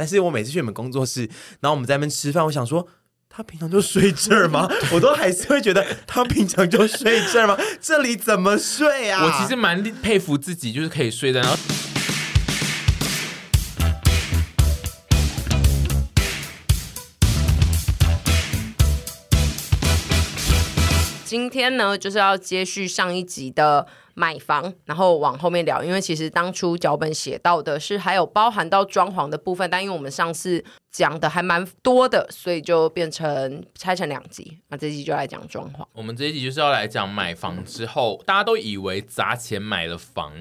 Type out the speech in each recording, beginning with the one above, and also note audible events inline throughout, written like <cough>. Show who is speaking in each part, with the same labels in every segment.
Speaker 1: 但是我每次去你们工作室，然后我们在那边吃饭，我想说。他平常就睡这儿
Speaker 2: <laughs>
Speaker 1: 吗？我都还是会觉得他平常就睡这儿吗？这里怎么睡啊？
Speaker 2: 我其实蛮佩服自己，就是可以睡在然后。
Speaker 3: 今天呢，就是要接续上一集的买房，然后往后面聊，因为其实当初脚本写到的是还有包含到装潢的部分，但因为我们上次讲的还蛮多的，所以就变成拆成两集。那这集就来讲装潢，
Speaker 2: 我们这一集就是要来讲买房之后，大家都以为砸钱买了房，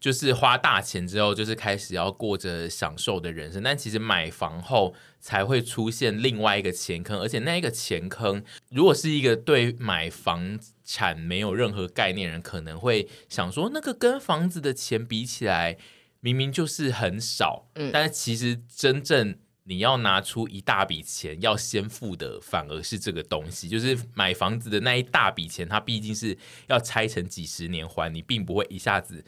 Speaker 2: 就是花大钱之后，就是开始要过着享受的人生。但其实买房后才会出现另外一个钱坑，而且那一个钱坑，如果是一个对买房产没有任何概念的人，可能会想说，那个跟房子的钱比起来，明明就是很少，
Speaker 3: 嗯
Speaker 2: 但是其实真正你要拿出一大笔钱要先付的，反而是这个东西，就是买房子的那一大笔钱，它毕竟是要拆成几十年还，你并不会一下子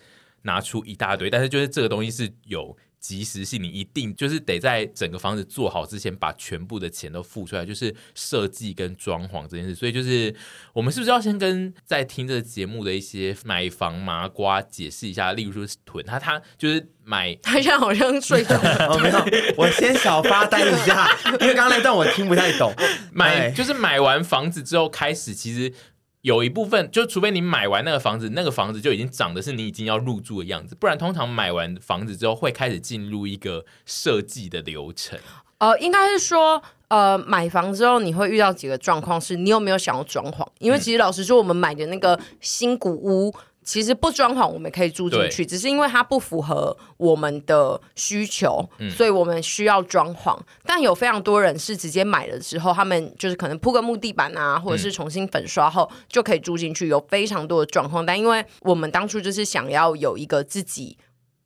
Speaker 2: 拿出一大堆，但是就是这个东西是有。及时性，你一定就是得在整个房子做好之前，把全部的钱都付出来，就是设计跟装潢这件事。所以就是我们是不是要先跟在听这个节目的一些买房麻瓜解释一下？例如说是囤，他他就是买
Speaker 3: 他现在好像睡着
Speaker 1: <laughs>
Speaker 3: 了。<laughs>
Speaker 1: 哦，没
Speaker 2: <laughs>
Speaker 1: 有，我先小发呆一下，因为刚刚那段我听不太懂。
Speaker 2: <laughs> 买
Speaker 1: 哎
Speaker 2: 就是买完房子之后开始，其实有一部分就除非你买完那个房子，那个房子就已经长得是你已经要入住的样子，不然通常买完房子之后会开始进入一个设计的流程。
Speaker 3: 呃，应该是说，呃，买房之后你会遇到几个状况，是你有没有想要装潢？因为其实老实说，我们买的那个新古屋。其实不装潢我们可以住进去，只是因为它不符合我们的需求，所以我们需要装潢。但有非常多人是直接买了之后，他们就是可能铺个木地板啊，或者是重新粉刷后就可以住进去，有非常多的状况。但因为我们当初就是想要有一个自己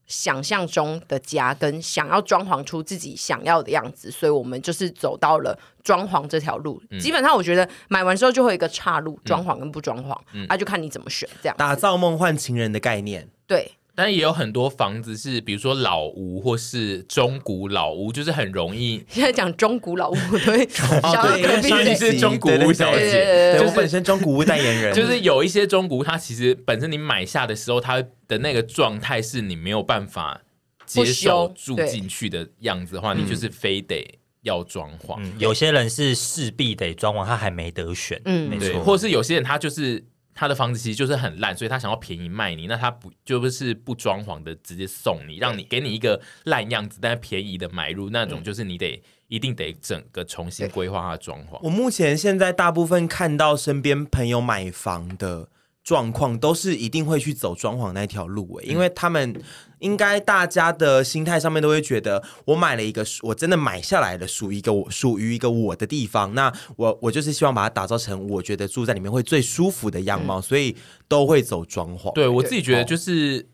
Speaker 3: 想象中的家，跟想要装潢出自己想要的样子，所以我们就是走到了装潢这条路。
Speaker 1: 嗯
Speaker 3: 基本上，我觉得买完之后就会有一个岔路，装潢跟不装潢，
Speaker 1: 嗯
Speaker 3: 啊，就看你怎么选。这样
Speaker 1: 打造梦幻情人的概念，
Speaker 3: 对，
Speaker 2: 但也有很多房子是，比如说老屋或是中古老屋，就是很容易
Speaker 3: 现在讲中古老屋，对，想
Speaker 1: <laughs> 哦
Speaker 3: 要
Speaker 1: 对
Speaker 3: 隔壁
Speaker 1: 因为上
Speaker 2: 你
Speaker 1: 一
Speaker 3: 的
Speaker 1: 集
Speaker 2: 是中古屋小
Speaker 3: 对对
Speaker 2: 姐
Speaker 3: 对。
Speaker 1: 对
Speaker 3: 对
Speaker 2: 就是
Speaker 1: 我本身中古屋代言
Speaker 4: 嗯
Speaker 1: 人，
Speaker 2: <laughs> 就是有一些中古，它其实本身你买下的时候，它的那个状态是你没有办法接受
Speaker 3: 不修
Speaker 2: 住进去的样子的话，你就是非得要装潢，
Speaker 4: 嗯，有些人是势必得装潢，他还没得选。
Speaker 3: 嗯
Speaker 4: 嗯，没
Speaker 2: 对，
Speaker 4: 错，
Speaker 2: 或是有些人他就是他的房子其实就是很烂，所以他想要便宜卖你，那他不就是不装潢的直接送你，让你给你一个烂样子，但是便宜的买入那
Speaker 3: 嗯
Speaker 2: 种，就是你得一定得整个重新规划它的装潢。
Speaker 1: 我目前现在大部分看到身边朋友买房的状况，都是一定会去走装潢那条路、欸，因
Speaker 3: 嗯
Speaker 1: 为他们应该大家的心态上面都会觉得，我买了一个属，我真的买下来了，属于一个我属于一个我的地方，那我我就是希望把它打造成我觉得住在里面会最舒服的样
Speaker 3: 嗯
Speaker 1: 貌，所以都会走装潢。
Speaker 2: 对我自己
Speaker 3: 哦
Speaker 2: 觉得就是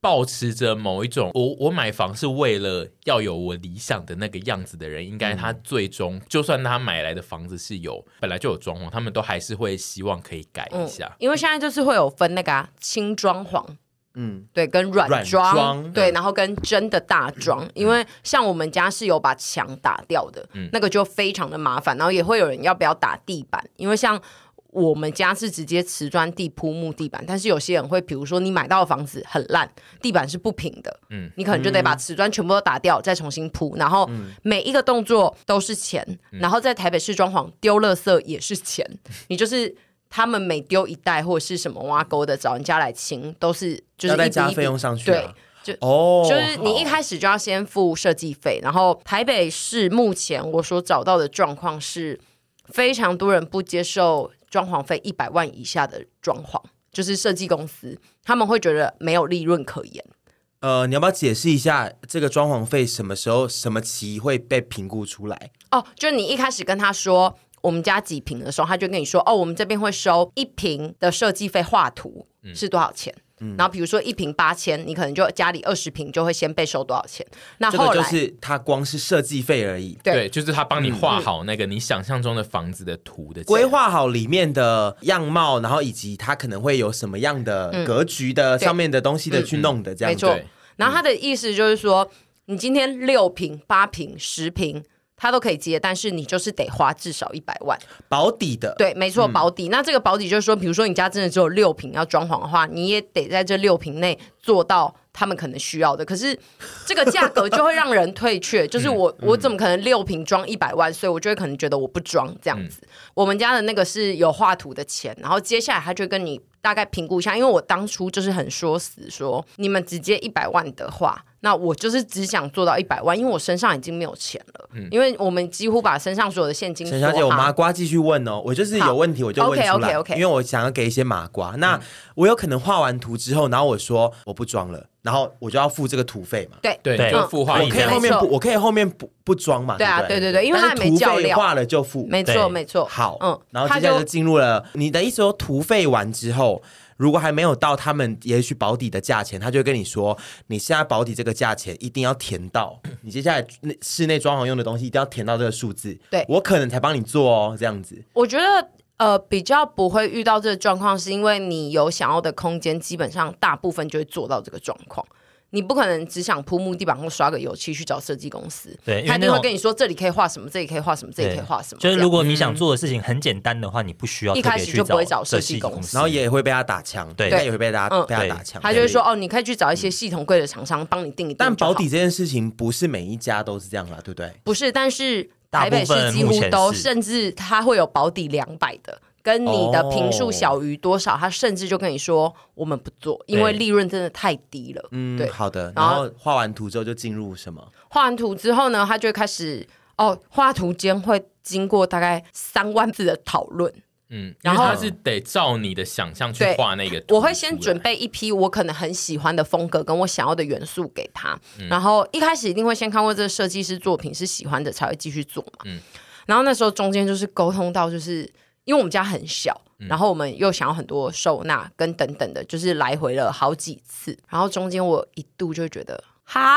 Speaker 2: 保持着某一种，我我买房是为了要有我理想的那个样子的人，应该
Speaker 3: 嗯
Speaker 2: 他最终、就算他买来的房子是有本来就有装潢，他们都还是会希望可以改一
Speaker 3: 嗯
Speaker 2: 下，。
Speaker 3: 因为现在就是会有分那个啊轻装潢，
Speaker 1: 嗯，
Speaker 3: 对，跟软
Speaker 1: 软
Speaker 3: 装，
Speaker 1: 装
Speaker 3: 对，然后跟真的大装，因为像我们家是有把墙打掉的，那个就非常的麻烦，然后也会有人要不要打地板，因为像。我们家是直接瓷砖地铺木地板，但是有些人会，比如说你买到的房子很烂，地板是不平的，嗯，你可能就得把瓷砖全部都打掉，再重新铺，然后
Speaker 1: 嗯
Speaker 3: 每一个动作都是钱，然后在台北市装潢丢垃圾也是钱，你就是他们每丢一袋或者是什么挖沟的，找人家来清，都是就是
Speaker 1: 要再
Speaker 3: 一笔一
Speaker 1: 加
Speaker 3: 笔
Speaker 1: 费用上去、
Speaker 3: 对
Speaker 1: 啊。，
Speaker 3: 就
Speaker 1: 哦，
Speaker 3: 就是你一
Speaker 1: 好
Speaker 3: 开始就要先付设计费，然后台北市目前我所找到的状况是，非常多人不接受装潢费一百万以下的装潢，就是设计公司他们会觉得没有利润可言。
Speaker 1: 呃，你要不要解释一下这个装潢费什么时候什么期会被评估出来？
Speaker 3: 哦，就你一开始跟他说我们家几平的时候，他就跟你说哦，我们这边会收一平的设计费，画图
Speaker 1: 嗯
Speaker 3: 是多少钱。然后比如说一平八千，你可能就家里二十平就会先被收多少钱。那
Speaker 1: 这
Speaker 3: 后
Speaker 1: 个
Speaker 3: 来、
Speaker 1: 就是它光是设计费而已，
Speaker 3: 对嗯
Speaker 2: 对，就是他帮你画好那个你想象中的房子的图的
Speaker 1: 规
Speaker 2: 钱。
Speaker 1: 划好里面的样貌，然后以及它可能会有什么样的格局的、
Speaker 3: 嗯对嗯
Speaker 1: 上面的东西的去弄的这样
Speaker 3: 没错
Speaker 1: 子。
Speaker 2: 对。
Speaker 3: 然后他的意思就是说，你今天六平、八平、十平，他都可以接，但是你就是得花至少一百万。
Speaker 1: 保底的，，
Speaker 3: 对，没错，保底。那这个保底就是说，比如说你家真的只有六平要装潢的话，你也得在这六平内做到他们可能需要的。可是这个价格就会让人退却，就是我、我怎么可能六平装一百万？所以我就会可能觉得我不装这样子。我们家的那个是有画图的钱，然后接下来他就跟你大概评估一下，因为我当初就是很说死说，你们直接一百万的话。那我就是只想做到一百万，因为我身上已经没有钱了，因为我们几乎把嗯身上所有的现金
Speaker 1: 沈小姐，
Speaker 3: 梭
Speaker 1: 我
Speaker 3: 哈
Speaker 1: 麻瓜继续问哦，我就是有问题我就问出来
Speaker 3: OK，OK，OK 嗯
Speaker 1: 因为我想要给一些麻瓜。那我有可能画完图之后，然后我说我不装了，然后我就要付这个图费嘛。
Speaker 3: 对
Speaker 2: 对，
Speaker 4: 对
Speaker 2: 就孵化
Speaker 4: 可以
Speaker 1: 我
Speaker 2: 一
Speaker 1: 可以
Speaker 2: 下
Speaker 3: 没
Speaker 1: 后面
Speaker 3: 错
Speaker 1: 不，我可以后面不不装嘛。
Speaker 3: 对啊，
Speaker 1: 不
Speaker 3: 对对对，因为他
Speaker 1: 但
Speaker 3: 还
Speaker 1: 是
Speaker 3: 没
Speaker 1: 图
Speaker 3: 叫
Speaker 1: 费
Speaker 3: 料，
Speaker 1: 画了就付，
Speaker 3: 没错
Speaker 4: 对
Speaker 3: 没错。
Speaker 1: 好，
Speaker 3: 嗯
Speaker 1: 嗯，，然后
Speaker 3: 他
Speaker 1: 接下来
Speaker 3: 就
Speaker 1: 就进入了你的意思说，图费完之后，如果还没有到他们也许保底的价钱，他就会跟你说，你现在保底这个价钱一定要填
Speaker 3: <coughs>
Speaker 1: 到，你接下来那室内装潢用的东西一定要填到这个数字，
Speaker 3: 对
Speaker 1: 我可能才帮你做哦，这样子。
Speaker 3: 我觉得呃比较不会遇到这个状况，是因为你有想要的空间，基本上大部分就会做到这个状况。你不可能只想铺木地板或刷个油漆去找设计公司，
Speaker 4: 对因为
Speaker 3: 他一定
Speaker 4: 那
Speaker 3: 会
Speaker 4: 种
Speaker 3: 跟你说这里可以画什么，这里可以画什么，这里
Speaker 4: 对
Speaker 3: 可以画什么。
Speaker 4: 就是
Speaker 3: 这样
Speaker 4: 如果你
Speaker 2: 嗯
Speaker 4: 想做的事情很简单的话，你不需要
Speaker 3: 一
Speaker 4: 特
Speaker 3: 开
Speaker 4: 别
Speaker 3: 始
Speaker 4: 去
Speaker 3: 就不会找设
Speaker 4: 设
Speaker 3: 计
Speaker 4: 计
Speaker 3: 公
Speaker 4: 公
Speaker 3: 司
Speaker 4: 司，
Speaker 1: 然后也会被他打枪，
Speaker 4: 对
Speaker 1: 应该也会被他、
Speaker 3: 嗯
Speaker 1: 被他
Speaker 4: 对
Speaker 1: 打枪，
Speaker 3: 他就会说
Speaker 1: 对。
Speaker 3: 哦，你可以去找一些系统柜的厂商帮你定一定
Speaker 1: 但
Speaker 3: 就好
Speaker 1: 保底这件事情不是每一家都是这样啦，对不对？
Speaker 3: 不是，但是
Speaker 4: 大
Speaker 3: 台
Speaker 4: 部
Speaker 3: 北市
Speaker 4: 分
Speaker 3: 几
Speaker 4: 目
Speaker 3: 乎
Speaker 4: 前
Speaker 3: 都，
Speaker 4: 是
Speaker 3: 甚至它会有保底两百的，跟你的平数
Speaker 1: 哦
Speaker 3: 小于多少，它甚至就跟你说我们不做，因为
Speaker 4: 对
Speaker 3: 利润真的太低了。
Speaker 1: 嗯，
Speaker 3: 对
Speaker 1: 好的。
Speaker 3: 然
Speaker 1: 然
Speaker 3: 后
Speaker 1: 后画完图之后就进入什么？
Speaker 3: 画完图之后呢，他就会开始哦，画图间会经过大概三万字的讨论。
Speaker 2: 嗯，
Speaker 3: 然后
Speaker 2: 因为他是得照你的想象去
Speaker 3: 对
Speaker 2: 画那个图出来，
Speaker 3: 我会先准备一批我可能很喜欢的风格跟我想要的元素给他，
Speaker 2: 嗯
Speaker 3: 然后一开始一定会先看过这个设计师作品是喜欢的才会继续做嘛。
Speaker 2: 嗯
Speaker 3: 然后那时候中间就是沟通到，就是因为我们家很小，
Speaker 2: 嗯
Speaker 3: 然后我们又想要很多收纳跟等等的，就是来回了好几次。然后中间我一度就觉得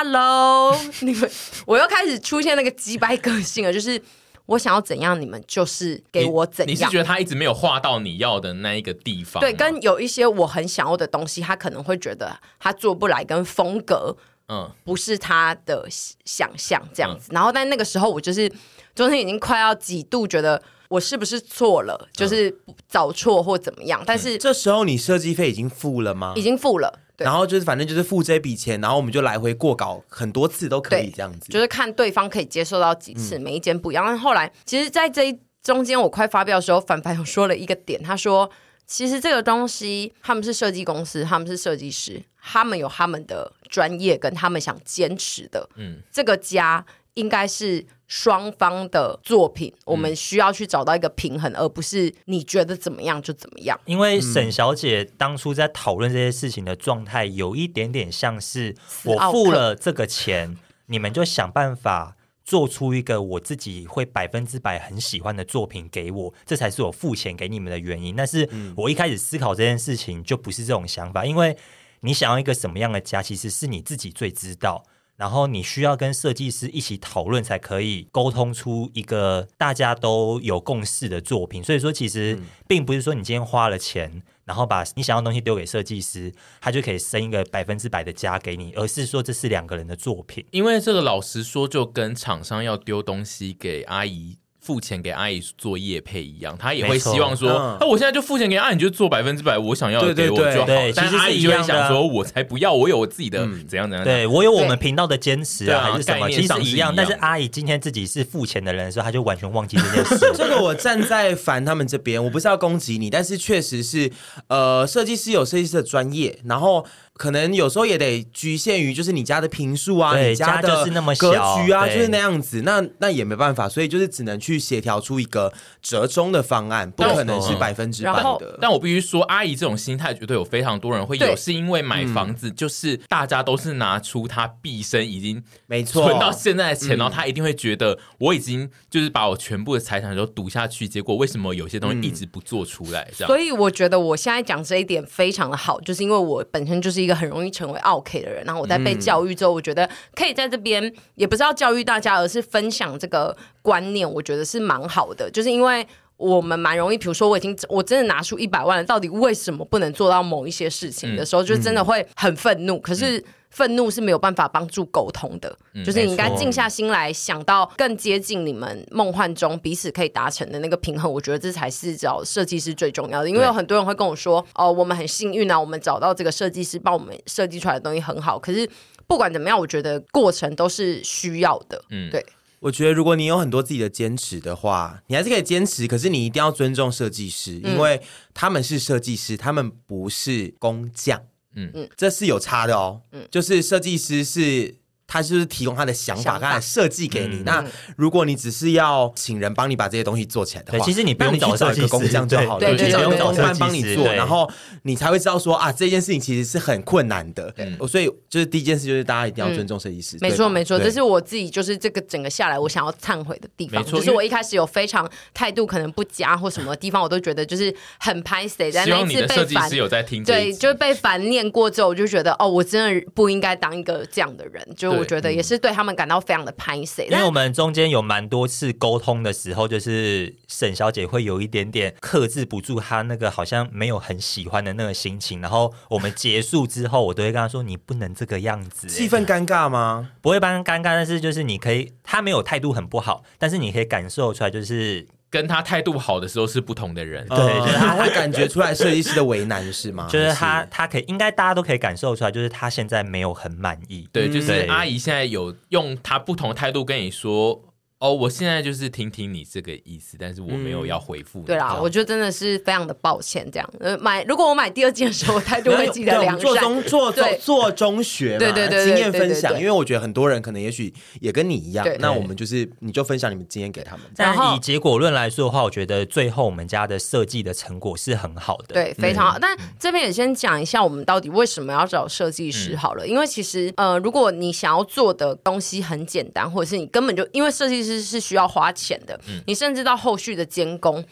Speaker 3: ，Hello，你 <laughs> 们我又开始出现那个鸡掰个性了，就是我想要怎样，你们就是给我怎
Speaker 2: 你。你是
Speaker 3: 样
Speaker 2: 觉。得他一直没有画到你要的那一个地方吗？
Speaker 3: 对，跟有一些我很想要的东西，他可能会觉得他做不来，跟风格
Speaker 2: 嗯，
Speaker 3: 不是他的想象这样子。然后，但那个时候我就是中间已经快要几度觉得我是不是错了，
Speaker 2: 嗯
Speaker 3: 就是找错或怎么样，但是
Speaker 1: 这时候你设计费已经付了吗？
Speaker 3: 已经付了，对
Speaker 1: 然，后就是反正就是付这笔钱，然后我们就来回过稿很多次都可以
Speaker 3: 对
Speaker 1: 这样子。
Speaker 3: 就是看对方可以接受到几次，每一间不一样。但后来，其实，在这一中间，我快发表的时候，凡凡有说了一个点，他说。其实这个东西，他们是设计公司，他们是设计师，他们有他们的专业跟他们想坚持的。嗯，这个家应该是双方的作品，我们需要去找到一个平衡，而不是你觉得怎么样就怎么样。
Speaker 4: 因为沈小姐当初在讨论这些事情的状态，有一点点像是我
Speaker 3: 奥克
Speaker 4: 付了这个钱，你们就想办法做出一个我自己会百分之百很喜欢的作品给我，这才是我付钱给你们的原因。但是我一开始思考这件事情就不是这种想法，因为你想要一个什么样的家，其实是你自己最知道。然后你需要跟设计师一起讨论，才可以沟通出一个大家都有共识的作品。所以说，其实
Speaker 2: 嗯
Speaker 4: 并不是说你今天花了钱，然后把你想要的东西丢给设计师，他就可以生一个百分之百的家给你，而是说这是两个人的作品。
Speaker 2: 因为这个老实说，就跟厂商要丢东西给阿姨。付钱给阿姨做业配一样，他也会
Speaker 4: 没错
Speaker 2: 希望说，那、
Speaker 1: 嗯
Speaker 2: 我现在就付钱给阿姨，你就做百分之百我想要的
Speaker 1: 对
Speaker 2: 给
Speaker 1: 对
Speaker 2: 我就好。
Speaker 4: 对对
Speaker 2: 但
Speaker 4: 其实是
Speaker 2: 阿姨
Speaker 4: 一
Speaker 2: 就会
Speaker 4: 样的啊嗯
Speaker 2: 想说，我才不要，我有我自己的怎样怎样。怎样，
Speaker 4: 对我有我
Speaker 3: 对
Speaker 4: 们频道的坚持
Speaker 2: 对啊
Speaker 4: 啊，还是什
Speaker 2: 概
Speaker 4: 么，
Speaker 2: 念
Speaker 4: 其
Speaker 2: 上
Speaker 4: 实
Speaker 2: 是
Speaker 4: 一
Speaker 2: 一样
Speaker 4: 样。但是阿姨今天自己是付钱的人的时候，她就完全忘记这件事。
Speaker 1: 这个我站在凡他们这边，我不是要攻击你，但是确实是，呃，设计师有设计师的专业，然后可能有时候也得局限于就是你家的平数啊，
Speaker 4: 对
Speaker 1: 你的
Speaker 4: 家就是那么
Speaker 1: 格
Speaker 4: 小
Speaker 1: 局啊，就
Speaker 4: 对
Speaker 1: 是那样子，那那也没办法，所以就是只能去协调出一个折中的方案，不
Speaker 2: 但我
Speaker 1: 可能是百分之百
Speaker 3: 然后
Speaker 1: 的。
Speaker 2: 但我必须说，阿姨这种心态，绝对有非常多人会
Speaker 3: 对
Speaker 2: 有，是因为买房子就是大家都是拿出他毕生已经
Speaker 1: 没错，
Speaker 2: 存到现在的
Speaker 4: 嗯
Speaker 2: 钱，然后他一定会觉得我已经就是把我全部的财产都赌下去，结果为什么有些
Speaker 4: 嗯
Speaker 2: 东西一直不做出来？这样
Speaker 3: 所以我觉得我现在讲这一点非常的好，就是因为我本身就是一个很容易成为 OK 的人，然后我在被教育之后，我觉得可以在这边也不是要教育大家，而是分享这个观念，我觉得是蛮好的，就是因为。我们蛮容易，比如说我已经我真的拿
Speaker 2: 嗯
Speaker 3: 出一百万了，到底为什么不能做到某一些事情的时候，就真的会很愤怒。可是愤怒是没有办法帮助沟通的，就是你应该静下心来想到更接近你们梦幻中彼此可以达成的那个平衡。我觉得这才是找设计师最重要的，因为有很多人会跟我说，哦、我们很幸运啊，我们找到这个设计师帮我们设计出来的东西很好，可是。不管怎么样，我觉得过程都是需要的。嗯，对，
Speaker 1: 我觉得如果你有很多自己的坚持的话，你还是可以坚持，可是你一定要尊重设计师，因为他们是设计师，他们不是工匠。嗯嗯，这是有差的哦。嗯，就是设计师是。他就是提供他的想法，
Speaker 3: 想法
Speaker 1: 他的设计给你。那如果你只是要请人帮你把这些东西做起来的
Speaker 4: 对，
Speaker 1: 话，
Speaker 4: 其实你不用
Speaker 1: 那你去找
Speaker 4: 设
Speaker 1: 一
Speaker 4: 计
Speaker 1: 个
Speaker 4: 师，
Speaker 1: 工匠就好了，
Speaker 3: 对
Speaker 1: 你去找一
Speaker 3: 对
Speaker 1: 个
Speaker 3: 对
Speaker 1: 工
Speaker 3: 对
Speaker 1: 班帮你做，
Speaker 4: 对
Speaker 1: 然后你才会知道说啊，这件事情其实是很困难的。哦所以就是第一件事就是大家一定要尊重设计师。
Speaker 3: 没
Speaker 1: 对
Speaker 3: 错
Speaker 1: 吧
Speaker 3: 没错，
Speaker 1: 对
Speaker 3: 这是我自己就是这个整个下来我想要忏悔的地方，
Speaker 2: 没错
Speaker 3: 就
Speaker 2: 因
Speaker 3: 是
Speaker 2: 为
Speaker 3: 我一开始有非常态度可能不佳或什么地方，我都觉得就是很拍谁，但
Speaker 2: 希
Speaker 3: 那一
Speaker 2: 望你
Speaker 3: 次
Speaker 2: 的设
Speaker 3: 被
Speaker 2: 计
Speaker 3: 反
Speaker 2: 师。有在听这
Speaker 3: 对，
Speaker 2: 一集
Speaker 3: 就是被反念过之后，我就觉得哦，我真的不应该当一个这样的人。就是我
Speaker 2: 对
Speaker 3: 觉得也是对他们感到非常的拍谁，
Speaker 4: 因为
Speaker 3: 但
Speaker 4: 我们中间有蛮多次沟通的时候，就是沈小姐会有一点点克制不住她那个好像没有很喜欢的那个心情，然后我们结束之后，我都会跟她说：“你不能这个样子、欸
Speaker 1: <laughs> 气氛尴尬吗？
Speaker 4: 不会帮尴尬，但是就是你可以，她没有态度很不好，但是你可以感受出来，就是
Speaker 2: 跟他态度好的时候是不同的人。
Speaker 4: 对
Speaker 1: 呃
Speaker 4: 就是
Speaker 1: 他会感觉出来设计师的为难啊是吗？
Speaker 4: 就是
Speaker 1: 还
Speaker 4: 她她可以应该大家都可以感受出来，就是她现在没有很满意。
Speaker 2: 对，
Speaker 3: 嗯
Speaker 2: 就是
Speaker 4: 对
Speaker 2: 阿姨现在有用她不同的态度跟你说，哦，我现在就是听听你这个意思，但是我没有要回复你。
Speaker 3: 对啦，
Speaker 2: 这样
Speaker 3: 我就真的是非常的抱歉这样。呃，买如果我买第二件的时候，我态度
Speaker 1: 对啊
Speaker 3: 会记得
Speaker 1: 我
Speaker 3: 良
Speaker 1: 们做
Speaker 3: 善。
Speaker 1: 中做中
Speaker 3: 对
Speaker 1: 做中学嘛，
Speaker 3: 对对对对
Speaker 1: 经验分
Speaker 3: 对对
Speaker 1: 享。
Speaker 3: 对
Speaker 1: 因为我觉得很多人可能也许也跟你一样
Speaker 3: 对，
Speaker 1: 那我们就是你就分享你们经验给他们。
Speaker 3: 然后
Speaker 4: 但以结果论来说的话，我觉得最后我们家的设计的成果是很好的。
Speaker 3: 对，非常
Speaker 1: 嗯
Speaker 3: 好。但这边也先讲一下，我们到底为什么要找设计
Speaker 1: 嗯
Speaker 3: 师好了？因为其实，呃，如果你想要做的东西很简单，或者是你根本就因为设计师是需要花钱的，
Speaker 1: 嗯
Speaker 3: 你甚至到后续的监工，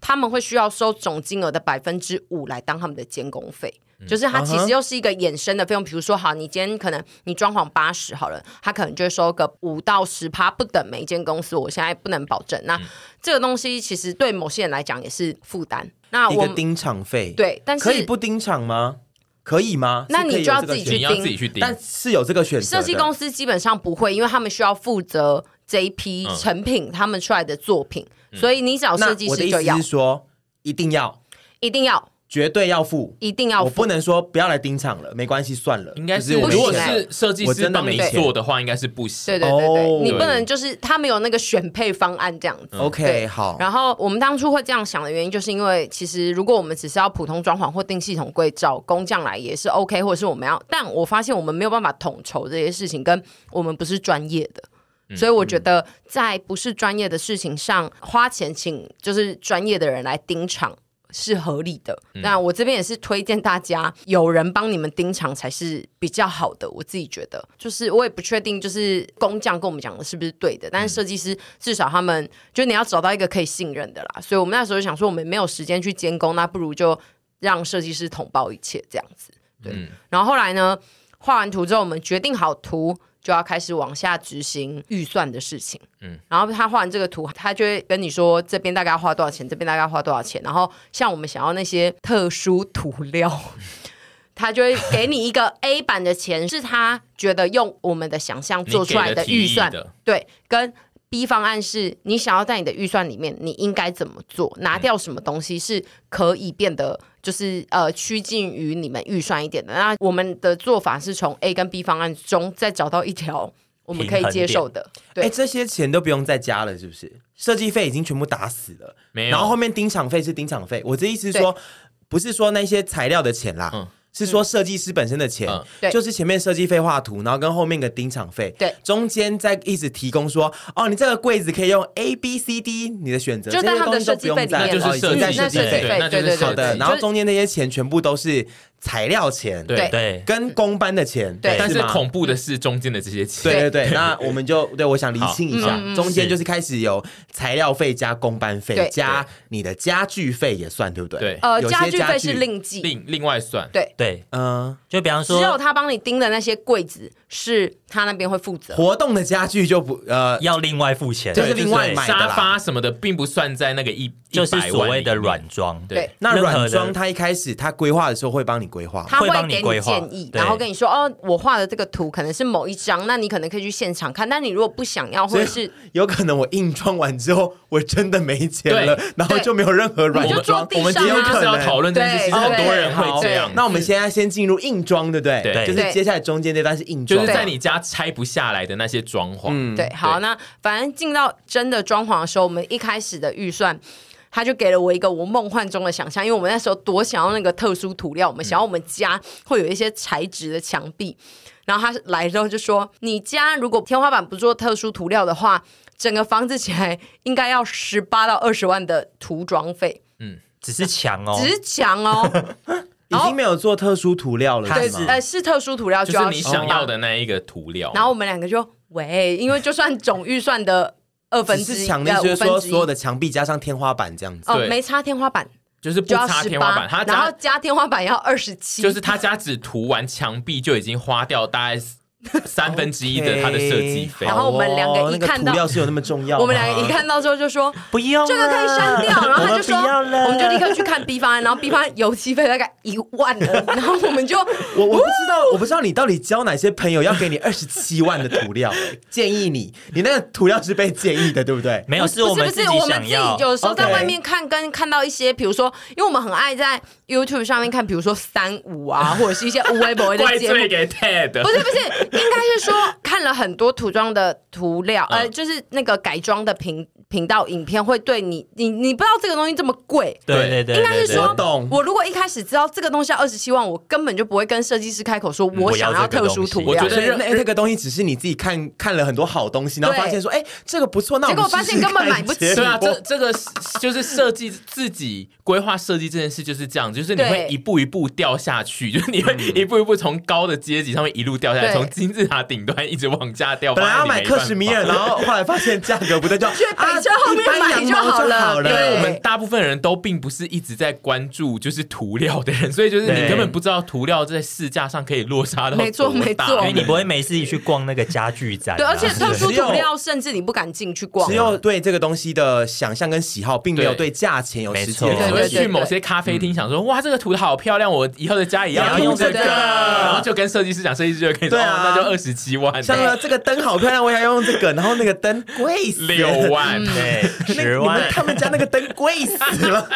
Speaker 3: 他们会需要收总金额的百分之五来当他们的监工费。就是它其
Speaker 1: 啊哈
Speaker 3: 实又是一个衍生的费用，比如说，好，你今天可能你装潢八十好了，他可能就会收个五到十趴不等，每一间公司我现在不能保证。
Speaker 1: 嗯
Speaker 3: 那这个东西其实对某些人来讲也是负担。那
Speaker 1: 一
Speaker 3: 啊我
Speaker 1: 个
Speaker 3: 们
Speaker 1: 盯场费，
Speaker 3: 对，但是
Speaker 1: 可以不盯场吗？可以吗？
Speaker 3: 那
Speaker 1: 是可以
Speaker 3: 你就
Speaker 1: 有
Speaker 3: 要
Speaker 1: 这个
Speaker 3: 自己
Speaker 1: 选
Speaker 3: 去
Speaker 2: 你要自己
Speaker 3: 盯
Speaker 2: 去盯。
Speaker 1: 但是有这个选择
Speaker 3: 设
Speaker 1: 的，
Speaker 3: 计公司基本上不会，因为他们需要负责这一批成品他们出来的作品，所以你找
Speaker 1: 嗯那
Speaker 3: 设计
Speaker 1: 我的
Speaker 3: 师
Speaker 1: 意
Speaker 3: 就
Speaker 1: 思
Speaker 3: 要
Speaker 1: 是说，一定要，
Speaker 3: 一定要
Speaker 1: 绝对要付。
Speaker 3: 一定要
Speaker 1: 我
Speaker 3: 付
Speaker 1: 不。能说不要来盯场了，没关系，算了。
Speaker 2: 应该，
Speaker 1: 就是是嗯我
Speaker 3: 不
Speaker 2: 如果
Speaker 3: 行欸
Speaker 2: 是设计
Speaker 1: 我
Speaker 2: 师
Speaker 1: 真的
Speaker 2: 帮
Speaker 1: 没
Speaker 2: 你
Speaker 1: 钱
Speaker 2: 做的话，应该是不行。
Speaker 3: 对对对对，
Speaker 1: 哦嗯
Speaker 3: 你不能就是他们有那个选配方案这样子。
Speaker 1: OK
Speaker 3: 对
Speaker 1: 好，
Speaker 3: 然后我们当初会这样想的原因，就是因为其实如果我们只是要普通装潢或定系统柜，找工匠来也是 OK，或者是我们要，但我发现我们没有办法统筹这些事情，跟我们不是专业的。
Speaker 1: 嗯
Speaker 3: 嗯所以我觉得，在不是专业的事情上，花钱请就是专业的人来盯场是合理的。那我这边也是推荐大家，有人帮你们盯场才是比较好的。我自己觉得，就是我也不确定，就是工匠跟我们讲的是不是对的，但是设计师至少他们，就你要找到一个可以信任的啦。所以我们那时候就想说，我们没有时间去监工，那不如就让设计师统包一切这样子。对，
Speaker 2: 嗯
Speaker 3: 然后后来呢，画完图之后，我们决定好图，就要开始往下执行预算的事情。嗯，然后他画完这个图，他就会跟你说这边大概要花多少钱，这边大概要花多少钱。然后像我们想要那些特殊涂料，他就会给你一个 A 版的钱，是他觉得用我们的想
Speaker 2: <laughs>
Speaker 3: 象做出来
Speaker 2: 你给
Speaker 3: 预算
Speaker 2: 的提议的，
Speaker 3: 对，跟。B 方案是你想要在你的预算里面，你应该怎么做？
Speaker 1: 嗯
Speaker 3: 拿掉什么东西是可以变得就是呃趋近于你们预算一点的？那我们的做法是从 A 跟 B 方案中再找到一
Speaker 1: <laughs>
Speaker 3: 条我们可以接受的。
Speaker 1: 哎、
Speaker 3: 对，
Speaker 1: 这些钱都不用再加了，是不是？设计费已经全部打死了，
Speaker 2: 没有
Speaker 1: 然后后面盯场费是盯场费，我的意思是说，不是说那些材料的钱啦。
Speaker 2: 嗯
Speaker 1: 是说设计师本身的钱
Speaker 2: 嗯，
Speaker 3: 对
Speaker 1: 就是前面设计费画图，然后跟后面的盯场费，
Speaker 3: 对
Speaker 1: 中间再一直提供说，哦，你这个柜子可以用 A B C D 你的选择，
Speaker 3: 就在他们的
Speaker 1: 这些东西都不用再
Speaker 2: 那
Speaker 3: 设计费里面
Speaker 2: 就
Speaker 1: 哦
Speaker 2: 是
Speaker 1: 已
Speaker 2: 设
Speaker 1: 经在
Speaker 2: 计
Speaker 3: 嗯
Speaker 1: 设
Speaker 2: 师
Speaker 3: 那
Speaker 1: 计
Speaker 3: 设计
Speaker 1: 费
Speaker 3: 费
Speaker 2: 那就
Speaker 3: 对
Speaker 2: 是
Speaker 3: 对
Speaker 2: 设
Speaker 1: 好
Speaker 2: 计
Speaker 1: 的，
Speaker 2: 费
Speaker 1: 然后
Speaker 3: 就是
Speaker 1: 中间那些钱全部都是材料钱，
Speaker 2: 对
Speaker 4: 对
Speaker 1: 跟工班的钱，
Speaker 3: 对
Speaker 2: 但是
Speaker 1: 吗
Speaker 2: 恐怖的是中间的这些钱，
Speaker 1: 对对对，那我们就对我想厘清一
Speaker 2: 好
Speaker 1: 下
Speaker 2: 嗯，
Speaker 1: 中间
Speaker 2: 是
Speaker 1: 就是开始有材料费加工班费
Speaker 3: 对
Speaker 1: 加你的家具费也算对不对？
Speaker 2: 对
Speaker 3: 呃，
Speaker 1: 有些
Speaker 3: 家具
Speaker 1: 家
Speaker 3: 费
Speaker 1: 具
Speaker 3: 是另计，
Speaker 2: 另另外算。
Speaker 3: 对，
Speaker 4: 对，
Speaker 1: 嗯，
Speaker 4: 就比方
Speaker 3: 只有
Speaker 4: 说，
Speaker 3: 他帮你盯的那些柜子是他那边会负责。
Speaker 1: 活动的家具就不呃，
Speaker 4: 要另外付钱，
Speaker 1: 这是
Speaker 4: 对
Speaker 1: 另外买的啦
Speaker 2: 沙发什么的，并不算在那个一
Speaker 4: 就是
Speaker 2: 100万
Speaker 4: 所谓的
Speaker 2: 里面
Speaker 4: 软装，
Speaker 2: 对
Speaker 3: 对
Speaker 1: 那
Speaker 4: 任何的
Speaker 1: 软装它一开始它规划的时候会帮你规划吗，
Speaker 3: 他
Speaker 4: 会帮你
Speaker 3: 给
Speaker 4: 规
Speaker 3: 你
Speaker 4: 划
Speaker 3: 建议，
Speaker 4: 对
Speaker 3: 然后跟你说哦，我画的这个图可能是某一张，那你可能可以去现场看。但你如果不想要，或
Speaker 1: 所以
Speaker 3: 者
Speaker 4: <laughs>
Speaker 3: 是
Speaker 1: <laughs> 有可能我硬装完之后我真的没钱了， <laughs> 然后
Speaker 3: 对
Speaker 1: 就没有任何软
Speaker 3: 你就
Speaker 1: 装
Speaker 3: 坐，
Speaker 2: 我们
Speaker 3: 地
Speaker 2: 今
Speaker 3: 上
Speaker 1: 有
Speaker 2: 天
Speaker 3: 啊
Speaker 2: 就
Speaker 1: 可
Speaker 2: 是要
Speaker 1: 能
Speaker 2: 讨论这件事情，
Speaker 3: 对
Speaker 2: 很多人会这样
Speaker 1: 好。那我们现在先进入硬装，对不对？
Speaker 2: 对
Speaker 1: 就是
Speaker 3: 对
Speaker 1: 接下来中间这段是硬
Speaker 2: 就
Speaker 1: 装，
Speaker 2: 是在你家拆不下来的那些装
Speaker 4: 嗯
Speaker 2: 潢，
Speaker 3: 对，好，那反正进到真的装潢的时候，我们一开始的预算。他就给了我一个我梦幻中的想象，因为我们那时候多想要那个特殊涂料，我们想要我们家会有一些材质的墙壁。然后他来之后就说：“你家如果天花板不做特殊涂料的话，整个房子起来应该要十八到二十万的涂装费，
Speaker 4: 只是墙哦，
Speaker 3: 只是墙哦。
Speaker 1: 已经没有做特殊涂料了，
Speaker 3: 对
Speaker 1: 是，吗？
Speaker 3: 呃，是特殊涂料
Speaker 2: 就
Speaker 3: 要
Speaker 2: 是你想要
Speaker 3: 18
Speaker 2: 的那一个涂料。
Speaker 3: 然后我们两个就喂，因为就算总预算的二分
Speaker 1: 只
Speaker 3: 之
Speaker 1: 是
Speaker 3: 一，
Speaker 1: 墙内
Speaker 3: 呃
Speaker 1: 就是说
Speaker 3: 五分之一
Speaker 1: 所有的墙壁加上天花板这样子，
Speaker 3: 哦，
Speaker 2: 对
Speaker 3: 没擦天花板
Speaker 2: 就是不
Speaker 3: 就要
Speaker 2: 擦
Speaker 3: 十
Speaker 2: 天花
Speaker 3: 八
Speaker 2: 板，他，
Speaker 3: 然后
Speaker 2: 家
Speaker 3: 加天花板要二十七，
Speaker 2: 就是他家只涂完墙壁就已经花掉大概三分之一
Speaker 3: <laughs>
Speaker 2: 的他的设计
Speaker 1: 好。
Speaker 2: 费
Speaker 3: 哎然后我们两个一
Speaker 1: 哦那
Speaker 3: 看到
Speaker 1: 涂料是有那么重要吗，啊
Speaker 3: 我们两个一看到之后就说。
Speaker 4: 不用
Speaker 3: 这个可以删掉，然后他就说，
Speaker 4: 我们不要了
Speaker 3: 我们就立刻去看 B 方案，然后 B 方案油漆费大概一万了，然后我们就
Speaker 1: 我我不知道，我不知道你到底交哪些朋友要给你二十七万的涂
Speaker 3: <laughs>
Speaker 1: 料，建议你，你那个涂料是被建议的，对不对？
Speaker 4: 没有，是
Speaker 3: 不
Speaker 4: 我
Speaker 3: 是
Speaker 4: 们
Speaker 3: 不
Speaker 4: 自
Speaker 3: 是
Speaker 4: 己
Speaker 3: 我们
Speaker 4: 想
Speaker 3: 自己
Speaker 4: 要，
Speaker 3: 有时候在
Speaker 1: OK
Speaker 3: 外面看跟看到一些，比如说，因为我们很爱在 YouTube 上面看，比如说三五啊，或者是一些无微博的
Speaker 2: 怪
Speaker 3: 节目
Speaker 2: 罪，给 Ted，
Speaker 3: 不是不是，应该是说看了很多涂装的涂料，
Speaker 4: 嗯
Speaker 3: 呃，就是那个改装的频频道影片，会对你，你你不知道这个东西这么贵。
Speaker 4: 对对对，
Speaker 3: 应该是
Speaker 4: 对
Speaker 3: 说
Speaker 1: 我懂，
Speaker 3: 我如果一开始知道这个东西要二十七万，我根本就不会跟设计师开口说
Speaker 4: 我
Speaker 3: 我
Speaker 4: 嗯要
Speaker 3: 想
Speaker 4: 这个
Speaker 3: 特殊涂
Speaker 4: 东西
Speaker 2: 我
Speaker 3: 料
Speaker 2: 觉。得
Speaker 1: 所以
Speaker 2: 任
Speaker 1: 那那个东西只是你自己看看了很多好东西，然后
Speaker 3: 对
Speaker 1: 发现说，哎、这个不错，那我们
Speaker 3: 结果发
Speaker 1: 试
Speaker 3: 现
Speaker 1: 试看
Speaker 3: 根本买不起
Speaker 1: 结
Speaker 2: <laughs> 对啊，
Speaker 1: 果
Speaker 2: 这这个是就是设计自己规划设计这件事就是这样，就是你
Speaker 3: 对嗯
Speaker 2: 会一步一步掉下去，就是你会一步一步从高的阶级上面一路掉下来，
Speaker 3: 对
Speaker 2: 从金字塔顶端一直往下掉。
Speaker 1: 本来要买
Speaker 2: 发
Speaker 1: 克
Speaker 2: 现
Speaker 1: 什
Speaker 2: 你没
Speaker 1: 米
Speaker 2: 办法
Speaker 1: 尔，然后后来发现价格不对，就啊去
Speaker 3: 北车后面买
Speaker 1: 就
Speaker 3: 就好了
Speaker 1: 好
Speaker 3: 因为
Speaker 2: 我
Speaker 3: 对
Speaker 2: 们大部分人都并不是一直在关注就是涂料的人，所以就是
Speaker 4: 对
Speaker 2: 你根本不知道涂料在市价上可以落差到
Speaker 3: 没错
Speaker 2: 多大
Speaker 3: 没错
Speaker 4: 因为你不会没事去逛那个家具展啊，
Speaker 3: 对，而且特殊
Speaker 1: 只有
Speaker 3: 涂料甚至你不敢进去逛
Speaker 1: 只。有对这个东西的想象跟喜好，并没有
Speaker 2: 对
Speaker 1: 对价钱有
Speaker 4: 没
Speaker 1: 实际
Speaker 4: 错
Speaker 1: 的
Speaker 2: 对
Speaker 1: 了解
Speaker 2: 你
Speaker 3: 对
Speaker 2: 会
Speaker 3: 对对
Speaker 2: 去某些咖啡厅，想说哇，这个涂的好漂亮，我以后的家也要
Speaker 4: 也要用
Speaker 2: 这
Speaker 3: 这
Speaker 2: 个，
Speaker 3: 个
Speaker 2: 然后就跟设计师讲，设计师就跟你说，
Speaker 1: 对啊
Speaker 2: 哦，那就二十七万，
Speaker 1: 像呢，这个灯好漂亮，我想用这个，然后那个灯贵死了
Speaker 2: 六
Speaker 4: <laughs>
Speaker 2: 万。
Speaker 3: 嗯
Speaker 4: 对
Speaker 1: 那
Speaker 4: 十
Speaker 1: 你们
Speaker 4: 万，
Speaker 1: 他们家那个灯贵死
Speaker 4: <laughs>
Speaker 1: 了。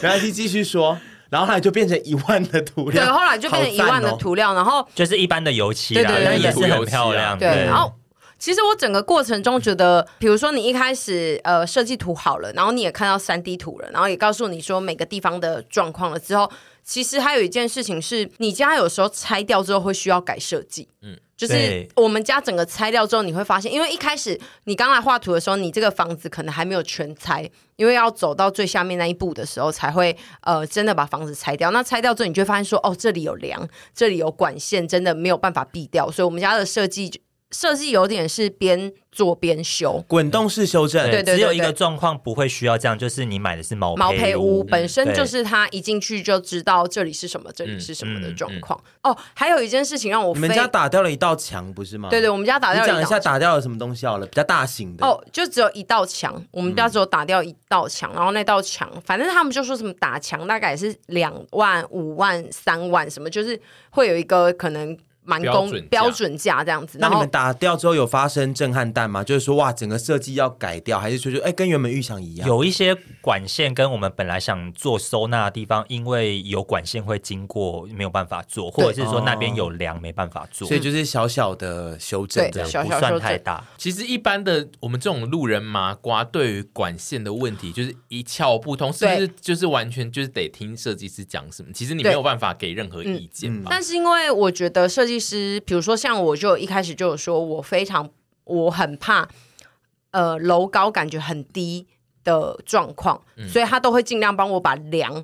Speaker 1: 然后继续说，然后后来就变成一万的涂
Speaker 3: 对，
Speaker 1: 料，
Speaker 3: 后来就变成一万的
Speaker 1: 好赞哦。
Speaker 3: 涂料，然后
Speaker 4: 就是一般的油漆啦，
Speaker 3: 对对对
Speaker 4: 但也
Speaker 3: 对
Speaker 4: 是
Speaker 2: 对
Speaker 4: 很漂亮，
Speaker 3: 对，然后。其实我整个过程中觉得，比如说你一开始呃设计图好了，然后你也看到三 D 图了，然后也告诉你说每个地方的状况了之后，其实还有一件事情是，你家有时候拆掉之后会需要改设计。嗯，就是
Speaker 4: 对
Speaker 3: 我们家整个拆掉之后，你会发现，因为一开始你刚来画图的时候，你这个房子可能还没有全拆，因为要走到最下面那一步的时候，才会呃真的把房子拆掉。那拆掉之后，你就会发现说，哦，这里有梁，这里有管线，真的没有办法避掉，所以我们家的设计就设计有点是边做边修。
Speaker 1: 滚动式修正，
Speaker 3: 对对
Speaker 4: 只有一
Speaker 3: 对
Speaker 4: 个状况不会需要这样，就是你买的是毛
Speaker 3: 毛坯屋
Speaker 1: 嗯
Speaker 4: 屋，
Speaker 3: 本身
Speaker 4: 对
Speaker 3: 就是他一进去就知道这里是什么，这里是什么的状况。哦，还有一件事情让我
Speaker 1: 嗯你
Speaker 3: 非
Speaker 1: 们家打掉了一道墙，不是吗？
Speaker 3: 对对，，我们家打掉
Speaker 1: 你讲
Speaker 3: 了
Speaker 1: 一
Speaker 3: 一
Speaker 1: 下
Speaker 3: 道
Speaker 1: 打掉了什么东西好了，比较大型的。嗯
Speaker 3: 哦，就只有一道墙，我们家只有打掉一道墙，然后那道墙，反正他们就说什么打墙大概也是两万、五万、三万什么，就是会有一个可能蛮
Speaker 2: 标
Speaker 3: 公
Speaker 2: 准价
Speaker 3: 标准价这样子。
Speaker 1: 那
Speaker 3: 然
Speaker 1: 你
Speaker 3: 后
Speaker 1: 们打掉之后有发生震撼弹吗？就是说哇，整个设计要改掉，还是说就哎跟原本预想一样？
Speaker 4: 有一些管线跟我们本来想做收纳的地方，因为有管线会经过，没有办法做，或者是说那边有梁没办法做
Speaker 3: 哦
Speaker 1: 所，以就是小小的修正
Speaker 3: 对
Speaker 1: 这样。
Speaker 3: 小
Speaker 4: 不
Speaker 3: 小
Speaker 4: 算
Speaker 3: 修
Speaker 4: 太
Speaker 3: 正
Speaker 4: 大。
Speaker 2: 其实一般的我们这种路人麻瓜，对于管线的问题就是一窍不通，是不是就是完全就是得听设计师讲什么？其实你没
Speaker 3: 对
Speaker 2: 有办法给任何意见吧？
Speaker 3: 但是因为我觉得设计师，比如说像我就一开始就有说，我非常我很怕呃楼高感觉很低的状况，所以他都会尽量帮我把梁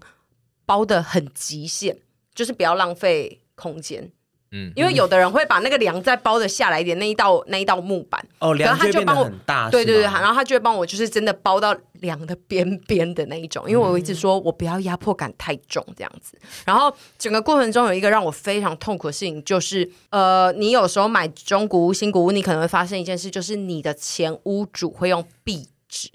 Speaker 3: 包的很极限，就是不要浪费空间。
Speaker 2: 嗯
Speaker 3: 因为有的人会把那个梁再包的下来一点，那一道那一道木板，
Speaker 1: 哦，
Speaker 3: 可能
Speaker 1: 梁
Speaker 3: 他
Speaker 1: 就
Speaker 3: 就
Speaker 1: 变得
Speaker 3: 帮我
Speaker 1: 很大，
Speaker 3: 对对对，
Speaker 1: 是吗
Speaker 3: 然后他就会帮我，就是真的包到梁的边边的那一种，因为
Speaker 1: 嗯
Speaker 3: 我一直说我不要压迫感太重这样子。然后整个过程中有一个让我非常痛苦的事情，就是呃，你有时候买中古屋、新古屋，你可能会发生一件事，就是你的前屋主会用壁纸，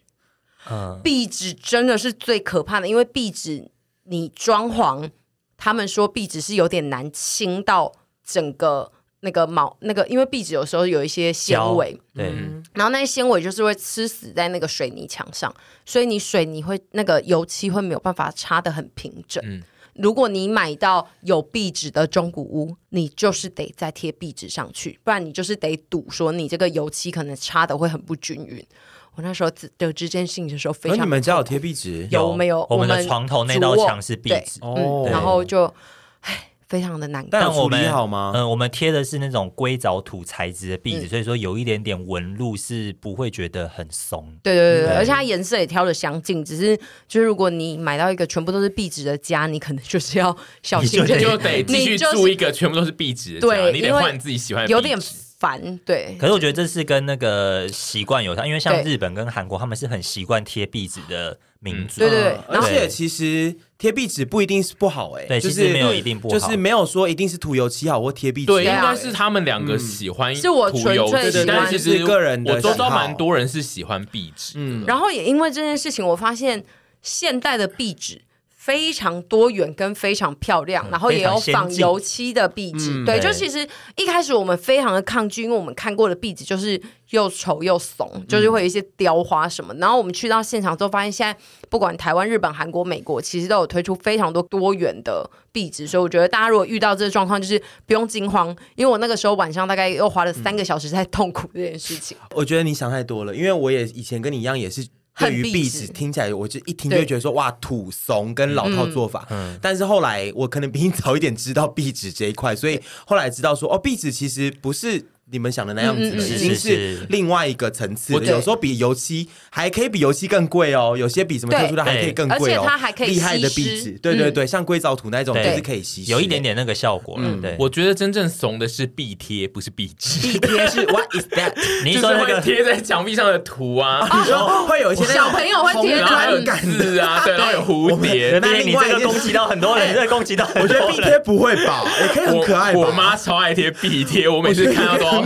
Speaker 4: 嗯，
Speaker 3: 壁纸真的是最可怕的，因为壁纸你装潢，他们说壁纸是有点难清到整个那个毛那个，因为壁纸有时候有一些
Speaker 4: 胶
Speaker 3: 纤维。
Speaker 4: 对，
Speaker 3: 然后那些纤维就是会吃死在那个水泥墙上，所以你水泥会那个油漆会没有办法擦得很平整。
Speaker 2: 嗯
Speaker 3: 如果你买到有壁纸的中古屋，你就是得再贴壁纸上去，不然你就是得赌说你这个油漆可能擦的会很不均匀。我那时候自得知这件事情的时候非
Speaker 1: 可是哦
Speaker 3: 常
Speaker 1: 你们家有贴壁纸？
Speaker 3: 有没有
Speaker 4: 我们
Speaker 3: 我
Speaker 4: 的
Speaker 3: 们
Speaker 4: 床头那道墙是壁
Speaker 3: 主卧
Speaker 4: 纸，
Speaker 1: 哦
Speaker 3: 嗯，然后就唉非常的难
Speaker 1: 但有
Speaker 3: 过。
Speaker 4: 但
Speaker 1: 处
Speaker 4: 我
Speaker 1: 理
Speaker 4: 们
Speaker 1: 好吗？
Speaker 4: 嗯，我们贴的是那种硅藻土材质的壁纸，
Speaker 3: 嗯
Speaker 4: 所以说有一点点纹路是不会觉得很松。
Speaker 3: 对对对对，
Speaker 4: 对
Speaker 3: 而且它颜色也挑的相近，只是就是如果你买到一个全部都是壁纸的家，你可能就是要小心
Speaker 4: 你
Speaker 3: 这
Speaker 4: 对
Speaker 3: 件
Speaker 2: 就得继续
Speaker 3: 你就是
Speaker 2: 住一个全部都是壁纸的家，
Speaker 3: 对
Speaker 2: 你
Speaker 3: 因
Speaker 2: 得
Speaker 3: 为
Speaker 2: 换自己喜欢的壁纸，
Speaker 3: 有点烦，对
Speaker 4: 可是我觉得这是跟那个习惯有差，因为像
Speaker 3: 对
Speaker 4: 日本跟韩国，他们是很习惯贴壁纸的民族。
Speaker 3: 对对对
Speaker 1: 嗯，而
Speaker 3: 然后
Speaker 1: 且其实贴壁纸不一定是不好哎、
Speaker 4: 对
Speaker 1: 就
Speaker 4: 其
Speaker 1: 是
Speaker 4: 实没有一定不好
Speaker 1: 就是没有说一定是涂油漆好或贴壁纸，
Speaker 2: 对，应
Speaker 3: 对啊
Speaker 2: 该是他们两个喜欢
Speaker 3: 是我
Speaker 2: 涂
Speaker 3: 纯
Speaker 2: 油
Speaker 3: 粹
Speaker 2: 漆
Speaker 3: 喜
Speaker 2: 但
Speaker 3: 欢
Speaker 2: 是其实
Speaker 1: 嗯是个人的
Speaker 2: 我周遭
Speaker 1: 喜好
Speaker 2: 蛮多人是喜欢壁纸，嗯，
Speaker 3: 然后也因为这件事情，我发现现代的壁纸。非常多元跟非常漂亮，然后也有
Speaker 4: 嗯非常
Speaker 3: 仿
Speaker 4: 先进
Speaker 3: 油漆的壁纸。
Speaker 1: 嗯
Speaker 3: 对，就
Speaker 4: 对
Speaker 3: 其实一开始我们非常的抗拒，因为我们看过的壁纸就是又丑又怂，
Speaker 4: 嗯
Speaker 3: 就是会有一些雕花什么。然后我们去到现场之后，发现现在不管台湾、日本、韩国、美国，其实都有推出非常多多元的壁纸。所以我觉得大家如果遇到这个状况，就是不用惊慌，因为我那个时候晚上大概又花了三个小时在痛苦这件事情。
Speaker 1: 我觉得你想太多了，因为我也以前跟你一样也是。对于
Speaker 3: 恨壁
Speaker 1: 壁纸
Speaker 3: 纸
Speaker 1: 听起来，我就一听就会觉得说哇土怂跟老套做法。
Speaker 3: 嗯
Speaker 1: 但是后来我可能比你早一点知道壁纸这一块，所以后来知道说哦，壁纸其实不是你们想的那样子
Speaker 3: 嗯
Speaker 1: 的，
Speaker 3: 嗯嗯
Speaker 1: 已经
Speaker 4: 是是
Speaker 1: 是
Speaker 4: 是
Speaker 1: 另外一个层次
Speaker 2: 我
Speaker 1: 了。
Speaker 3: 对
Speaker 1: 有时候比油漆还可以比油漆更贵哦，有些比什么
Speaker 3: 对
Speaker 1: 特殊的还可以
Speaker 4: 对
Speaker 1: 更贵哦，
Speaker 3: 而且它还可以
Speaker 1: 厉害的
Speaker 3: 吸湿
Speaker 1: 壁纸，对对
Speaker 3: 嗯
Speaker 1: 对，像硅藻土那种就
Speaker 4: 对
Speaker 1: 是可以吸湿的，
Speaker 4: 有一点点那个效果了。对，
Speaker 2: 我觉得真正怂的是壁贴，不是壁纸，
Speaker 1: 地贴
Speaker 2: <laughs>
Speaker 1: 是 What is <laughs> that？
Speaker 4: 你
Speaker 2: 就是
Speaker 4: 一说那
Speaker 2: 会
Speaker 4: 个
Speaker 2: 贴在墙壁上的图啊，
Speaker 1: <laughs> 你说会有一些那种
Speaker 3: 小朋友会贴
Speaker 2: 然后还有
Speaker 3: 砖
Speaker 1: 感
Speaker 2: 字啊，对，然后有
Speaker 1: 我
Speaker 2: 蝴
Speaker 1: 们
Speaker 2: 蝶
Speaker 1: 人，
Speaker 4: 那你
Speaker 1: 另外一
Speaker 4: 这
Speaker 1: 件
Speaker 4: 个攻击到很多人，你这个攻击到
Speaker 1: 我
Speaker 4: 很
Speaker 1: 觉得
Speaker 4: 多
Speaker 1: 壁
Speaker 4: 人。
Speaker 1: 贴不会吧，也可以很可爱吧。
Speaker 2: 我我妈超爱贴壁贴，我每次看到都要生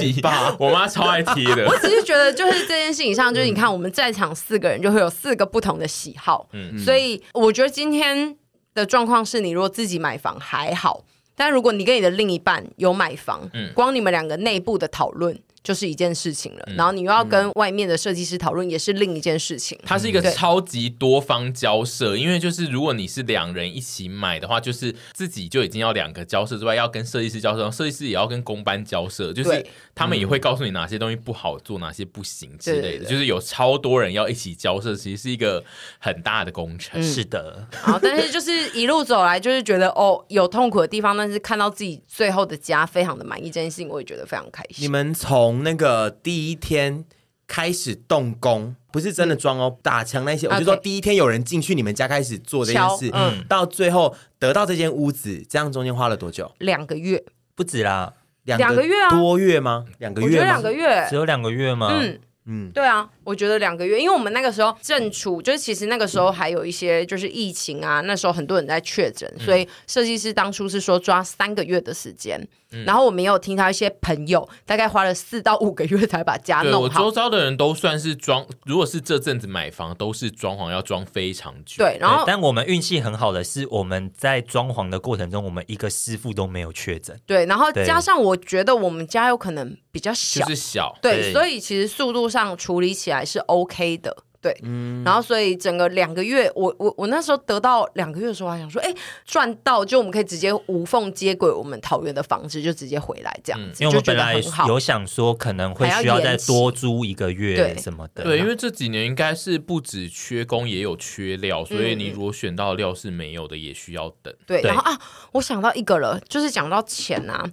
Speaker 2: 气。我妈超爱贴的，
Speaker 3: 我 <laughs> 只是觉得，就是这件事情上，就是你看我们在场四个人，就会有四个不同的喜好，嗯，所以我觉得今天的状况是你如果自己买房还好，但如果你跟你的另一半有买房，
Speaker 2: 嗯
Speaker 3: 光你们两个内部的讨论就是一件事情了，然后你又要跟
Speaker 1: 嗯
Speaker 3: 外面的设计师讨论，也是另一件事情。
Speaker 2: 它是一个
Speaker 3: 嗯对
Speaker 2: 超级多方交涉，因为就是如果你是两人一起买的话，就是自己就已经要两个交涉之外，要跟设计师交涉，然后设计师也要跟公班交涉，就是
Speaker 3: 对
Speaker 2: 他们也会告诉你哪些东西不好做，哪些不行之类
Speaker 3: 对
Speaker 2: 的，
Speaker 3: 对对
Speaker 2: 就是有超多人要一起交涉，其实是一个很大的工
Speaker 3: 嗯
Speaker 2: 程。
Speaker 4: 是的，
Speaker 3: 好，但是就是一路走来，就是觉得哦，有痛苦的地方，但是看到自己最后的家非常的满意，这件事情我也觉得非常开
Speaker 1: 你
Speaker 3: 心。
Speaker 1: 们从那个第一天开始动工，不是真的装哦，打墙那些，我就说
Speaker 3: 嗯 OK
Speaker 1: 第一天有人进去你们家开始做这件事
Speaker 3: 敲，嗯
Speaker 1: 到最后得到这间屋子，这样中间花了多久？
Speaker 3: 两个月，
Speaker 4: 不止啦，
Speaker 1: 两
Speaker 3: 两个月啊
Speaker 1: 多月吗？两个
Speaker 3: 我觉
Speaker 1: 月
Speaker 3: 得
Speaker 1: 吗？
Speaker 3: 两个月
Speaker 4: 只，有两个月吗？
Speaker 3: 嗯，
Speaker 1: 嗯，
Speaker 3: 对啊，我觉得两个月，因为我们那个时候正处，就是其实那个时候还有一些就是疫情啊，那时候很多人在确诊，所以设计师当初是说抓三个月的时间，然后我们也有听到一些朋友大概花了四到五个月才把家
Speaker 2: 对我
Speaker 3: 弄
Speaker 2: 周
Speaker 3: 好。
Speaker 2: 遭的人都算是装，如果是这阵子买房，都是装潢要装非常久。
Speaker 3: 对，然后
Speaker 4: 对但我们运气很好的是，我们在装潢的过程中，我们一个师傅都没有确诊。
Speaker 3: 对，然后
Speaker 4: 对
Speaker 3: 加上我觉得我们家有可能比较小
Speaker 2: 就，是小，
Speaker 3: 对，
Speaker 4: 对
Speaker 3: 所以其实速度上处理起来是 OK 的，对。
Speaker 4: 嗯
Speaker 3: 然后所以整个两个月，我我我那时候得到两个月的时候，还想说，哎，赚到就我们可以直接无缝接轨我们桃园的房子，就直接回来这样子，
Speaker 4: 嗯因为我
Speaker 3: 就
Speaker 4: 们
Speaker 3: 觉
Speaker 4: 本
Speaker 3: 得
Speaker 4: 来
Speaker 3: 很好。
Speaker 4: 有想说可能会需要再多租一个
Speaker 3: 还要延
Speaker 4: 月
Speaker 3: 期
Speaker 4: 什么的，
Speaker 1: 啊
Speaker 2: 对，因为这几年应该是不止缺工，也有缺料，所
Speaker 3: 嗯
Speaker 2: 以你如果选到的料是没有的，也需要等。
Speaker 3: 对，
Speaker 4: 对
Speaker 3: 然后啊，我想到一个了，就是讲到钱啊。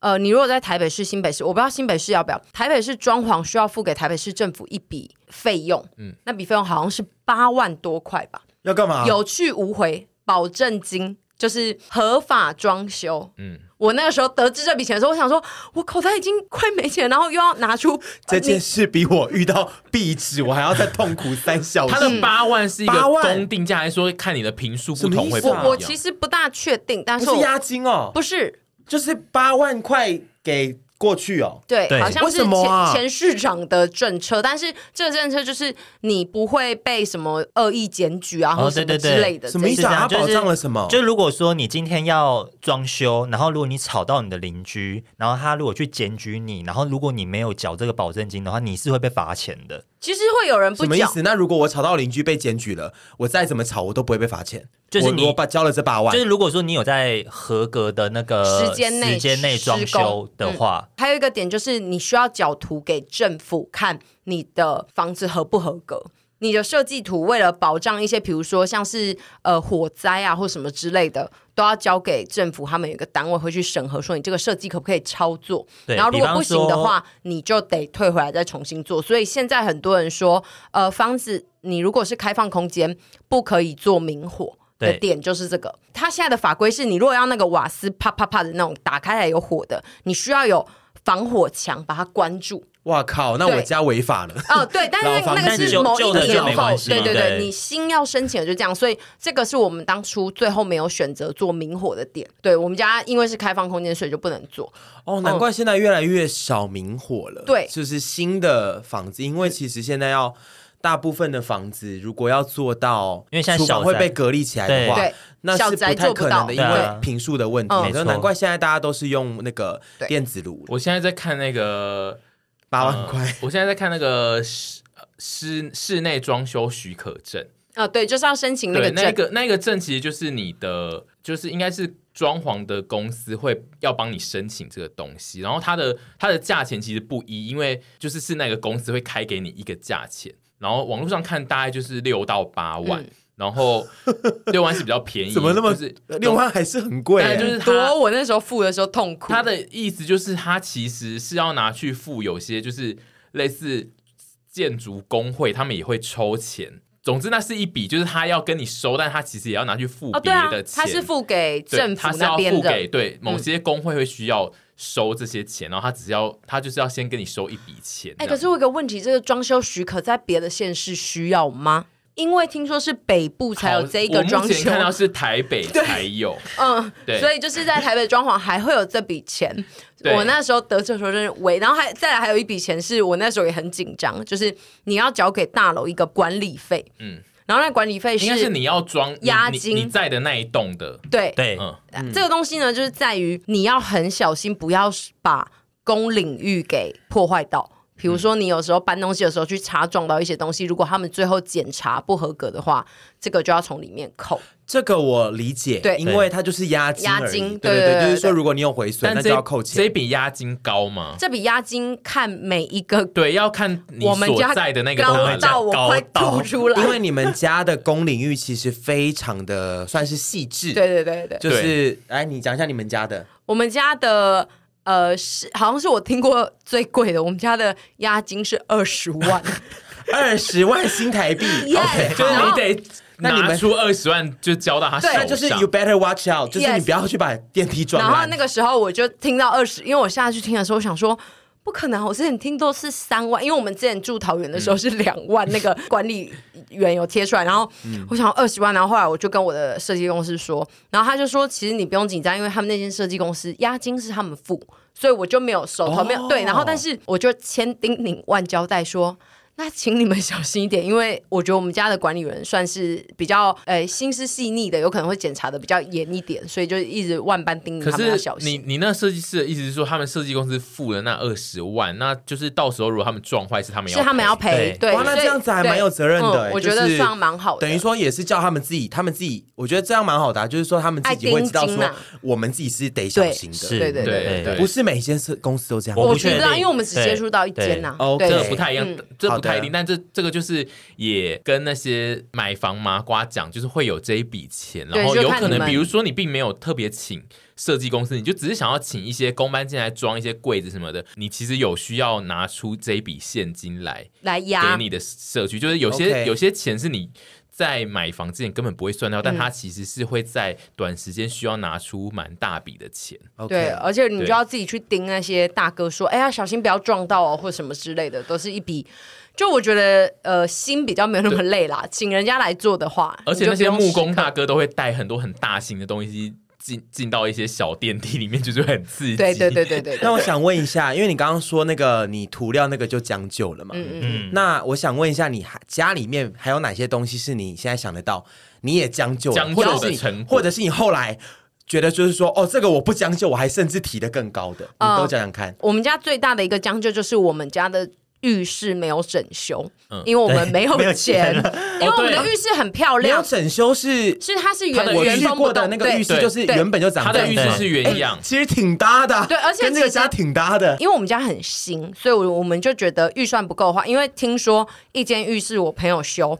Speaker 3: 呃，你如果在台北市、新北市，我不知道新北市要不要。台北市装潢需要付给台北市政府一笔费用，嗯
Speaker 2: 嗯，
Speaker 3: 那笔费用好像是八万多块吧，
Speaker 4: 啊
Speaker 1: 要干嘛？
Speaker 3: 有去无回，保证金就是合法装修。
Speaker 2: 嗯，
Speaker 3: 我那个时候得知这笔钱的时候，我想说，我口袋已经快没钱，然后又要拿出呃
Speaker 1: 这件
Speaker 3: 你
Speaker 1: 事比我遇到壁纸我还要再痛苦三小时。
Speaker 2: 他
Speaker 3: 嗯
Speaker 2: 的八万是一个
Speaker 1: 哦八万
Speaker 2: 公定价，还是说看你的平数不同会不
Speaker 1: 什么意
Speaker 2: 一样？
Speaker 1: 思啊
Speaker 3: 我其实不大确定，但
Speaker 1: 不
Speaker 3: 是我
Speaker 1: 是押金哦，
Speaker 3: 不是
Speaker 1: 就是八万块给过去哦。
Speaker 3: 对，
Speaker 4: 对
Speaker 3: 好像
Speaker 1: 为
Speaker 3: 是
Speaker 1: 什么
Speaker 3: 前、
Speaker 1: 啊
Speaker 3: 前市长的政策，但是这个政策就是你不会被什么恶意检举啊，
Speaker 4: 哦
Speaker 3: 或什么
Speaker 4: 对对
Speaker 3: 之
Speaker 4: 对
Speaker 3: 类的。
Speaker 1: 什么意
Speaker 3: 这
Speaker 1: 思啊？他
Speaker 4: 就是
Speaker 1: 保障了什么？
Speaker 4: 就如果说你今天要装修，然后如果你吵到你的邻居，然后他如果去检举你，然后如果你没有缴这个保证金的话，你是会被罚钱的。
Speaker 3: 其实会有人不
Speaker 1: 什么意
Speaker 3: 缴，
Speaker 1: 思？那如果我吵到邻居被检举了，我再怎么吵我都不会被罚钱。
Speaker 4: 就是
Speaker 1: 我
Speaker 4: 你
Speaker 1: 如果把交了这八万
Speaker 4: 就是，如果说你有在合格的那个
Speaker 3: 时间内
Speaker 4: 时间内装
Speaker 3: 施工嗯
Speaker 4: 修的话，
Speaker 3: 还有一个点就是你需要缴图给政府看你的房子合不合格。你的设计图为了保障一些，比如说像是呃火灾啊或什么之类的，都要交给政府，他们有一个单位会去审核，说你这个设计可不可以操作。
Speaker 4: 对
Speaker 3: 然后如
Speaker 4: 比
Speaker 3: 果
Speaker 4: 方
Speaker 3: 不行的
Speaker 4: 说
Speaker 3: 话，你就得退回来再重新做。所以现在很多人说，呃，房子你如果是开放空间，不可以做明火。的
Speaker 4: 对
Speaker 3: 点就是这个，它现在的法规是你如果要那个瓦斯啪啪啪的那种打开来有火的，你需要有防火墙把它关住。
Speaker 1: 哇靠！那我
Speaker 3: 对
Speaker 1: 家违法
Speaker 3: <laughs>
Speaker 1: 了。
Speaker 3: 哦，对，但是
Speaker 1: 老房
Speaker 3: 那个
Speaker 1: 但
Speaker 3: 是
Speaker 4: 旧
Speaker 3: 某一
Speaker 4: 旧的
Speaker 3: 年
Speaker 4: 就没
Speaker 3: 后
Speaker 4: 关，系
Speaker 3: 对
Speaker 4: 嘛
Speaker 3: 对对，
Speaker 4: 对
Speaker 3: 你新要申请的就这样，所以这个是我们当初最后没有选择做明火的点。对我们家因为是开放空间，所以就不能做。
Speaker 1: 哦，难怪现在越来越少明火了。
Speaker 3: 嗯对
Speaker 1: 就是新的房子，因为其实现在要大部分的房子，如果要做到，
Speaker 4: 因为现在
Speaker 1: 厨房
Speaker 4: 小宅
Speaker 1: 会被隔离起来的话
Speaker 3: 对对，
Speaker 1: 那是不太可能的，
Speaker 3: 小宅做不到
Speaker 1: 因为
Speaker 4: 对啊
Speaker 1: 平数的问题。
Speaker 3: 嗯
Speaker 1: 所以
Speaker 4: 没错
Speaker 1: 难怪现在大家都是用那个
Speaker 3: 对
Speaker 1: 电子炉，
Speaker 2: 我现在在看那个
Speaker 1: 八万
Speaker 2: 呃
Speaker 4: 嗯
Speaker 1: 块。
Speaker 2: 我现在在看那个室呃室室内装修许可证，
Speaker 3: 啊、对，就是要申请那
Speaker 2: 对，
Speaker 3: 个
Speaker 2: 那
Speaker 3: 证。
Speaker 2: 个那个证其实就是你的，就是应该是装潢的公司会要帮你申请这个东西，然后它的它的价钱其实不一，因为就是是那个公司会开给你一个价钱，然后网络上看大概就是六到八万，
Speaker 3: 嗯
Speaker 2: 然后六万是比较便
Speaker 1: <laughs>
Speaker 2: 宜，
Speaker 1: 怎么那么
Speaker 2: 就是
Speaker 1: 六？万还是很贵耶、
Speaker 2: 但就是它
Speaker 3: 多，我那时候付的时候痛苦。
Speaker 2: 他的意思就是，他其实是要拿去付有些就是类似建筑工会，他们也会抽钱。总之，那是一笔，就是他要跟你收，但他其实也要拿去付
Speaker 3: 哦，
Speaker 2: 别
Speaker 3: 对啊
Speaker 2: 的，钱。
Speaker 3: 他是付给
Speaker 2: 对
Speaker 3: 政
Speaker 2: 他
Speaker 3: 府
Speaker 2: 是
Speaker 3: 那
Speaker 2: 要
Speaker 3: 边
Speaker 2: 付
Speaker 3: 的，嗯
Speaker 2: 给对某些工会会需要收这些钱，然后他只是要他就是要先跟你收一笔钱。这
Speaker 3: 哎、
Speaker 2: 样
Speaker 3: 可是我有个问题，这个装修许可在别的县市需要吗？因为听说是北部才有
Speaker 2: 好
Speaker 3: 这一个装
Speaker 2: 我目前
Speaker 3: 修，
Speaker 2: 看到是台北才有，
Speaker 3: 嗯，
Speaker 2: 对
Speaker 3: 所以就是在台北装潢还会有这笔钱。
Speaker 2: <laughs> 对
Speaker 3: 我那时候得知的时候真是为，然后还再来还有一笔钱是我那时候也很紧张，就是你要缴给大楼一个管理费，
Speaker 2: 嗯
Speaker 3: 嗯，然后那管理费
Speaker 2: 应该是你要装你
Speaker 3: 押
Speaker 2: 你
Speaker 3: 金
Speaker 2: 你在的那一栋的，
Speaker 3: 对
Speaker 4: 对，
Speaker 2: 嗯，
Speaker 3: 这个东西呢，就是在于你要很小心，不要把公领域给破坏到。比如说，你有时候搬东西的时候去查撞到一些东西，如果他们最后检查不合格的话，这个就要从里面扣。
Speaker 1: 这个我理解，
Speaker 3: 对
Speaker 1: 因为它就是押金而已，
Speaker 3: 押金
Speaker 1: 对
Speaker 3: 对对
Speaker 1: 就
Speaker 3: 对
Speaker 1: 是说如果你有回损，
Speaker 2: 但
Speaker 1: 那
Speaker 2: 这
Speaker 1: 就要扣
Speaker 2: 这一
Speaker 1: 钱。
Speaker 2: 笔押金高吗？
Speaker 3: 这笔押金看每一个
Speaker 2: 对，要看你
Speaker 3: 我们
Speaker 2: 所
Speaker 3: 家
Speaker 2: 在的那个
Speaker 3: 高
Speaker 2: 大楼
Speaker 3: 到我快吐出来。
Speaker 1: 因为你们家的公领域其实非常的算是细致，
Speaker 3: <laughs> 对对对对，
Speaker 1: 就是哎，你讲一下你们家
Speaker 3: <laughs>
Speaker 1: 的，
Speaker 3: 我们家的呃是好像是我听过最贵的，我们家的押金是二十万。
Speaker 1: 二十万新台币
Speaker 3: Yes，
Speaker 1: ，OK，
Speaker 2: 就是
Speaker 3: 然
Speaker 2: 你
Speaker 3: 后
Speaker 2: 得
Speaker 1: 那你们
Speaker 2: 拿出二十万就交到他手
Speaker 3: 对
Speaker 1: 那
Speaker 2: 上，
Speaker 1: 就是 you better watch out，就是你
Speaker 3: Yes
Speaker 1: 不要去把电梯撞
Speaker 3: 然后
Speaker 1: 烂。
Speaker 3: 那个时候我就听到二十，因为我下去听的时候，我想说。不可能！我之前听都是三万，因为我们之前住桃园的时候是两万，那个管理员有贴出来，然后我想二十万，然后后来我就跟我的设计公司说，然后他就说其实你不用紧张，因为他们那间设计公司押金是他们付，所以我就没有手头、
Speaker 1: 哦
Speaker 3: 没有对，然后但是我就千叮咛万交代说。那请你们小心一点，因为我觉得我们家的管理员算是比较呃心思细腻的，有可能会检查的比较严一点，所以就一直万般叮咛。
Speaker 2: 可
Speaker 3: 他们要
Speaker 2: 是
Speaker 3: 小
Speaker 2: 你
Speaker 3: 心。
Speaker 2: 你那设计师的意思是说，他们设计公司付了那二十万，那就是到时候如果他们撞坏是他们要
Speaker 3: 是他们要赔，对，
Speaker 1: 哇，那
Speaker 3: 所以
Speaker 1: 这样子还蛮有责任的、
Speaker 3: 对
Speaker 1: 欸
Speaker 3: 嗯我觉得
Speaker 1: 就是
Speaker 3: 算蛮好的。
Speaker 1: 等于说也是叫他们自己，他们自己，我觉得这样蛮好的、啊，就是说他们自己会知道
Speaker 3: 爱盯紧
Speaker 1: 说
Speaker 3: 啊
Speaker 1: 我们自己是得小心的，
Speaker 4: 是，
Speaker 3: 对对
Speaker 2: 对对
Speaker 1: 不是每间是公司都这样。
Speaker 4: 我
Speaker 3: 我
Speaker 4: 不确
Speaker 3: 知道，
Speaker 4: 定
Speaker 3: 因为我们只接触到一间啊呐、
Speaker 1: 对
Speaker 2: 这
Speaker 1: 对
Speaker 2: 个
Speaker 1: OK
Speaker 2: 不太一样
Speaker 3: 嗯，
Speaker 2: 这
Speaker 1: 好
Speaker 2: 不
Speaker 1: 的
Speaker 2: 太一定，但这这个就是也跟那些买房麻瓜讲，就是会有这一笔钱，
Speaker 3: 对
Speaker 2: 然后
Speaker 3: 就
Speaker 2: 有
Speaker 3: 看
Speaker 2: 可
Speaker 3: 你
Speaker 2: 能
Speaker 3: 们
Speaker 2: 比如说你并没有特别请设计公司，你就只是想要请一些工班进来装一些柜子什么的，你其实有需要拿出这一笔现金来
Speaker 3: 来
Speaker 2: 给
Speaker 3: 压
Speaker 2: 你的社区，就是有些
Speaker 1: OK
Speaker 2: 有些钱是你在买房之前根本不会算到，但他其实是会在短时间需要拿出蛮大笔的钱。
Speaker 1: OK
Speaker 3: 对，而且你
Speaker 2: 对
Speaker 3: 就要自己去盯那些大哥说，哎呀，小心不要撞到哦，或什么之类的，都是一笔。就我觉得，呃，心比较没有那么累啦，请人家来做的话，
Speaker 2: 而且
Speaker 3: 你
Speaker 2: 那
Speaker 3: 就不
Speaker 2: 些
Speaker 3: 用
Speaker 2: 木工
Speaker 3: 时刻
Speaker 2: 大哥都会带很多很大型的东西进进到一些小电梯里面，就是会很刺激。
Speaker 3: 对对对对
Speaker 2: <laughs>
Speaker 3: 对对，
Speaker 1: <laughs> 那我想问一下，因为你刚刚说那个你涂料那个就将就了嘛，
Speaker 3: 嗯嗯，
Speaker 4: 嗯，
Speaker 1: 那我想问一下，你还家里面还有哪些东西是你现在想得到，你也将就了，
Speaker 2: 将就
Speaker 1: 或者是
Speaker 2: 的
Speaker 1: 你
Speaker 2: 成果
Speaker 1: 或者是你后来觉得就是说，哦，这个我不将就，我还甚至提得更高的，你
Speaker 3: 呃
Speaker 1: 都讲讲看。
Speaker 3: 我们家最大的一个将就就是我们家的。浴室没有整修，
Speaker 2: 嗯
Speaker 3: 因为我们没有
Speaker 4: 对没有
Speaker 3: 钱，
Speaker 4: 钱了
Speaker 3: 因为我们
Speaker 2: 哦
Speaker 3: 的
Speaker 2: 对
Speaker 3: 浴室很漂
Speaker 1: 没有
Speaker 3: 亮，
Speaker 1: 整修是
Speaker 3: 是它是
Speaker 2: 它
Speaker 3: 原
Speaker 2: 的
Speaker 1: 我
Speaker 3: 原
Speaker 1: 去
Speaker 3: 封不
Speaker 1: 过的
Speaker 3: 动
Speaker 1: 那个浴室，
Speaker 2: 对
Speaker 1: 就是
Speaker 3: 对
Speaker 1: 原本就长
Speaker 2: 他
Speaker 1: 这样
Speaker 2: 的浴
Speaker 1: 子
Speaker 2: 室
Speaker 1: 嘛
Speaker 2: 是原样，
Speaker 1: 哎其实挺搭的啊，
Speaker 3: 对而且
Speaker 1: 跟这个
Speaker 3: 其实
Speaker 1: 家挺搭的。
Speaker 3: 因为我们家很新，所以我我们就觉得预算不够的话，因为听说一间浴室我朋友修，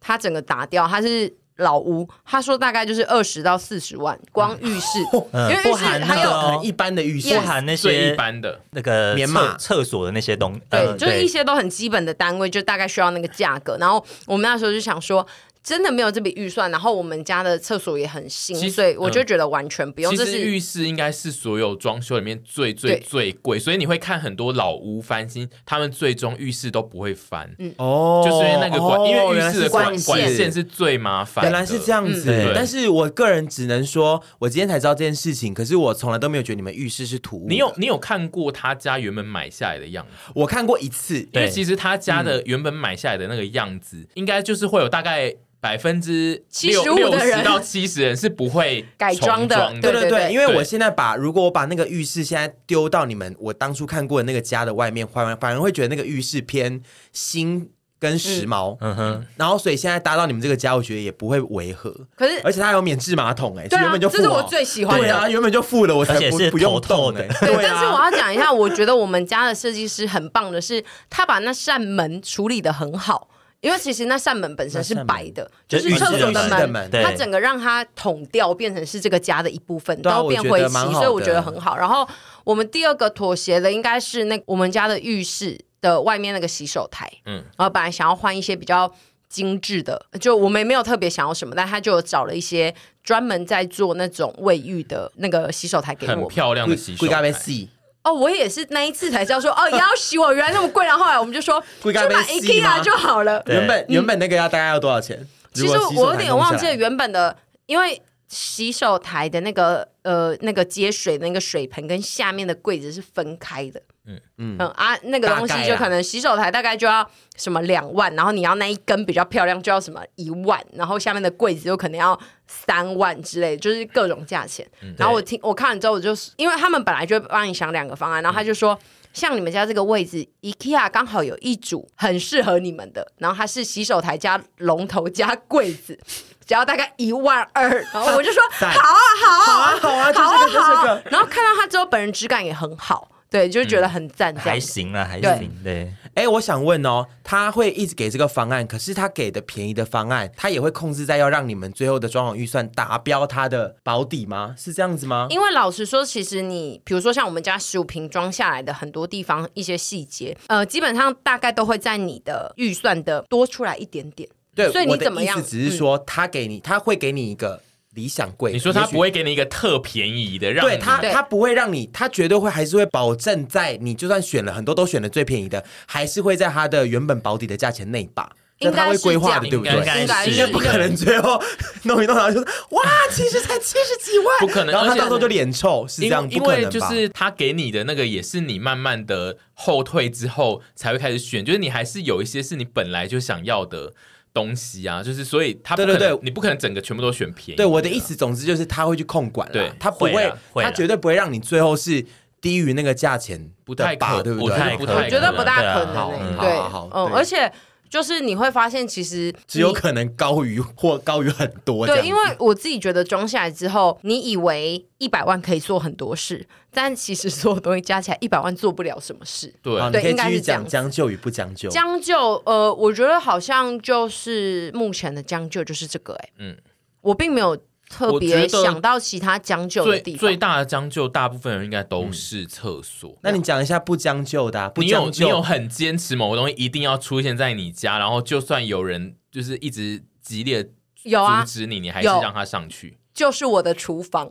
Speaker 3: 他整个打掉，他是老屋，他说大概就是二十到四十万，光浴室，因为浴
Speaker 4: 不
Speaker 3: 室
Speaker 4: 含那
Speaker 3: 还
Speaker 4: 个
Speaker 3: 有。
Speaker 4: 哦
Speaker 1: 很一般的浴室
Speaker 4: 不，含那
Speaker 2: 最一
Speaker 4: 些
Speaker 2: 般的。
Speaker 4: 那个
Speaker 1: 棉
Speaker 4: 厕
Speaker 1: 马
Speaker 4: 厕所的那些东，
Speaker 3: 对，
Speaker 4: 呃
Speaker 3: 就是一些都很基本的单位，就大概需要那个价格。然后我们那时候就想说，真的没有这笔预算，然后我们家的厕所也很
Speaker 2: 其
Speaker 3: 新，
Speaker 2: 实
Speaker 3: 所以我就觉得完全不用。
Speaker 2: 其
Speaker 3: 这
Speaker 2: 实
Speaker 3: 是
Speaker 2: 浴室应该是所有装修里面最最
Speaker 3: 对
Speaker 2: 最贵，所以你会看很多老屋翻新，他们最终浴室都不会翻，
Speaker 3: 嗯
Speaker 1: 哦
Speaker 2: 就是因为那个管，
Speaker 1: 哦
Speaker 2: 因
Speaker 1: 原
Speaker 2: 为浴
Speaker 1: 来
Speaker 2: 室
Speaker 1: 是
Speaker 2: 的管
Speaker 3: 管线
Speaker 2: 管线是最麻烦的。
Speaker 1: 原来是这样子，
Speaker 2: 嗯对
Speaker 1: 但是我个人只能说，我今天才知道这件事情，可是我从来都没有觉得你们浴室是土。
Speaker 2: 你有你有看过他家原本买下来的样子？
Speaker 1: 我看过一次，
Speaker 2: 因为其实他家的原本买下来的那个样子，应该就是会有大概百分之
Speaker 3: 75的人
Speaker 2: 十到七十人是不会
Speaker 3: 改装的
Speaker 2: 重
Speaker 1: 对
Speaker 3: 对
Speaker 1: 对
Speaker 3: 对
Speaker 1: 对，
Speaker 3: 对
Speaker 1: 因为我
Speaker 2: 对
Speaker 1: 现在把如果我把那个浴室现在丢到你们我当初看过的那个家的外面，反而反而会觉得那个浴室偏新跟时髦，
Speaker 4: 嗯哼，
Speaker 1: 然后所以现在搭到你们这个家，我觉得也不会违和，
Speaker 3: 可是
Speaker 1: 而且它还有免治马桶哎、
Speaker 3: 对
Speaker 1: 原
Speaker 3: 啊，
Speaker 1: 本就
Speaker 3: 这
Speaker 1: 付
Speaker 3: 是
Speaker 1: 哦
Speaker 3: 我最喜欢的。
Speaker 1: 对啊，原本就付了，我才
Speaker 4: 而且
Speaker 1: 不
Speaker 4: 是
Speaker 1: 不用
Speaker 4: 头
Speaker 1: 动
Speaker 4: 痛的
Speaker 1: 哎、
Speaker 3: 对，
Speaker 1: <laughs> 对
Speaker 3: 但是我
Speaker 1: 啊。
Speaker 3: 要讲一下，我觉得我们家的设计师很棒的是，他把那扇门处理的很好。因为其实那扇门本身是白的，
Speaker 4: 那扇门
Speaker 3: 是厕所
Speaker 4: 就是浴室
Speaker 1: 的
Speaker 3: 门
Speaker 1: 门，
Speaker 4: 对
Speaker 3: 它整个让它统掉，变成是这个家的一部分，
Speaker 1: 对啊
Speaker 3: 然后变
Speaker 1: 我
Speaker 3: 回
Speaker 1: 觉得
Speaker 3: 漆
Speaker 1: 蛮好，的
Speaker 3: 所以我觉得很好。然后我们第二个妥协的应该是那我们家的浴室的外面那个洗手台，
Speaker 2: 嗯
Speaker 3: 嗯，然后本来想要换一些比较精致的，就我们也没有特别想要什么，但他就有找了一些专门在做那种卫浴的那个洗手台给我
Speaker 2: 很
Speaker 3: 们。
Speaker 2: 漂亮的洗手
Speaker 1: 贵咖
Speaker 2: 台
Speaker 1: 啡。C，
Speaker 3: 哦，我也是那一次才知道说，哦，要洗我原来那么贵，然后后来我们就说
Speaker 1: 贵
Speaker 3: 去
Speaker 1: 咖啡
Speaker 3: 买
Speaker 1: 系吗
Speaker 3: IKEA 就好了。
Speaker 4: 对
Speaker 1: 原本原本那个要大概要多少钱？
Speaker 3: 嗯其实
Speaker 1: 如果洗手
Speaker 3: 我有
Speaker 1: 台
Speaker 3: 点
Speaker 1: 弄下
Speaker 3: 忘
Speaker 1: 来
Speaker 3: 记了原本的，因为洗手台的那个呃那个接水的那个水盆跟下面的柜子是分开的。嗯嗯啊，那个东
Speaker 1: 大
Speaker 3: 西
Speaker 1: 概
Speaker 3: 就
Speaker 1: 啦
Speaker 3: 可能洗手台大概就要什么两万，然后你要那一根比较漂亮就要什么一万，然后下面的柜子就可能要三万之类，就是各种价钱。
Speaker 1: 嗯
Speaker 3: 然后我听我看了之后，我就是因为他们本来就会帮你想两个方案，然后他就说。像你们家这个位置，IKEA 刚好有一组很适合你们的，然后它是洗手台加龙头加柜
Speaker 1: <laughs>
Speaker 3: 子，只要大概一万二，然后我就说好
Speaker 1: 赞
Speaker 3: 啊好
Speaker 1: 好
Speaker 3: 啊
Speaker 1: 啊好啊，就
Speaker 3: 好
Speaker 1: 这
Speaker 3: 啊
Speaker 1: 个就这
Speaker 3: 好
Speaker 1: 个
Speaker 3: 啊。，然后看到他之后，本人质感也很好，对，就觉得很赞这
Speaker 4: 还
Speaker 3: 样。
Speaker 4: 行啦，还
Speaker 3: 对
Speaker 4: 行，对，
Speaker 1: 哎、我想问哦，他会一直给这个方案，可是他给的便宜的方案，他也会控制在要让你们最后的装潢预算达标他的保底吗？是这样子吗？
Speaker 3: 因为老实说，其实你比如说像我们家十五平装下来的很多地方一些细节，呃，基本上大概都会在你的预算的多出来一点点。
Speaker 1: 对，
Speaker 3: 所以
Speaker 1: 我
Speaker 3: 你
Speaker 1: 的
Speaker 3: 怎么样嗯
Speaker 1: 意思只是说，他给你，他会给你一个理想柜。
Speaker 2: 你说他
Speaker 1: 也许
Speaker 2: 不。会给你一个特便宜的，让
Speaker 1: 对
Speaker 2: 你
Speaker 1: 他，
Speaker 3: 对
Speaker 1: 他不会让你，他绝对会还是会保证在你就算选了很多都选了最便宜的，还是会在他的原本保底的价钱内把。
Speaker 3: 应
Speaker 1: 那他
Speaker 3: 该
Speaker 1: 会
Speaker 3: 是这
Speaker 1: 规
Speaker 3: 样
Speaker 1: 划的，对不对？
Speaker 2: 应该
Speaker 4: 应该是
Speaker 1: 应该不可能最后弄一弄，然后就是哇，其实才七十几万，
Speaker 2: 不可能
Speaker 1: 然后
Speaker 2: 而
Speaker 1: 他
Speaker 2: 且
Speaker 1: 到时候就脸臭，是这
Speaker 2: 因为
Speaker 1: 样，不
Speaker 2: 因
Speaker 1: 可
Speaker 2: 为
Speaker 1: 能
Speaker 2: 就
Speaker 1: 吧？
Speaker 2: 是他给你的那个也是你慢慢的后退之后才会开始选，就是你还是有一些是你本来就想要的东西啊，就是所以他不可能
Speaker 1: 对对对
Speaker 2: 你不可能整个全部都选便宜。
Speaker 1: 对我的意，思，总之就是他会去控管啦，
Speaker 2: 对
Speaker 1: 他不
Speaker 4: 会
Speaker 1: 会
Speaker 4: 啦，会
Speaker 1: 他
Speaker 4: 啦
Speaker 1: 绝对不会让你最后是低于那个价钱
Speaker 2: 不
Speaker 1: 的
Speaker 2: 太
Speaker 1: 吧，
Speaker 2: 可
Speaker 1: 对
Speaker 2: 不太
Speaker 1: 对？
Speaker 4: 可
Speaker 2: 不
Speaker 4: 能
Speaker 2: 太
Speaker 3: 我觉得不大可
Speaker 4: 对啊
Speaker 3: 能
Speaker 4: 好
Speaker 3: 欸
Speaker 1: 嗯
Speaker 3: 对，
Speaker 1: 好好好
Speaker 3: 嗯，
Speaker 1: 对
Speaker 3: 而且就是你会发现，其实
Speaker 1: 只有
Speaker 3: 你
Speaker 1: 可能高于或高于很多这样
Speaker 3: 对，
Speaker 1: 子，
Speaker 3: 因为我自己觉得装下来之后，你以为一百万可以做很多事，但其实所有东西加起来一百万做不了什么事。
Speaker 2: 对
Speaker 1: 好，你
Speaker 3: 对
Speaker 1: 可以
Speaker 3: 应
Speaker 1: 继
Speaker 3: 该
Speaker 1: 续
Speaker 3: 是这样
Speaker 1: 讲
Speaker 3: 子
Speaker 1: 将就与不将就。
Speaker 3: 将就，呃，我觉得好像就是目前的将就就是这个、哎，
Speaker 2: 嗯
Speaker 3: 嗯，我并没有特
Speaker 2: 我觉得
Speaker 3: 别想到其他将就的
Speaker 2: 最
Speaker 3: 地
Speaker 2: 最
Speaker 3: 方。
Speaker 2: 大的将就，大部分人应该都是厕所。
Speaker 1: 那你讲一下不将就的啊，不
Speaker 2: 你有
Speaker 1: 将
Speaker 2: 你有
Speaker 1: 就
Speaker 2: 很坚持某个东西一定要出现在你家，然后就算有人就是一直激烈地
Speaker 3: 有啊
Speaker 2: 阻止你，你还是
Speaker 3: 有
Speaker 2: 让他上去。
Speaker 3: 就是我的厨房。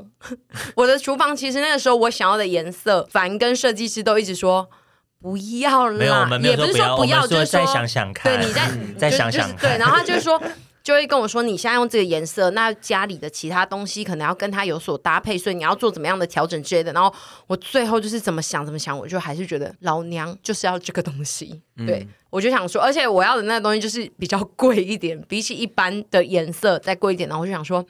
Speaker 3: 我的厨房其实那个时候我想要的颜色，凡跟设计师都一直说不要啦，
Speaker 4: 没有，我们没有
Speaker 3: 也不是
Speaker 4: 不要，
Speaker 3: 不
Speaker 4: 我
Speaker 3: 要，
Speaker 4: 们
Speaker 3: 就是
Speaker 4: 说
Speaker 3: 说
Speaker 4: 再想想看。嗯
Speaker 3: 对，你再
Speaker 4: 再
Speaker 3: 就
Speaker 4: 想想
Speaker 3: 就是对，
Speaker 4: 看
Speaker 3: 然后他就说。就会跟我说，你现在用这个颜色，那家里的其他东西可能要跟它有所搭配，所以你要做怎么样的调整之类的。然后我最后就是怎么想怎么想，我就还是觉得老娘就是要这个东西。对、我就想说，而且我要的那个东西就是比较贵一点，比起一般的颜色再贵一点。然后我就想说，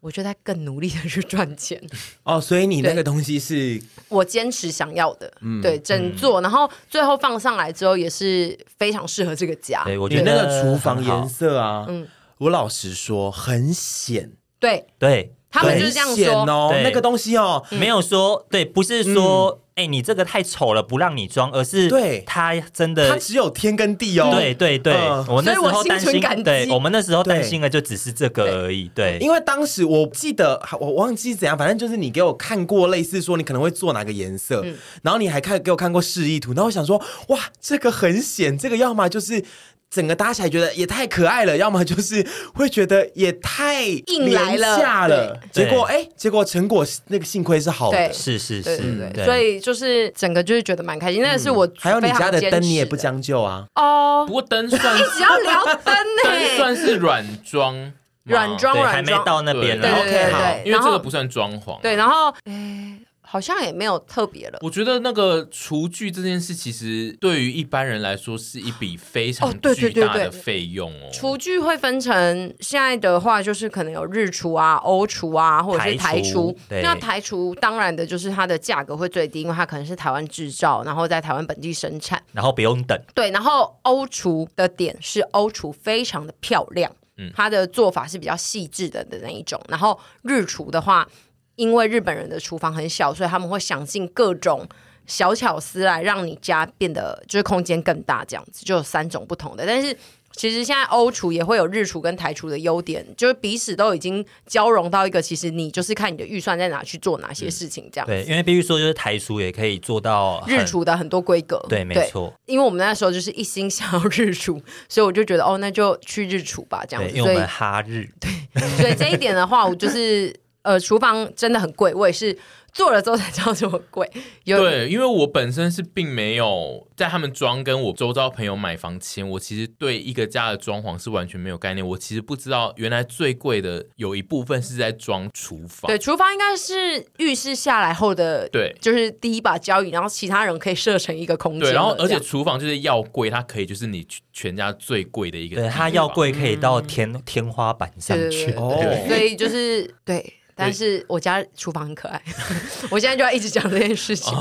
Speaker 3: 我就在更努力的去赚钱。
Speaker 1: 哦，所以你那
Speaker 3: 对
Speaker 1: 个东西是
Speaker 3: 我坚持想要的，对整座，然后最后放上来之后也是非常适合这个家，
Speaker 4: 对我
Speaker 1: 你
Speaker 4: 觉
Speaker 1: 那
Speaker 4: 得
Speaker 1: 个厨房
Speaker 4: 很好
Speaker 1: 颜色啊，
Speaker 3: 嗯
Speaker 1: 我老实说很显，
Speaker 3: 对
Speaker 4: 对，
Speaker 3: 他们就是这样嗯
Speaker 1: 很显
Speaker 3: 说，
Speaker 1: 哦，
Speaker 4: 对
Speaker 1: 那个东西哦，
Speaker 4: 没有说对，不是
Speaker 3: 嗯
Speaker 4: 说哎、你这个太丑了不让你装，而是
Speaker 1: 对
Speaker 4: 他真
Speaker 1: 它
Speaker 4: 的。
Speaker 1: 只有天跟地哦，
Speaker 4: 对对对，
Speaker 1: 嗯
Speaker 4: 我
Speaker 3: 所
Speaker 4: 那时
Speaker 3: 以我
Speaker 4: 候
Speaker 3: 心
Speaker 4: 担
Speaker 3: 存
Speaker 4: 心
Speaker 3: 感激，
Speaker 4: 对我们那时候担
Speaker 1: 对
Speaker 4: 心的就只是这个而已。对，
Speaker 1: 因为当时我记得我忘记怎样，反正就是你给我看过类似说你可能会做哪个颜色，
Speaker 3: 嗯
Speaker 1: 然后你还看给我看过示意图，然后我想说哇，这个很显，这个要么就是。整个搭起来觉得也太可爱了，要么就是会觉得也太
Speaker 3: 硬来了
Speaker 1: 廉价了。
Speaker 4: 对
Speaker 1: 结果哎，结果成果是那个幸亏是好的
Speaker 3: 对，
Speaker 4: 是是
Speaker 3: 对对
Speaker 4: 是，
Speaker 3: 对，所以就是整个就是觉得蛮开心，那个是我
Speaker 1: 还有你
Speaker 3: 非常
Speaker 1: 家的
Speaker 3: 坚
Speaker 1: 灯你
Speaker 3: 持
Speaker 1: 也不将就啊，
Speaker 3: 哦
Speaker 2: 不，过灯
Speaker 3: <laughs>
Speaker 2: 算
Speaker 3: 一直要聊
Speaker 2: 灯
Speaker 3: 灯
Speaker 2: <laughs>
Speaker 3: 呢，
Speaker 2: 算是软装吗，
Speaker 3: 软装
Speaker 4: 对，还
Speaker 3: 软
Speaker 4: 没
Speaker 3: 装，
Speaker 4: 到那
Speaker 2: 对
Speaker 4: 边啊
Speaker 3: 对
Speaker 4: 啦。
Speaker 3: 对
Speaker 1: OK，
Speaker 3: 对
Speaker 1: 好
Speaker 3: 对，
Speaker 2: 因为
Speaker 3: 然
Speaker 2: 这个
Speaker 3: 后
Speaker 2: 不算装潢。啊
Speaker 3: 对，然后诶，好像也没有特别了。
Speaker 2: 我觉得那个厨具这件事，其实对于一般人来说是一笔非常
Speaker 3: 哦对对
Speaker 2: 巨
Speaker 3: 对
Speaker 2: 大的
Speaker 3: 对
Speaker 2: 费用哦。
Speaker 3: 厨具会分成现在的话，就是可能有日厨啊、欧厨啊，或者是台
Speaker 4: 台
Speaker 3: 厨。
Speaker 4: 厨对
Speaker 3: 那台厨当然的就是它的价格会最低，因为它可能是台湾制造，然后在台湾本地生产。
Speaker 4: 然后不用等，
Speaker 3: 对，然后欧厨的点是欧厨非常的漂亮，
Speaker 4: 嗯
Speaker 3: 它的做法是比较细致的的那一种。然后日厨的话，因为日本人的厨房很小，所以他们会想尽各种小巧思来让你家变得就是空间更大，这样子就有三种不同的。但是其实现在欧厨也会有日厨跟台厨的优点，就是彼此都已经交融到一个，其实你就是看你的预算在哪去做哪些事情这样。
Speaker 4: 嗯对，因为必须说就是台厨也可以做到很
Speaker 3: 日，厨的很多规格，
Speaker 4: 对，没错，
Speaker 3: 因为我们那时候就是一心想要日出，所以我就觉得哦，那就去日出吧，这样
Speaker 4: 对，
Speaker 3: 子。
Speaker 4: 因为
Speaker 3: 所
Speaker 4: 我
Speaker 3: 以
Speaker 4: 们，哈日， <laughs>
Speaker 3: 所以这一点的话，我就是呃，厨房真的很贵，我也是做了之后才知道这么贵。有
Speaker 2: 对，因为我本身是并没有在他们装跟我周遭朋友买房前，我其实对一个家的装潢是完全没有概念。我其实不知道原来最贵的有一部分是在装厨房。
Speaker 3: 对，厨房应该是浴室下来后的，
Speaker 2: 对
Speaker 3: 就是第一把交椅，然后其他人可以设成一个空间了。
Speaker 2: 对，然后而
Speaker 3: 这
Speaker 2: 且
Speaker 3: 样
Speaker 2: 厨房就是要贵，它可以就是你全家最贵的一个地
Speaker 4: 对，
Speaker 2: 方。
Speaker 4: 它要贵可以到天天花板上
Speaker 3: 对对
Speaker 4: 去
Speaker 3: 对。
Speaker 1: 哦
Speaker 3: 对，所以就是对。但是我家厨房很可爱，我现在就要一直讲这件事情。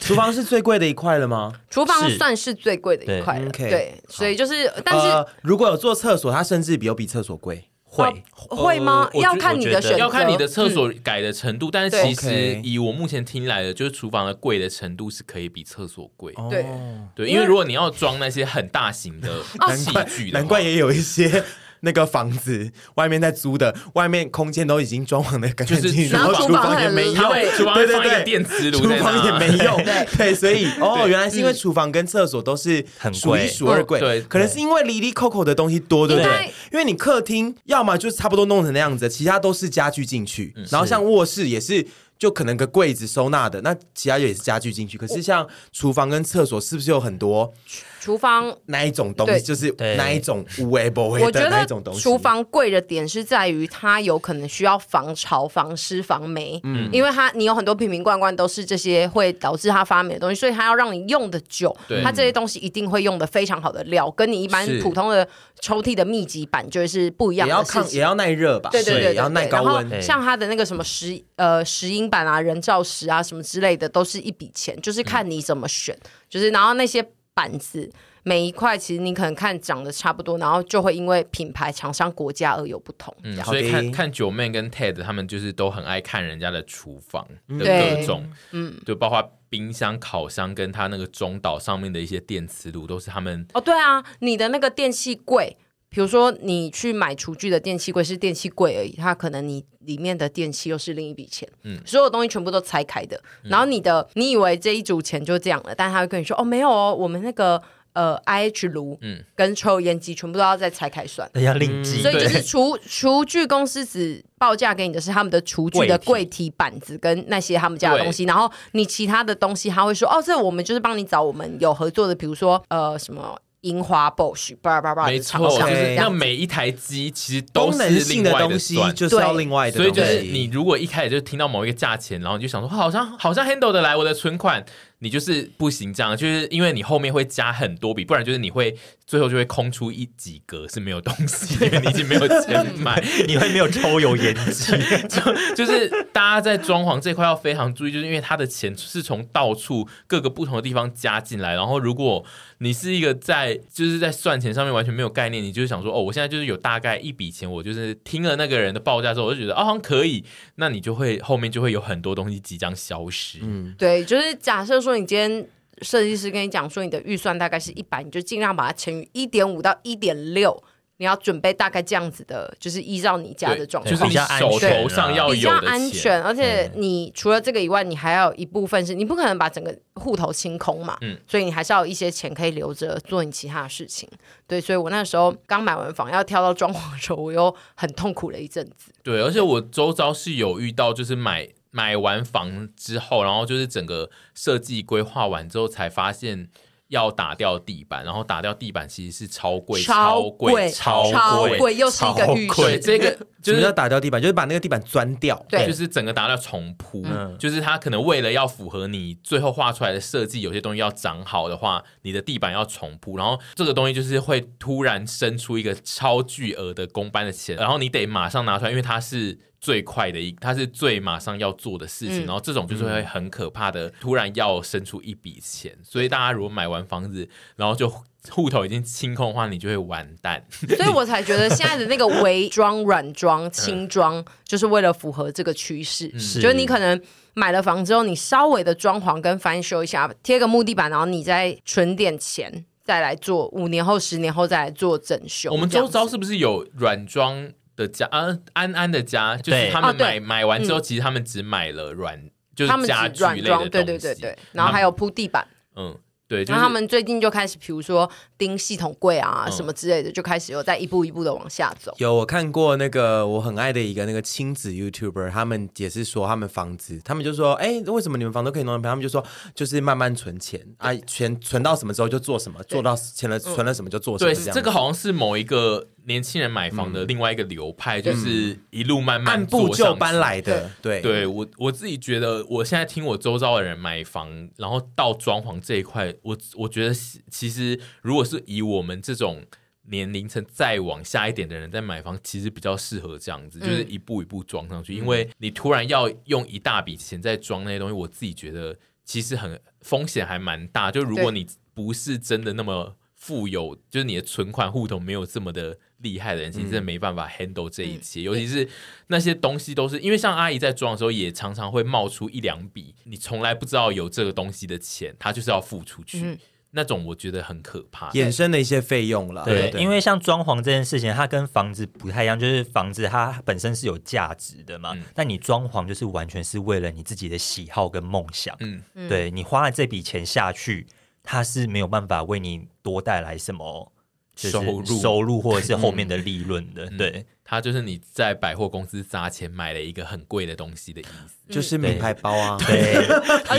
Speaker 1: 厨房是最贵的一块了吗？
Speaker 3: 厨房
Speaker 4: 哦是嗯
Speaker 3: 算是最贵的一
Speaker 4: 对
Speaker 3: 块了，
Speaker 1: OK，
Speaker 3: 对，所以就是，但是
Speaker 1: 呃、如果有做厕所，它甚至比有比厕所贵。
Speaker 4: 会
Speaker 3: 哦会吗
Speaker 4: 呃我
Speaker 3: 要
Speaker 4: 觉
Speaker 3: 看你的
Speaker 4: 我觉得
Speaker 3: 选择嗯
Speaker 2: 要看你的厕所改的程度，但是
Speaker 3: 对
Speaker 2: 其实
Speaker 1: OK
Speaker 2: 以我目前听来的，就是厨房的贵的程度是可以比厕所贵。
Speaker 3: 对
Speaker 1: 哦
Speaker 2: 对，因为如果你要装那些很大型的器
Speaker 1: 难怪
Speaker 2: 具的话
Speaker 1: 难怪也有一些那个房子外面在租的，外面空间都已经装潢的干干
Speaker 2: <laughs>
Speaker 1: 净
Speaker 2: 就是
Speaker 1: 净，然后
Speaker 3: 厨
Speaker 1: 厨
Speaker 3: 房
Speaker 1: 房也没
Speaker 2: 它会
Speaker 1: 用，
Speaker 2: 厨房
Speaker 1: 对
Speaker 2: 会
Speaker 1: 对
Speaker 2: 放一个
Speaker 1: 对
Speaker 2: 电磁炉
Speaker 1: 厨
Speaker 2: 在那，啊
Speaker 1: 房也没用，
Speaker 3: 对
Speaker 1: 对，所以哦，原来是因为
Speaker 3: 嗯
Speaker 1: 厨房跟厕所都是
Speaker 4: 很
Speaker 1: 数一
Speaker 4: 贵
Speaker 1: 数二贵，
Speaker 2: 嗯对
Speaker 1: 可能是因为离离扣扣的东西多，对不
Speaker 3: 应该
Speaker 1: 对？因为你客厅要么就是差不多弄成那样子，其他都是家具进去，然后像卧室也是。就可能个柜子收纳的，那其他也是家具进去。可是像厨房跟厕所，是不是有很多
Speaker 3: 厨
Speaker 2: 嗯
Speaker 3: 房
Speaker 1: 那一种东
Speaker 3: 对
Speaker 1: 西，就是
Speaker 4: 对
Speaker 1: 那一种无为不为
Speaker 3: 我觉
Speaker 1: 的那
Speaker 3: 得
Speaker 1: 一种东西？
Speaker 3: 厨房贵的点是在于它有可能需要防潮、防湿、防霉，嗯，因为它你有很多瓶瓶罐罐都是这些会导致它发霉的东西，所以它要让你用的久
Speaker 2: 对，
Speaker 3: 它这些东西一定会用的非常好的料，跟你一般
Speaker 1: 是
Speaker 3: 普通的抽屉的密集版就是不一
Speaker 1: 也
Speaker 3: 样
Speaker 1: 要
Speaker 3: 的事
Speaker 1: 抗，也
Speaker 3: 情。
Speaker 1: 要耐热吧？
Speaker 3: 对
Speaker 1: 水
Speaker 3: 对对对
Speaker 1: 也要
Speaker 3: 对
Speaker 1: 耐高
Speaker 3: 然后
Speaker 1: 温。嗯
Speaker 3: 像它的那个什么石呃石英板啊、人造石啊什么之类的，都是一笔钱，就是看你怎么选。就是然后那些板子每一块，其实你可能看长得差不多，然后就会因为品牌、厂商、国家而有不同。这
Speaker 2: 嗯，
Speaker 3: 样
Speaker 2: 所以
Speaker 1: 好的
Speaker 2: 看看九妹跟 Ted 他们就是都很爱看人家的厨房的
Speaker 3: 对
Speaker 2: 各种，嗯，就包括冰箱、烤箱跟他那个中岛上面的一些电磁炉，都是他们
Speaker 3: 哦，对啊，你的那个电器柜，比如说你去买厨具的电器柜是电器柜而已，它可能你里面的电器又是另一笔钱，嗯，所有东西全部都拆开的。然后你的，你以为这一组钱就这样了，但他会跟你说，哦，没有哦，我们那个。呃 IH 炉，
Speaker 2: 嗯
Speaker 3: 嗯，跟抽油烟机全部都要再拆开算。 <laughs>
Speaker 4: 那要另计。
Speaker 3: 所以就
Speaker 2: 对 <laughs>
Speaker 3: 是厨厨具公司只报价给你的是他们的厨具的
Speaker 4: 柜
Speaker 3: 柜体板子跟那些他们家的东西，然后你其他的东西他会说哦，这我们就是帮你找我们有合作的，比如说呃什么樱花 Bosch 叭叭叭，
Speaker 2: 没错，
Speaker 3: 厂商
Speaker 2: 就
Speaker 3: 这
Speaker 2: 是
Speaker 1: 对
Speaker 2: 那
Speaker 3: 样子
Speaker 2: 每一台机其实都
Speaker 1: 功
Speaker 2: 是
Speaker 1: 能性
Speaker 2: 另外
Speaker 1: 东西
Speaker 2: 算。
Speaker 1: 就是要
Speaker 3: 对
Speaker 1: 另外的
Speaker 2: 所
Speaker 1: 东
Speaker 2: 以
Speaker 1: 西，
Speaker 2: 就是你如果一开始就听到某一个价钱，然后你就想说好像好像 handle 的来我的存款，你就是不行这样，就是因为你后面会加很多笔，不然就是你会最后就会空出一几格是没有东西，因为你已经没有钱买，
Speaker 4: <laughs> 你会没有抽油烟机，
Speaker 2: <laughs> 就是大家在装潢这块要非常注意，就是因为他的钱是从到处各个不同的地方加进来。然后，如果你是一个在就是在算钱上面完全没有概念，你就是想说哦，我现在就是有大概一笔钱，我就是听了那个人的报价之后，我就觉得哦，好像可以，那你就会后面就会有很多东西即将消失。嗯，
Speaker 3: 对，就是假设说你今天。设计师跟你讲说，你的预算大概是一百，你就尽量把它乘以一点五到一点六，你要准备大概这样子的，就是依照你家的状
Speaker 2: 就
Speaker 3: 况，
Speaker 2: 是你
Speaker 4: 比较安
Speaker 2: 手
Speaker 4: 全
Speaker 2: 头上
Speaker 4: 啊
Speaker 2: 要
Speaker 3: 比较
Speaker 2: 有的
Speaker 3: 安
Speaker 2: 钱。嗯
Speaker 3: 全，而且你除了这个以外，你还要有一部分是你不可能把整个户头清空嘛，
Speaker 2: 嗯
Speaker 3: 所以你还是要有一些钱可以留着做你其他的事情。对，所以我那时候刚买完房要跳到装潢的时候，我又很痛苦了一阵子。
Speaker 2: 对，而且我周遭是有遇到，就是买买完房之后，然后就是整个设计规划完之后，才发现要打掉地板，然后打掉地板其实是超贵、
Speaker 3: 超
Speaker 2: 贵、
Speaker 3: 贵
Speaker 2: 超
Speaker 3: 超贵又是一个浴
Speaker 2: 对，
Speaker 3: 室
Speaker 2: 这个就
Speaker 1: 什么叫
Speaker 2: 是。
Speaker 1: 打掉地板，就是把那个地板钻掉。
Speaker 3: 对
Speaker 2: 就是整个打掉重铺，
Speaker 4: 嗯
Speaker 2: 就是它可能为了要符合你最后画出来的设计，有些东西要长好的话，你的地板要重铺，然后这个东西就是会突然生出一个超巨额的公班的钱，
Speaker 3: 嗯
Speaker 2: 然后你得马上拿出来，因为它是最快的一，它是最马上要做的事情，
Speaker 3: 嗯
Speaker 2: 然后这种就是会很可怕的，突然要生出一笔钱，所以大家如果买完房子，然后就户头已经清空的话，你就会完蛋。
Speaker 3: 所以我才觉得现在的那个微装、软装、
Speaker 2: 嗯
Speaker 3: 轻装，就是为了符合这个趋势。
Speaker 4: 是
Speaker 3: 就是你可能买了房之后，你稍微的装潢跟翻修一下，贴个木地板，然后你再存点钱，再来做五年后、十年后再来做整修。
Speaker 2: 我们
Speaker 3: 这样
Speaker 2: 周
Speaker 3: 子
Speaker 2: 遭是不是有软装的家？啊，安安的家，就是
Speaker 4: 对
Speaker 2: 他们
Speaker 3: 哦对
Speaker 2: 买、买完之后，其实他们只买了软，就是
Speaker 3: 他们
Speaker 2: 家具
Speaker 3: 只软
Speaker 2: 类的东
Speaker 3: 装，
Speaker 2: 西。
Speaker 3: 对对对对，然后还有铺地板，
Speaker 2: 嗯，对，就是
Speaker 3: 然后他们最近就开始，比如说钉系统柜啊、
Speaker 2: 嗯
Speaker 3: 什么之类的，就开始有在一步一步的往下走。
Speaker 1: 有我看过那个我很爱的一个那个亲子 YouTuber，他们也是说他们房子，他们就说，哎、为什么你们房都可以弄得很漂亮？他们就说就是慢慢存钱啊，钱存到什么时候就做什么，做到钱了
Speaker 3: 嗯
Speaker 1: 存了什么就做什么
Speaker 2: 对
Speaker 1: 这样。
Speaker 2: 这个好像是某一个年轻人买房的另外一个流派，就是一路慢慢
Speaker 1: 嗯按部
Speaker 2: 做上
Speaker 1: 就班
Speaker 2: 去
Speaker 1: 来的，对
Speaker 2: 对我我自己觉得，我现在听我周遭的人买房，然后到装潢这一块，我我觉得是其实如果是以我们这种年龄层再往下一点的人在买房，其实比较适合这样子，就是一步一步装上去。因为你突然要用一大笔钱在装那些东西，我自己觉得其实很风险还蛮大。就如果
Speaker 3: 对
Speaker 2: 你不是真的那么。富有就是你的存款户头没有这么的厉害的人，其实真的没办法 handle 这一切，尤其是那些东西都是因为像阿姨在装的时候，也常常会冒出一两笔，你从来不知道有这个东西的钱，她就是要付出去，
Speaker 3: 嗯
Speaker 2: 那种我觉得很可怕。
Speaker 1: 衍生的一些费用了。
Speaker 4: 对，因
Speaker 1: 为
Speaker 4: 为像装潢这件事情，它跟房子不太一样，就是房子它本身是有价值的嘛
Speaker 2: 嗯，
Speaker 4: 但你装潢就是完全是为了你自己的喜好跟梦想，
Speaker 2: 嗯，
Speaker 4: 对你花了这笔钱下去，它是没有办法为你多带来什么。就是
Speaker 2: 收入
Speaker 4: 收入或者是后面的利润的，
Speaker 2: <laughs>
Speaker 4: 对，
Speaker 2: 它嗯就是你在百货公司砸钱买了一个很贵的东西的意思。
Speaker 1: 就是名牌包啊，
Speaker 4: 对，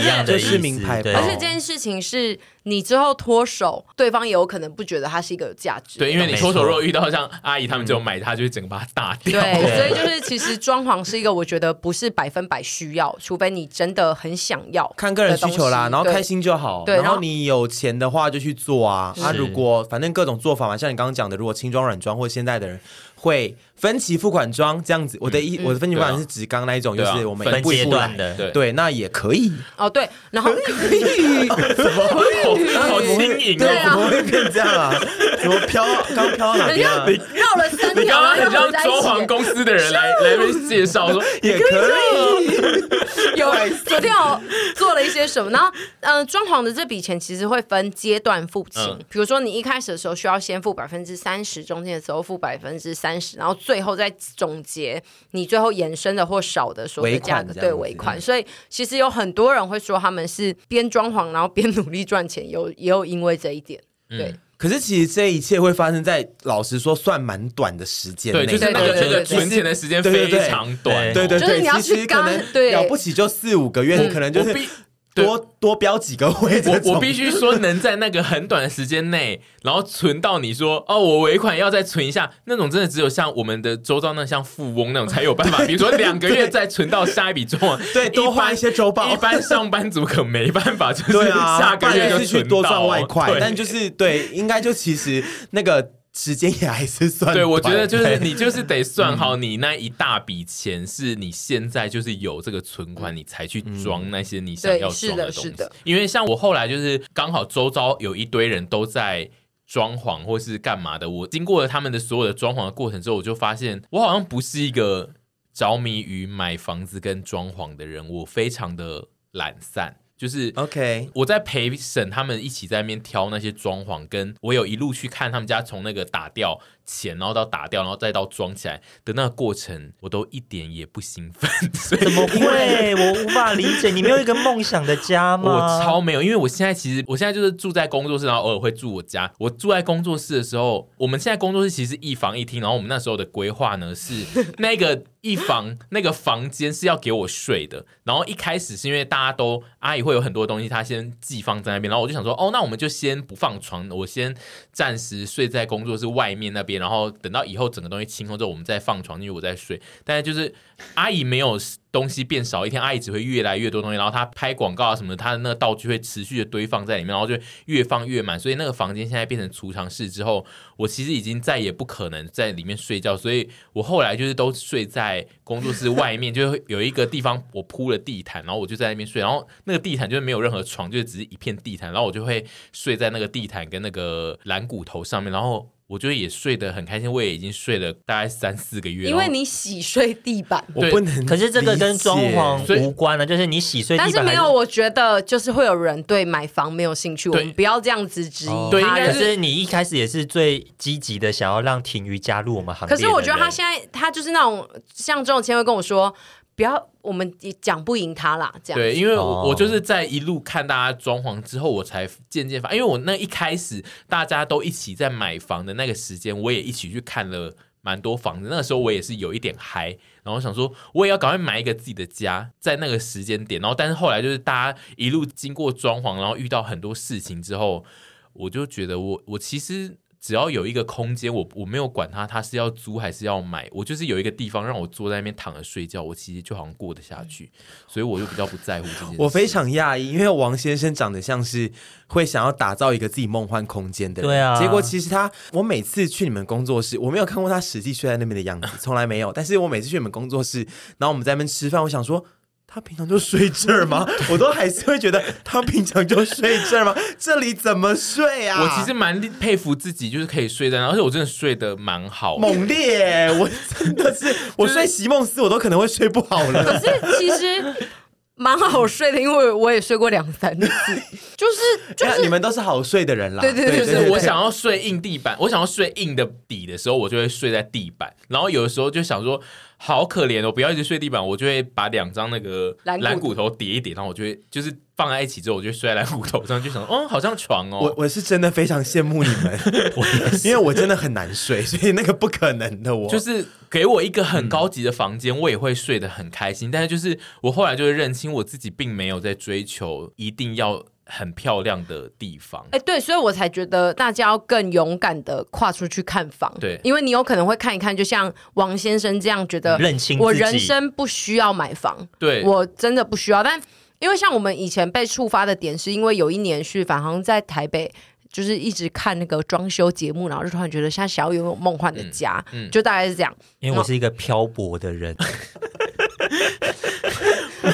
Speaker 4: 一样的
Speaker 1: 这
Speaker 4: 意
Speaker 1: 是
Speaker 4: 思
Speaker 1: 名牌
Speaker 4: 对
Speaker 1: 包
Speaker 3: 而且这件事情是你之后脱手，对方也有可能不觉得它是一个有价值的。
Speaker 2: 对，因为你
Speaker 4: 没
Speaker 2: 脱手
Speaker 4: 错
Speaker 2: 若遇到像阿姨他们这种买，它就会整个把它打掉。
Speaker 3: 对，所以就是其实装潢是一个我觉得不是百分百需要，除非你真的很想要的东西，
Speaker 1: 看个人需求啦，然后
Speaker 3: 对
Speaker 1: 开。心就好。
Speaker 3: 对
Speaker 1: 然
Speaker 3: 然
Speaker 1: 后
Speaker 3: 后
Speaker 1: 你有钱的话就去做啊。啊，如果反正各种做法嘛，像你刚刚讲的，如果轻装软装或现在的人会分期付款装这样子，我的一我的分期付款
Speaker 2: 对啊
Speaker 1: 是指刚刚那一种，就
Speaker 2: 对啊
Speaker 1: 是我们
Speaker 2: 分
Speaker 1: 一
Speaker 4: 分
Speaker 1: 步一
Speaker 4: 阶
Speaker 1: 步
Speaker 4: 段
Speaker 1: 来。
Speaker 4: 的，
Speaker 2: 对，
Speaker 1: 对，那也可以。
Speaker 3: 哦，对，然后
Speaker 2: <laughs>
Speaker 3: <laughs>
Speaker 2: 好
Speaker 3: 啊
Speaker 2: 好新颖
Speaker 1: 对，
Speaker 2: 哦！
Speaker 1: 怎么会变这样啊？怎么飘刚飘到哪边啊？
Speaker 3: 绕了三
Speaker 2: 你
Speaker 3: 条，
Speaker 2: 刚刚很
Speaker 3: 然
Speaker 2: 像
Speaker 3: 后又啊在一
Speaker 2: 装潢
Speaker 3: 起。
Speaker 2: 公司的人来来被介绍说，
Speaker 1: 也可以。
Speaker 3: <laughs> 有昨天有做了一些什么，然后嗯、呃装潢的这笔钱其实会分阶段付清，
Speaker 2: 嗯
Speaker 3: 比如说你一开始的时候需要先付百分之三十，中间的时候付百分之三十，然后最后再总结你最后延伸的或少的所得价
Speaker 1: 尾
Speaker 3: 格
Speaker 1: 款这样子
Speaker 3: 对尾款。所以其实有很多人会说他们是边装潢然后边努力赚钱，有也有因为这一点。对，
Speaker 1: 可是其实这一切会发生在老实说算蛮短的时间内，
Speaker 2: 对，就是那
Speaker 3: 对
Speaker 2: 个
Speaker 3: 对
Speaker 2: 这个
Speaker 3: 对对
Speaker 2: 存钱的时间
Speaker 1: 对对
Speaker 2: 非
Speaker 1: 对
Speaker 2: 常短，
Speaker 1: 对对
Speaker 3: 就是
Speaker 1: 对
Speaker 3: 你要，
Speaker 1: 其
Speaker 3: 去
Speaker 1: 实
Speaker 3: 刚
Speaker 1: 可能
Speaker 3: 对
Speaker 1: 了不起就四五个月，你可能就
Speaker 2: 我
Speaker 1: 是
Speaker 2: 必对
Speaker 1: 多多标几个位这
Speaker 2: 我
Speaker 1: 种。
Speaker 2: 我必须说，能在那个很短的时间内，然后存到你说哦，我尾款要再存一下，那种真的只有像我们的周遭那像富翁那种才有办
Speaker 1: <laughs>
Speaker 2: 法。比如说两个月再存到下一笔周往，
Speaker 1: 对
Speaker 2: 一般
Speaker 1: 多花一些周报
Speaker 2: 一般上班族可没办法，就
Speaker 1: <laughs>
Speaker 2: 是
Speaker 1: 对啊，
Speaker 2: 下个月
Speaker 1: 不然
Speaker 2: 就是
Speaker 1: 去
Speaker 2: 存
Speaker 1: 多
Speaker 2: 到
Speaker 1: 赚
Speaker 2: 哦
Speaker 1: 外快
Speaker 2: 对，
Speaker 1: 但就是对，应该就其实那个时间也还是算短。嗯
Speaker 2: 对，我觉得就是
Speaker 1: 对
Speaker 2: 你就是得算好，你那一大笔钱是你现在就是有这个存款，你才去
Speaker 1: 嗯
Speaker 2: 装那些你想要
Speaker 3: 对是
Speaker 2: 装
Speaker 3: 的
Speaker 2: 东
Speaker 3: 是
Speaker 2: 西
Speaker 3: 的。
Speaker 2: 因为像我后来就是刚好周遭有一堆人都在。装潢或是干嘛的，我经过了他们的所有的装潢的过程之后，我就发现我好像不是一个着迷于买房子跟装潢的人，我非常的懒散，就是
Speaker 1: ，OK，
Speaker 2: 我在陪审他们一起在那边挑那些装潢，跟我有一路去看他们家从那个打掉钱，然后到打掉，然后再到装起来的那个过程，我都一点也不兴奋， <laughs> 所以
Speaker 4: 怎么会？我无法理解，你没有一个梦想的家
Speaker 2: 我
Speaker 4: 吗？
Speaker 2: 超没有，因为我现在其实我现在就是住在工作室，然后偶尔会住我家。我住在工作室的时候，我们现在工作室其实一房一厅，然后我们那时候的规划呢是那个一房那个房间是要给我睡的。然后一开始是因为大家都阿姨会有很多东西，她先寄放在那边，然后我就想说，哦，那我们就先不放床，我先暂时睡在工作室外面那边，然后等到以后整个东西清空之后，我们再放床进去，我再睡。但是就是阿姨没有东西变少一天，阿姨只会越来越多东西，然后她拍广告啊什么的，她的那个道具会持续的堆放在里面，然后就越放越满，所以那个房间现在变成储藏室之后，我其实已经再也不可能在里面睡觉，所以我后来就是都睡在工作室外面，就会有一个地方我铺了地毯，然后我就在那边睡，然后那个地毯就是没有任何床，就是只是一片地毯，然后我就会睡在那个地毯跟那个蓝骨头上面，然后。我就也睡得很开心，我也已经睡了大概三四个月，
Speaker 3: 因
Speaker 2: 然
Speaker 3: 为
Speaker 2: 后
Speaker 3: 你洗睡地板。
Speaker 1: 我
Speaker 2: 对
Speaker 1: 不能理解。
Speaker 4: 可是这个跟装
Speaker 2: 所
Speaker 4: 潢
Speaker 2: 以
Speaker 4: 无关了，就是你洗睡地
Speaker 3: 但
Speaker 4: 板
Speaker 3: 是没
Speaker 4: 还
Speaker 3: 有，我觉得就是会有人对买房没有兴趣，我
Speaker 2: 对
Speaker 3: 们不要这样子质
Speaker 4: 哦
Speaker 3: 疑
Speaker 2: 对应
Speaker 3: 他
Speaker 2: 该
Speaker 4: 可
Speaker 3: 人。
Speaker 4: 是你一开始也是最积极的，想要让婷瑜加入我们行
Speaker 3: 可
Speaker 4: 列的人。
Speaker 3: 是我觉得他现在他就是那种像这种前会跟我说，不要我们讲不赢他啦，这样。
Speaker 2: 对，因为我、
Speaker 4: 哦
Speaker 2: 我就是在一路看大家装潢之后，我才渐渐发，因为我那一开始大家都一起在买房的那个时间，我也一起去看了蛮多房子。那个时候我也是有一点嗨，然后我想说我也要赶快买一个自己的家，在那个时间点。然后但是后来就是大家一路经过装潢，然后遇到很多事情之后，我就觉得我我其实。只要有一个空间，我我没有管它，它是要租还是要买，我就是有一个地方让我坐在那边躺着睡觉，我其实就好像过得下去，所以我就比较不在乎这件事。
Speaker 1: 我非常讶异，因为王先生长得像是会想要打造一个自己梦幻空间的人，
Speaker 4: 对啊
Speaker 1: 结果其实他，我每次去你们工作室，我没有看过他实际睡在那边的样子，从来没有。但是我每次去你们工作室，然后我们在那边吃饭，我想说。他平常就睡这儿吗？我都还是会觉得他平常就睡这儿吗？这里怎么睡啊？
Speaker 2: 我其实蛮佩服自己，就是可以睡在那，而且我真的睡得蛮好的。
Speaker 1: 猛烈耶、我真的是，我睡席梦思我都可能会睡不好了。
Speaker 3: 可是其实蛮好睡的，因为我也睡过两三次， <laughs> 就是 <laughs> 就
Speaker 1: 哎呀
Speaker 3: 是
Speaker 1: 你们都是好睡的人啦。
Speaker 3: 对对对
Speaker 2: 就
Speaker 3: 对
Speaker 2: 是我想要睡硬地板，我想要睡硬的底的时候，我就会睡在地板。然后有的时候就想说，好可怜哦，不要一直睡地板，我就会把两张那个
Speaker 3: 蓝骨
Speaker 2: 蓝骨头叠一叠，然后我就会就是放在一起之后，我就会睡在蓝骨头上，就想，哦，好像床
Speaker 1: 我
Speaker 2: 哦。
Speaker 1: 我是真的非常羡慕你们，因为我真的很难睡，所以那个不可能的我。
Speaker 2: 就是给我一个很高级的房间，我也会睡得很开心。但是就是我后来就会认清我自己并没有在追求一定要很漂亮的地方。
Speaker 3: 哎、对，所以我才觉得大家要更勇敢的跨出去看房，
Speaker 2: 对
Speaker 3: 因为你有可能会看一看，就像王先生这样觉得，
Speaker 4: 认清
Speaker 3: 我
Speaker 4: 自己
Speaker 3: 人生不需要买房，
Speaker 2: 对，
Speaker 3: 我真的不需要。但因为像我们以前被触发的点，是因为有一年是反好像在台北。就是一直看那个装修节目，然后就突然觉得像小有有梦幻的家，
Speaker 2: 嗯嗯
Speaker 3: 就大概是这
Speaker 4: <laughs>
Speaker 3: 样。
Speaker 4: 因为我是一个漂泊
Speaker 3: <laughs>
Speaker 4: 的人，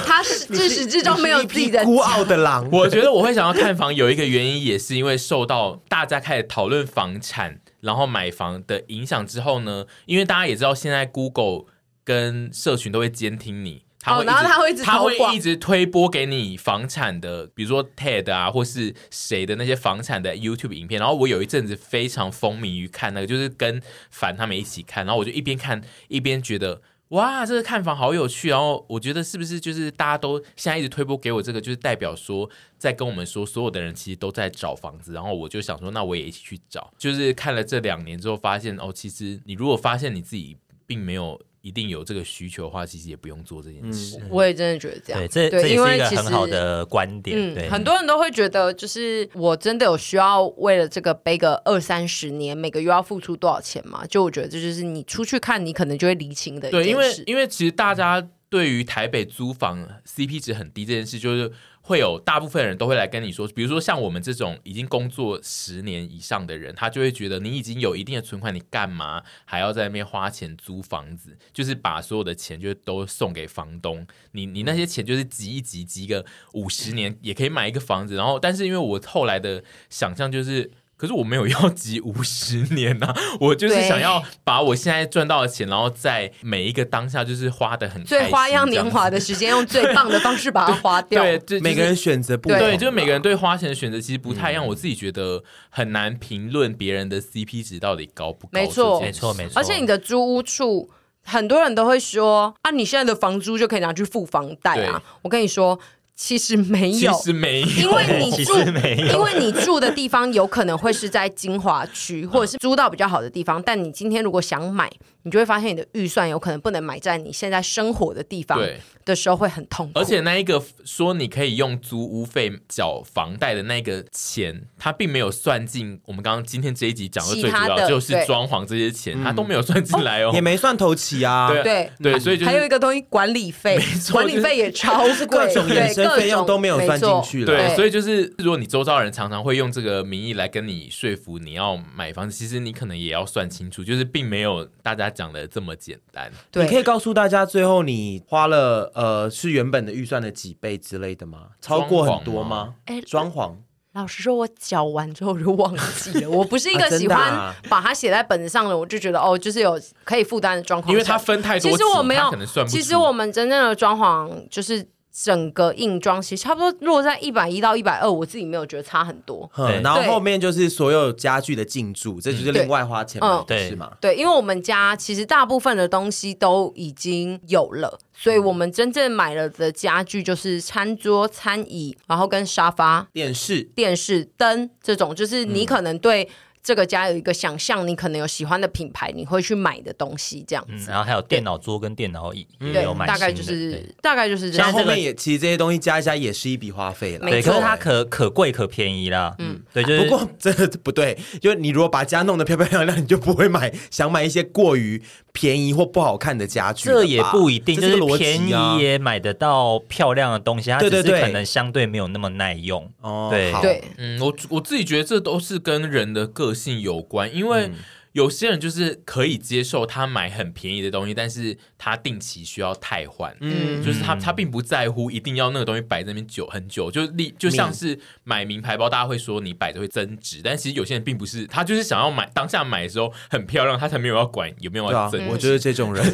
Speaker 3: 他是自始至终没有
Speaker 1: 你
Speaker 3: 自
Speaker 1: 是一
Speaker 3: 己
Speaker 1: 匹
Speaker 3: 的
Speaker 1: 孤傲的狼，
Speaker 2: 我觉得我会想要看房，有一个原因也是因为受到大家开始讨论房产，然后买房的影响之后呢，因为大家也知道现在 Google 跟社群都会监听你。它会
Speaker 3: 哦然后
Speaker 2: 一直
Speaker 3: 它会一直
Speaker 2: 它
Speaker 3: 投
Speaker 2: 会
Speaker 3: 广
Speaker 2: 一直推播给你房产的，比如说 TED 啊，或是谁的那些房产的 YouTube 影片。然后我有一阵子非常风靡于看那个，就是跟凡他们一起看，然后我就一边看一边觉得哇，这个看房好有趣。然后我觉得是不是就是大家都现在一直推播给我这个，就是代表说在跟我们说，所有的人其实都在找房子。然后我就想说，那我也一起去找。就是看了这两年之后，发现哦，其实你如果发现你自己并没有一定有这个需求的话，其实也不用做这件事。
Speaker 3: 我也真的觉得这样，
Speaker 4: 对，这这
Speaker 3: 因
Speaker 4: 也是一
Speaker 3: 为
Speaker 4: 个
Speaker 3: 其实
Speaker 4: 很好的观点。对，
Speaker 3: 嗯，很多人都会觉得，就是我真的有需要为了这个背个二三十年，每个月要付出多少钱吗？就我觉得这就是你出去看，你可能就会厘清的一件
Speaker 2: 对，
Speaker 3: 事。
Speaker 2: 因为因为其实大家对于台北租房 CP 值很低这件事，就是会有大部分人都会来跟你说，比如说像我们这种已经工作十年以上的人，他就会觉得你已经有一定的存款，你干嘛还要在那边花钱租房子？就是把所有的钱就都送给房东，你你那些钱就是集一集，集个五
Speaker 3: 嗯
Speaker 2: 十年也可以买一个房子。然后，但是因为我后来的想象就是。可是我没有要集五十年呐、啊我就是
Speaker 3: 对
Speaker 2: 想要哦把我现在赚到的钱，然后在每一个当下就是花的很开
Speaker 3: 最
Speaker 2: 心
Speaker 3: 花样
Speaker 2: 这样
Speaker 3: 年
Speaker 2: 子
Speaker 3: 华的时间，用最棒的方式把它花
Speaker 2: <laughs>
Speaker 3: 掉。
Speaker 2: 对，就
Speaker 1: 每个人。选择不同
Speaker 2: 对，就是每个人对花钱的选择其实不太一样。我自己觉得很难评论别人的 CP 值到底高不高。
Speaker 3: 没错
Speaker 2: 这件
Speaker 4: 没错
Speaker 2: 事
Speaker 4: 没错
Speaker 3: 而且你的租屋处，很多人都会说啊，你现在的房租就可以拿去付房贷啊
Speaker 2: 对。
Speaker 3: 我跟你说，其实没有，
Speaker 2: 其实没有，
Speaker 3: 因为你
Speaker 4: 其
Speaker 3: 住
Speaker 4: 实没，有
Speaker 3: 因为你住的地方有可能会是在精华区，或者是租到比较好的地方。但你今天如果想买，你就会发现你的预算有可能不能买在你现在生活的地方
Speaker 2: 对
Speaker 3: 的时候会很痛苦。
Speaker 2: <laughs> 而且那一个说你可以用租屋费缴房贷的那个钱，它并没有算进我们刚刚今天这一集讲的最主
Speaker 3: 其他
Speaker 2: 要
Speaker 3: 的
Speaker 2: 就是
Speaker 3: 对嗯
Speaker 2: 装潢这些钱，它都没有算进来哦。
Speaker 1: 也没算头期啊，
Speaker 2: 对
Speaker 3: 对
Speaker 2: 对，所以就是
Speaker 3: 还有一个东西，管理费，管理费也超贵，
Speaker 1: 各种衍
Speaker 3: 对
Speaker 1: 生费用
Speaker 3: 各种
Speaker 1: 都没有算进
Speaker 3: 错
Speaker 1: 去了。
Speaker 2: 对，
Speaker 3: 对
Speaker 2: 所以就是如果你周遭人常常会用这个名义来跟你说服你要买房子，其实你可能也要算清楚，就是并没有大家讲的这么简单。
Speaker 3: 对，
Speaker 1: 你可以告诉大家，最后你花了呃是原本的预算的几倍之类的吗？超过很多吗？
Speaker 3: 哎
Speaker 1: 装潢
Speaker 3: 老实说，我缴完之后我就忘记了。我不是一
Speaker 1: <laughs> 啊
Speaker 3: 个
Speaker 1: 真
Speaker 3: 喜
Speaker 1: 的
Speaker 3: 欢
Speaker 1: 啊
Speaker 3: 把它写在本子上的，我就觉得哦，就是有可以负担的状况下。
Speaker 2: 因为它分太多
Speaker 3: 其
Speaker 2: 集，
Speaker 3: 实我没
Speaker 2: 它
Speaker 3: 有
Speaker 2: 可能算，不出
Speaker 3: 其实我们真正的装潢就是整个硬装，其实差不多落在一百一到一百二，我自己没有觉得差很多。
Speaker 1: 嗯，
Speaker 4: 对
Speaker 1: 然后
Speaker 3: 对
Speaker 1: 后面就是所有家具的进驻，这就是
Speaker 3: 对
Speaker 1: 另外花钱买的
Speaker 3: 嗯
Speaker 4: 对
Speaker 1: 是吗？
Speaker 3: 对，因为我们家其实大部分的东西都已经有了，所以我们真正买了的家具就是餐桌、餐椅，然后跟沙发，
Speaker 1: 电视
Speaker 3: 电视、灯这种，就是
Speaker 4: 嗯
Speaker 3: 你可能对这个家有一个想象，你可能有喜欢的品牌，你会去买的东西，这样
Speaker 4: 嗯
Speaker 3: 子。
Speaker 4: 然后还有电脑桌跟电脑椅也
Speaker 3: 对
Speaker 4: 有，买
Speaker 3: 大
Speaker 4: 新的，
Speaker 3: 概就
Speaker 4: 对
Speaker 3: 是大概就是这
Speaker 1: 然
Speaker 3: 样
Speaker 1: 后。后
Speaker 4: 这个
Speaker 1: 面也其实这些东西加一加也是一笔花费了。
Speaker 3: 没
Speaker 4: 对，
Speaker 3: 错
Speaker 4: 可是它可可贵可便宜啦。嗯，对，就是
Speaker 1: 不过这不对，就是你如果把家弄得漂漂亮亮，你就不会买想买一些过于便宜或不好看的家具了吧。
Speaker 4: 这也不一定，
Speaker 1: 这
Speaker 4: 就是是
Speaker 1: 个逻
Speaker 4: 便
Speaker 1: 辑啊
Speaker 4: 宜也买得到漂亮的东西，它
Speaker 1: 对
Speaker 4: 只
Speaker 1: 对
Speaker 4: 是
Speaker 1: 对
Speaker 4: 可能相对没有那么耐用。
Speaker 1: 哦
Speaker 4: 对
Speaker 1: 好
Speaker 4: <laughs>
Speaker 3: 对， <laughs>
Speaker 2: 嗯，我我自己觉得这都是跟人的个性有关，因
Speaker 3: 嗯
Speaker 2: 为有些人就是可以接受他买很便宜的东西，但是他定期需要汰换，
Speaker 3: 嗯
Speaker 2: 就是他他并不在乎一定要那个东西摆在那边久很久，就例就像是买名牌包，大家会说你摆着会增值，但其实有些人并不是，他就是想要买当下买的时候很漂亮，他才没有要管有没有
Speaker 1: 对
Speaker 2: 要
Speaker 1: 啊
Speaker 2: 增值，，
Speaker 1: 我就是这种人。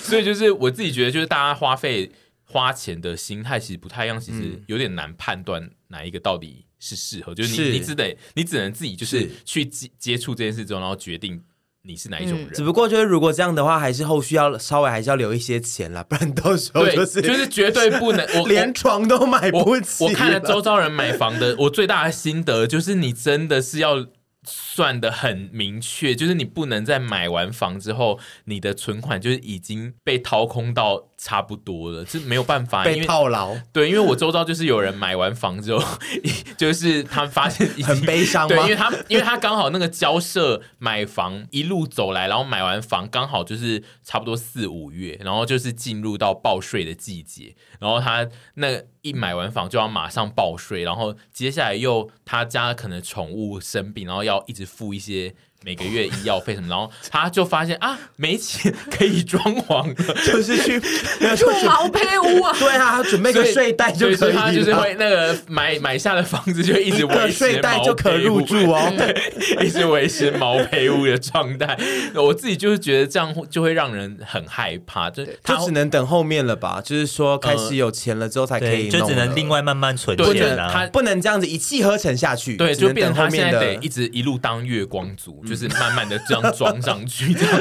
Speaker 2: 所以就是我自己觉得，就是大家花费花钱的心态其实不太一样，其
Speaker 1: 嗯
Speaker 2: 实有点难判断哪一个到底是适合。就是你
Speaker 1: 是
Speaker 2: 你只得你只能自己就是
Speaker 1: 是
Speaker 2: 去接接触这件事之后，然后决定你是哪一种人。
Speaker 1: <laughs> 只不过就是如果这样的话，还是后续要稍微还是要留一些钱啦，不然到时候
Speaker 2: 对，
Speaker 1: 就
Speaker 2: 就是是、绝对
Speaker 1: <laughs>
Speaker 2: 不能我
Speaker 1: 连床都买 <laughs>
Speaker 2: 我
Speaker 1: 不起
Speaker 2: 我看了
Speaker 1: 了
Speaker 2: 周遭人买房的，我最大的心得就是，你真的是要算的很明确，就是你不能在买完房之后，你的存款就是已经被掏空到差不多了，是没有办法，因
Speaker 1: 被
Speaker 2: 为
Speaker 1: 套牢，
Speaker 2: 对，因为我周遭就是有人买完房之后， <laughs> 就是他们发现已经
Speaker 1: 很悲伤
Speaker 2: 对，
Speaker 1: 吗
Speaker 2: 因为？他因为他刚好那个交涉买房一路走来，然后买完房刚好就是差不多四五月，然后就是进入到报税的季节，然后他那一买完房就要马上报税，然后接下来又他家可能宠物生病，然后要一直付一些。每个月医药费什么，然后他就发现啊，没钱可以装潢
Speaker 1: <laughs>
Speaker 2: 了，
Speaker 1: <laughs> 就是去没有
Speaker 3: 住
Speaker 1: 就是，
Speaker 3: 毛坯屋啊
Speaker 1: 对啊，准备个
Speaker 2: 所以
Speaker 1: 睡袋就
Speaker 2: 对所
Speaker 1: 可以
Speaker 2: 他就是
Speaker 1: 了
Speaker 2: 会那个买买下的房子就一直
Speaker 1: 一
Speaker 2: 维
Speaker 1: 个
Speaker 2: 持
Speaker 1: 睡袋
Speaker 2: 毛
Speaker 1: 就可
Speaker 2: 坯屋
Speaker 1: 入住哦。
Speaker 2: <laughs> 一直维持毛坯屋的状态。我自己就是觉得这样会就会让人很害怕，就他
Speaker 1: 就只能等后面了吧，就是说开始有钱了之后才可以
Speaker 4: 对，
Speaker 1: 弄了，
Speaker 4: 就只能另外慢慢存
Speaker 2: 对
Speaker 4: 钱
Speaker 2: 不能
Speaker 4: 啊
Speaker 2: 它。
Speaker 1: 不能这样子一气呵成下去，
Speaker 2: 对，
Speaker 1: 只
Speaker 2: 就
Speaker 1: 能
Speaker 2: 变
Speaker 1: 等
Speaker 2: 成
Speaker 1: 后
Speaker 2: 他现
Speaker 1: 面
Speaker 2: 在得
Speaker 1: 的嗯
Speaker 2: 一直一路当月光族，就是慢慢的这样装上去，
Speaker 1: <laughs>
Speaker 2: 这样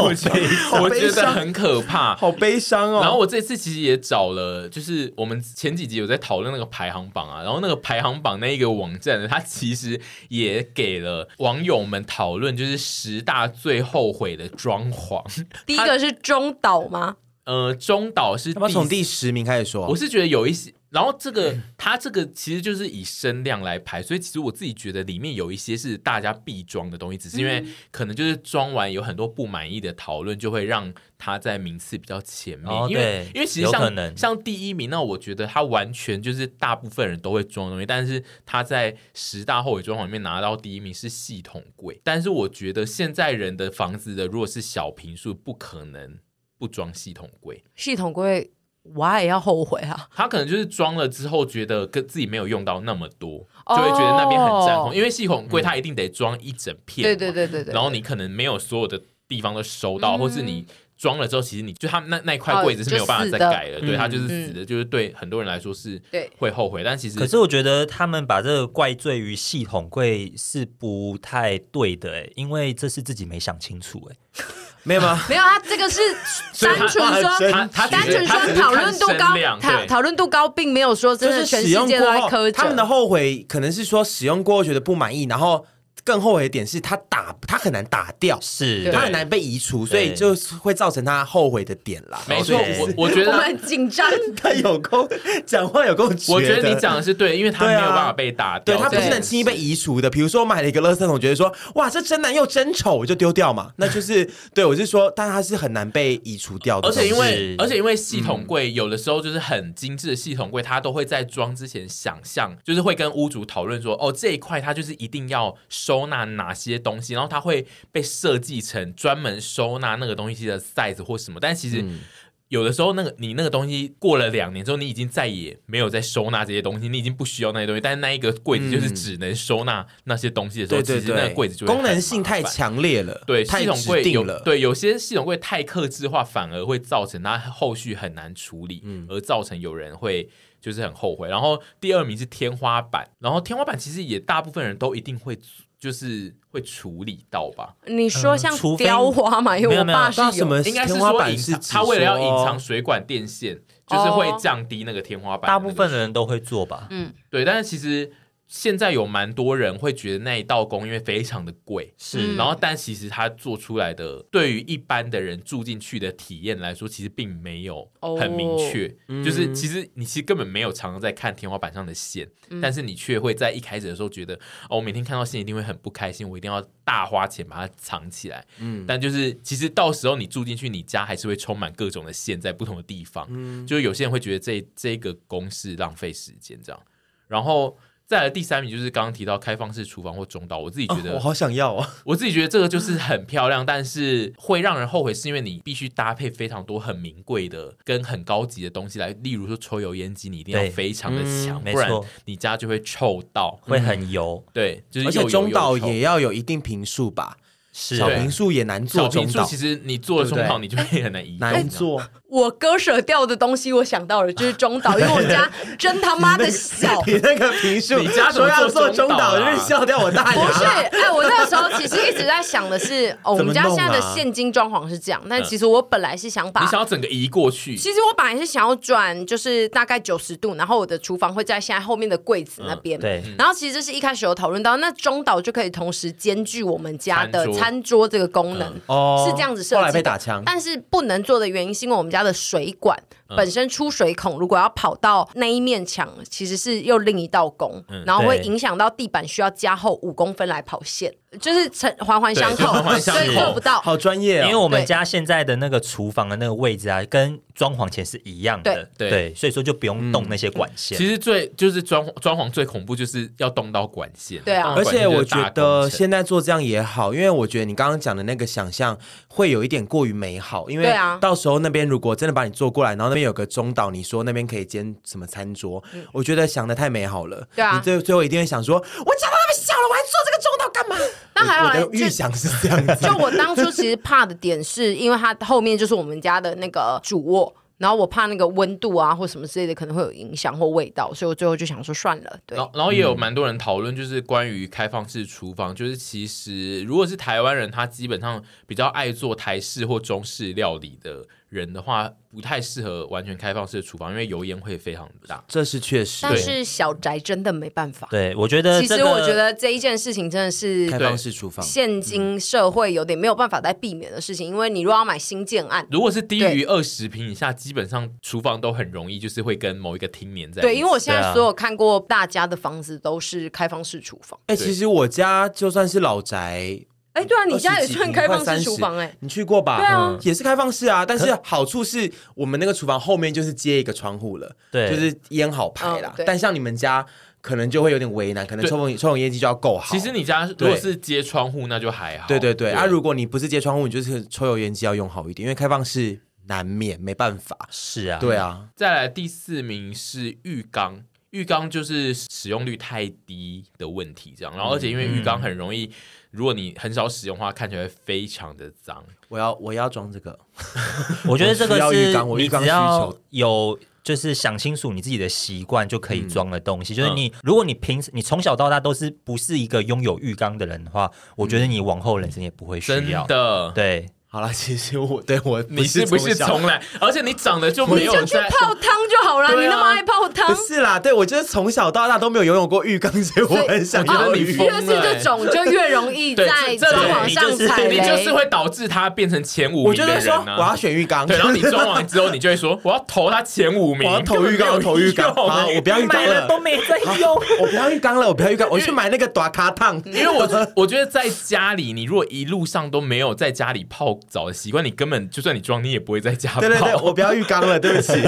Speaker 2: 我觉
Speaker 1: 悲
Speaker 2: 得
Speaker 1: 好
Speaker 2: 我
Speaker 1: 悲
Speaker 2: 觉得
Speaker 1: 伤
Speaker 2: 很可怕。
Speaker 1: 好悲伤哦。
Speaker 2: 然后我这次其实也找了，就是我们前几集有在讨论那个排行榜啊，然后那个排行榜那一个网站呢，它其实也给了网友们讨论，就是十大最后悔的装潢。
Speaker 3: 第一个是中岛吗？
Speaker 2: 呃，中岛是
Speaker 1: 要不要从
Speaker 2: 第
Speaker 1: 第十名开始说？
Speaker 2: 我是觉得有一些，然后这个它这个其实就是以声量来排，所以其实我自己觉得里面有一些是大家必装的东西，只是因为可能就是装完有很多不满意的讨论，就会让它在名次比较前面。
Speaker 4: 哦
Speaker 2: 因为
Speaker 4: 对
Speaker 2: 因为其实
Speaker 4: 有可
Speaker 2: 像
Speaker 4: 能
Speaker 2: 像第一名，那我觉得它完全就是大部分人都会装的东西，但是它在十大后尾装潢里面拿到第一名是系统柜，但是我觉得现在人的房子的如果是小平数，不可能不装系统柜。
Speaker 3: 系统柜，我也要后悔啊！
Speaker 2: 他可能就是装了之后，觉得跟自己没有用到那么多，就会觉得那边很占空，
Speaker 3: 哦
Speaker 2: 因为系统柜它一定得装一整片，
Speaker 3: 对对，对对对，
Speaker 2: 然后你可能没有所有的地方都收到，
Speaker 3: 嗯
Speaker 2: 或是你装了之后，其实你就他们那那一块柜子是没有办
Speaker 3: 哦
Speaker 2: 法再改了，
Speaker 1: 就死的嗯
Speaker 2: 对，它就是死的，就是对很多人来说是
Speaker 3: 对
Speaker 2: 会后悔，但其实
Speaker 4: 可是我觉得他们把这个怪罪于系统柜是不太对的、欸，因为这是自己没想清楚、欸，
Speaker 1: 没有吗？
Speaker 3: 没有，他啊
Speaker 2: <laughs>
Speaker 3: 这个是单纯说。
Speaker 2: 他他
Speaker 3: 单纯
Speaker 2: 他只
Speaker 3: 说
Speaker 2: 是
Speaker 3: 讨论度
Speaker 2: 看声
Speaker 3: 高，
Speaker 2: 量
Speaker 3: 讨
Speaker 2: 对。
Speaker 3: 讨论度高，并没有说真
Speaker 1: 就
Speaker 3: 的
Speaker 1: 是
Speaker 3: 全
Speaker 1: 使
Speaker 3: 世
Speaker 1: 用
Speaker 3: 界
Speaker 1: 过
Speaker 3: 都在
Speaker 1: 后，
Speaker 3: 苛责。
Speaker 1: 他们的后悔可能是说使用过后觉得不满意，然后更后悔的点是他打他很难打掉，
Speaker 4: 是
Speaker 3: 对
Speaker 1: 他很难被移除，所以
Speaker 4: 对
Speaker 1: 就是会造成他后悔的点啦。
Speaker 2: 没错，
Speaker 4: 对
Speaker 2: 我我觉
Speaker 3: <laughs>
Speaker 2: 得
Speaker 3: 我们
Speaker 1: <laughs>
Speaker 3: 很紧张，
Speaker 1: 他有够讲话有够绝，
Speaker 2: 我觉得你讲。的是对，因为他没
Speaker 1: 对
Speaker 2: 有
Speaker 1: 啊
Speaker 2: 办法被打掉
Speaker 1: 对
Speaker 2: 这件
Speaker 1: 他
Speaker 2: 事，
Speaker 1: 不是能轻易被移除的，比如说我买了一个垃圾桶，觉得说哇这真男又真丑，我就丢掉
Speaker 2: <laughs>
Speaker 1: 嘛，那就是对我是说，但他是很难被移除掉的
Speaker 2: 而
Speaker 1: 东西，
Speaker 2: 且因为
Speaker 4: 是，
Speaker 2: 而且因为系
Speaker 1: 嗯
Speaker 2: 统柜有的时候就是很精致的系统柜，它都会在装之前想象，就是会跟屋主讨论说，哦这一块它就是一定要收纳哪些东西，然后它会被设计成专门收纳那个东西的 size 或什么，但其实。
Speaker 1: 嗯
Speaker 2: 有的时候，那个你那个东西过了两年之后，你已经再也没有在收纳这些东西，你已经不需要那些东西。但是那一个柜子就是
Speaker 1: 嗯
Speaker 2: 只能收纳那些东西的时候，
Speaker 1: 对对
Speaker 2: 其实那个
Speaker 1: 对，
Speaker 2: 柜子就会
Speaker 1: 功能
Speaker 2: 很
Speaker 1: 性
Speaker 2: 麻
Speaker 1: 太
Speaker 2: 烦
Speaker 1: 强烈了，
Speaker 2: 对，
Speaker 1: 太
Speaker 2: 系统
Speaker 1: 指
Speaker 2: 柜有
Speaker 1: 定了，
Speaker 2: 对有些系统柜太克制化，反而会造成它后续很难处理，
Speaker 1: 嗯
Speaker 2: 而造成有人会就是很后悔。然后第二名是天花板，然后天花板其实也大部分人都一定会就是会处理到吧，
Speaker 3: 你说像
Speaker 4: 嗯除非
Speaker 3: 雕花嘛？因
Speaker 4: 没
Speaker 3: 为
Speaker 4: 有
Speaker 3: 我
Speaker 4: 没有
Speaker 3: 爸
Speaker 1: 不
Speaker 3: 是
Speaker 1: 知道什么
Speaker 2: 应该是
Speaker 1: 天花
Speaker 2: 说
Speaker 1: 板
Speaker 2: 隐
Speaker 1: 是
Speaker 2: 藏，
Speaker 1: 指
Speaker 2: 它为了要
Speaker 1: 说
Speaker 2: 隐藏水管电线，就是会降低那个天花板的那
Speaker 4: 大
Speaker 2: 个
Speaker 4: 部分人都会做吧？
Speaker 2: 对，但是其实现在有蛮多人会觉得那一道工因为非常的贵，
Speaker 4: 是
Speaker 3: 嗯
Speaker 2: 然后但其实它做出来的对于一般的人住进去的体验来说，其实并没有很明确，
Speaker 1: 嗯
Speaker 2: 就是其实你其实根本没有常常在看天花板上的线，但是你却会在一开始的时候觉得哦，我每天看到线一定会很不开心，我一定要大花钱把它藏起来，嗯，但就是其实到时候你住进去，你家还是会充满各种的线在不同的地方，
Speaker 1: 嗯
Speaker 2: 就是有些人会觉得这这个公式浪费时间这样，然后。再来第三名就是刚刚提到开放式厨房或中岛，我自己觉
Speaker 1: 哦
Speaker 2: 得
Speaker 1: 我好想要啊，
Speaker 2: 我自己觉得这个就是很漂亮，但是会让人后悔，是因为你必须搭配非常多很名贵的跟很高级的东西来，例如说抽油烟机，你一定要
Speaker 4: 对
Speaker 2: 非常的强，
Speaker 4: 嗯没
Speaker 2: 不然
Speaker 4: 错
Speaker 2: 你家就会臭到。
Speaker 4: 会很油，
Speaker 1: 嗯
Speaker 2: 对， <laughs> 就是
Speaker 1: 而且
Speaker 2: 又油
Speaker 1: 中
Speaker 2: 又
Speaker 1: 岛
Speaker 2: 臭
Speaker 1: 也要有一定平数吧，
Speaker 4: 是
Speaker 1: 小
Speaker 2: 对
Speaker 1: 平数也难做
Speaker 2: 小平
Speaker 1: 中
Speaker 2: 数，
Speaker 1: 岛
Speaker 2: 其，实你做了中岛，你就会很难移动。啊
Speaker 1: 难做，
Speaker 3: 我割舍掉的东西，我想到了就是
Speaker 2: <laughs>
Speaker 3: 中岛，因为我家真他妈的
Speaker 1: <laughs>
Speaker 3: 小。
Speaker 1: 你那个平数，
Speaker 2: 哎你家怎
Speaker 1: 说
Speaker 2: 么
Speaker 1: 要
Speaker 2: 做
Speaker 1: 做中
Speaker 2: 中岛
Speaker 1: 岛，
Speaker 2: <laughs> 啊
Speaker 1: 就是笑掉我大牙，
Speaker 3: 不是，哎，我那时候其实一直在想的是，
Speaker 2: <laughs>
Speaker 3: 哦，我
Speaker 1: 怎么
Speaker 3: 们家现在的
Speaker 1: 弄啊
Speaker 3: 现金装潢是这样，
Speaker 2: 嗯
Speaker 3: 但其实我本来是想把
Speaker 2: 你想要整个移过去，
Speaker 3: 其实我本来是想要转，就是大概九十度，然后我的厨房会在现在后面的柜子那边。
Speaker 4: 对，
Speaker 3: 然后其实这是一开始有讨论到，那中岛就可以同时兼具我们家的
Speaker 2: 餐桌
Speaker 3: 餐桌这个功能，
Speaker 1: 哦
Speaker 3: 是这样子设计的
Speaker 1: 后来被打枪，
Speaker 3: 但是不能做的原因是因为我们家的水管本身出水孔，如果要跑到那一面墙，其实是又另一道工，然后会
Speaker 4: 对
Speaker 3: 影响到地板，需要加厚五公分来跑线，就是成环环相
Speaker 2: 对
Speaker 3: 扣
Speaker 2: 环环，相
Speaker 3: 所以
Speaker 2: 扣
Speaker 3: 做不到。
Speaker 1: 好专业
Speaker 4: 因为
Speaker 1: 哦。
Speaker 4: 我们
Speaker 3: 对
Speaker 4: 家现在的那个厨房的那个位置啊，跟装潢前是一样的，
Speaker 2: 对对
Speaker 4: 所以说就不用
Speaker 1: 嗯
Speaker 4: 动那些管线。
Speaker 2: 其实最就是装装潢最恐怖就是要动到管线，
Speaker 3: 对
Speaker 2: 动
Speaker 3: 啊
Speaker 1: 而
Speaker 2: 到管线
Speaker 1: 且
Speaker 2: 就是
Speaker 1: 我觉
Speaker 2: 大工
Speaker 1: 得
Speaker 2: 程
Speaker 1: 现在做这样也好，因为我觉得你刚刚讲的那个想象会有一点过于美好，因为
Speaker 3: 对啊
Speaker 1: 到时候那边如果真的把你做过来，然后那边有个中岛，你说那边可以兼什么餐桌，我觉得想的太美好了。
Speaker 3: 嗯对啊
Speaker 1: 你最最后一定会想说，我家到那么小了，我还做这个中岛干嘛？
Speaker 3: 那还好
Speaker 1: 我
Speaker 3: 啦
Speaker 1: 的
Speaker 3: 就
Speaker 1: 预想是这样子，
Speaker 3: 就我当初其实怕的点是，因为它后面就是我们家的那个主卧。然后我怕那个温度啊或什么之类的可能会有影响或味道，所以我最后就想说算了，对
Speaker 2: 然，后，然后也有蛮多人讨论，就是关于开放式厨房，就是其实如果是台湾人，他基本上比较爱做台式或中式料理的人的话，不太适合完全开放式的厨房，因为油烟会非常大。
Speaker 1: <laughs> 这是确实。
Speaker 3: 但
Speaker 2: 对
Speaker 3: 是小宅真的没办法。
Speaker 4: 对，我觉得
Speaker 3: 其
Speaker 4: 呃这
Speaker 3: 实
Speaker 4: 个
Speaker 3: 我觉得这一件事情真的
Speaker 1: 开
Speaker 3: 是
Speaker 1: 放式厨房，
Speaker 3: 现今社会有点没有办法再避免的事情，因为你如果要买新建案，
Speaker 2: 如果是低于二十平以下，基本上厨房都很容易就是会跟某一个厅连在一起。
Speaker 3: 对，因为我现
Speaker 4: 对
Speaker 3: 在
Speaker 4: 啊
Speaker 3: 所有看过大家的房子都是开放式厨房。
Speaker 1: 哎、
Speaker 2: 对
Speaker 1: 其实我家就算是老宅，
Speaker 3: 哎，对啊，你家也
Speaker 1: 20几
Speaker 3: 算
Speaker 1: 平
Speaker 3: 开放
Speaker 1: 快
Speaker 3: 式厨
Speaker 1: 30
Speaker 3: 房哎，
Speaker 1: 你去过吧？
Speaker 3: 对啊
Speaker 1: 嗯也是开放式啊，但是好处是我们那个厨房后面就是接一个窗户了，
Speaker 4: 对
Speaker 1: 就是烟好排啦
Speaker 3: 嗯。对
Speaker 1: 但像你们家可能就会有点为难，可能
Speaker 2: 对
Speaker 1: 抽风抽风业绩就要够好。
Speaker 2: 其实你家如果是接窗户，那就还好。
Speaker 1: 对对对啊，如果你不是接窗户，你就是抽油烟机要用好一点，因为开放式难免没办法。
Speaker 4: 是啊，
Speaker 1: 对啊，
Speaker 2: 再来第四名是浴缸，浴缸就是使用率太低的问题，这样。然后而且因
Speaker 1: 嗯
Speaker 2: 为浴缸很容易，如果你很少使用的话，看起来会非常的脏。
Speaker 1: 我要我要装这个，
Speaker 4: <laughs> 我觉得这个
Speaker 1: 我需要浴
Speaker 4: 是
Speaker 1: 缸我
Speaker 4: 你
Speaker 1: 浴缸
Speaker 4: 只
Speaker 1: 需
Speaker 4: 要
Speaker 1: 求
Speaker 4: 有。就是想清楚你自己的习惯就可以装的东
Speaker 1: 嗯
Speaker 4: 西，就是你，如果你平时你从小到大都是不是一个拥有浴缸的人的话，我觉得你往后人生也不会
Speaker 2: 真
Speaker 4: 需要。
Speaker 2: 的，
Speaker 4: 对，
Speaker 1: 好了， <laughs> 其实我对我
Speaker 2: 你是不是
Speaker 1: 从小
Speaker 2: 从来？而且你长得就没
Speaker 3: 你
Speaker 2: 有
Speaker 3: 就去
Speaker 2: 在。
Speaker 3: 泡汤就好了，
Speaker 2: 对啊
Speaker 3: 你那么爱泡
Speaker 1: <laughs>
Speaker 3: 汤
Speaker 1: 不。是啦，对我就是从小到大都没有游泳过浴缸，所以我很想
Speaker 2: 所以
Speaker 1: 要
Speaker 2: 啊我觉得你
Speaker 1: 浴
Speaker 2: 疯
Speaker 3: 哦越
Speaker 2: 了
Speaker 3: 是这种，就越容易
Speaker 2: 欸对
Speaker 3: 在
Speaker 2: 这
Speaker 3: 装
Speaker 2: 这
Speaker 3: 潢
Speaker 4: 你
Speaker 3: 上
Speaker 4: 就是
Speaker 3: 踩
Speaker 2: 你
Speaker 3: 雷。
Speaker 2: 就是会导致他变成前五
Speaker 1: 我
Speaker 2: 名
Speaker 1: 就
Speaker 2: 的
Speaker 1: 是说
Speaker 2: 人
Speaker 1: 我要
Speaker 2: 啊。
Speaker 1: 选浴缸，
Speaker 2: 对，然后你装完之后，你就会说我要投他前五名，
Speaker 1: 我要投浴缸，我投浴缸，好，我不要浴缸
Speaker 4: 买了
Speaker 1: 了，
Speaker 4: 都没在用。
Speaker 1: <laughs> 我不要浴缸了，我不要浴缸，我去买那个短卡烫。 <laughs>
Speaker 2: 因为我我觉得在家里，你如果一路上都没有在家里泡澡的习惯，你根本就算你装，你也不会在家泡。
Speaker 1: 对对对，我不要浴缸了，对不起， <laughs>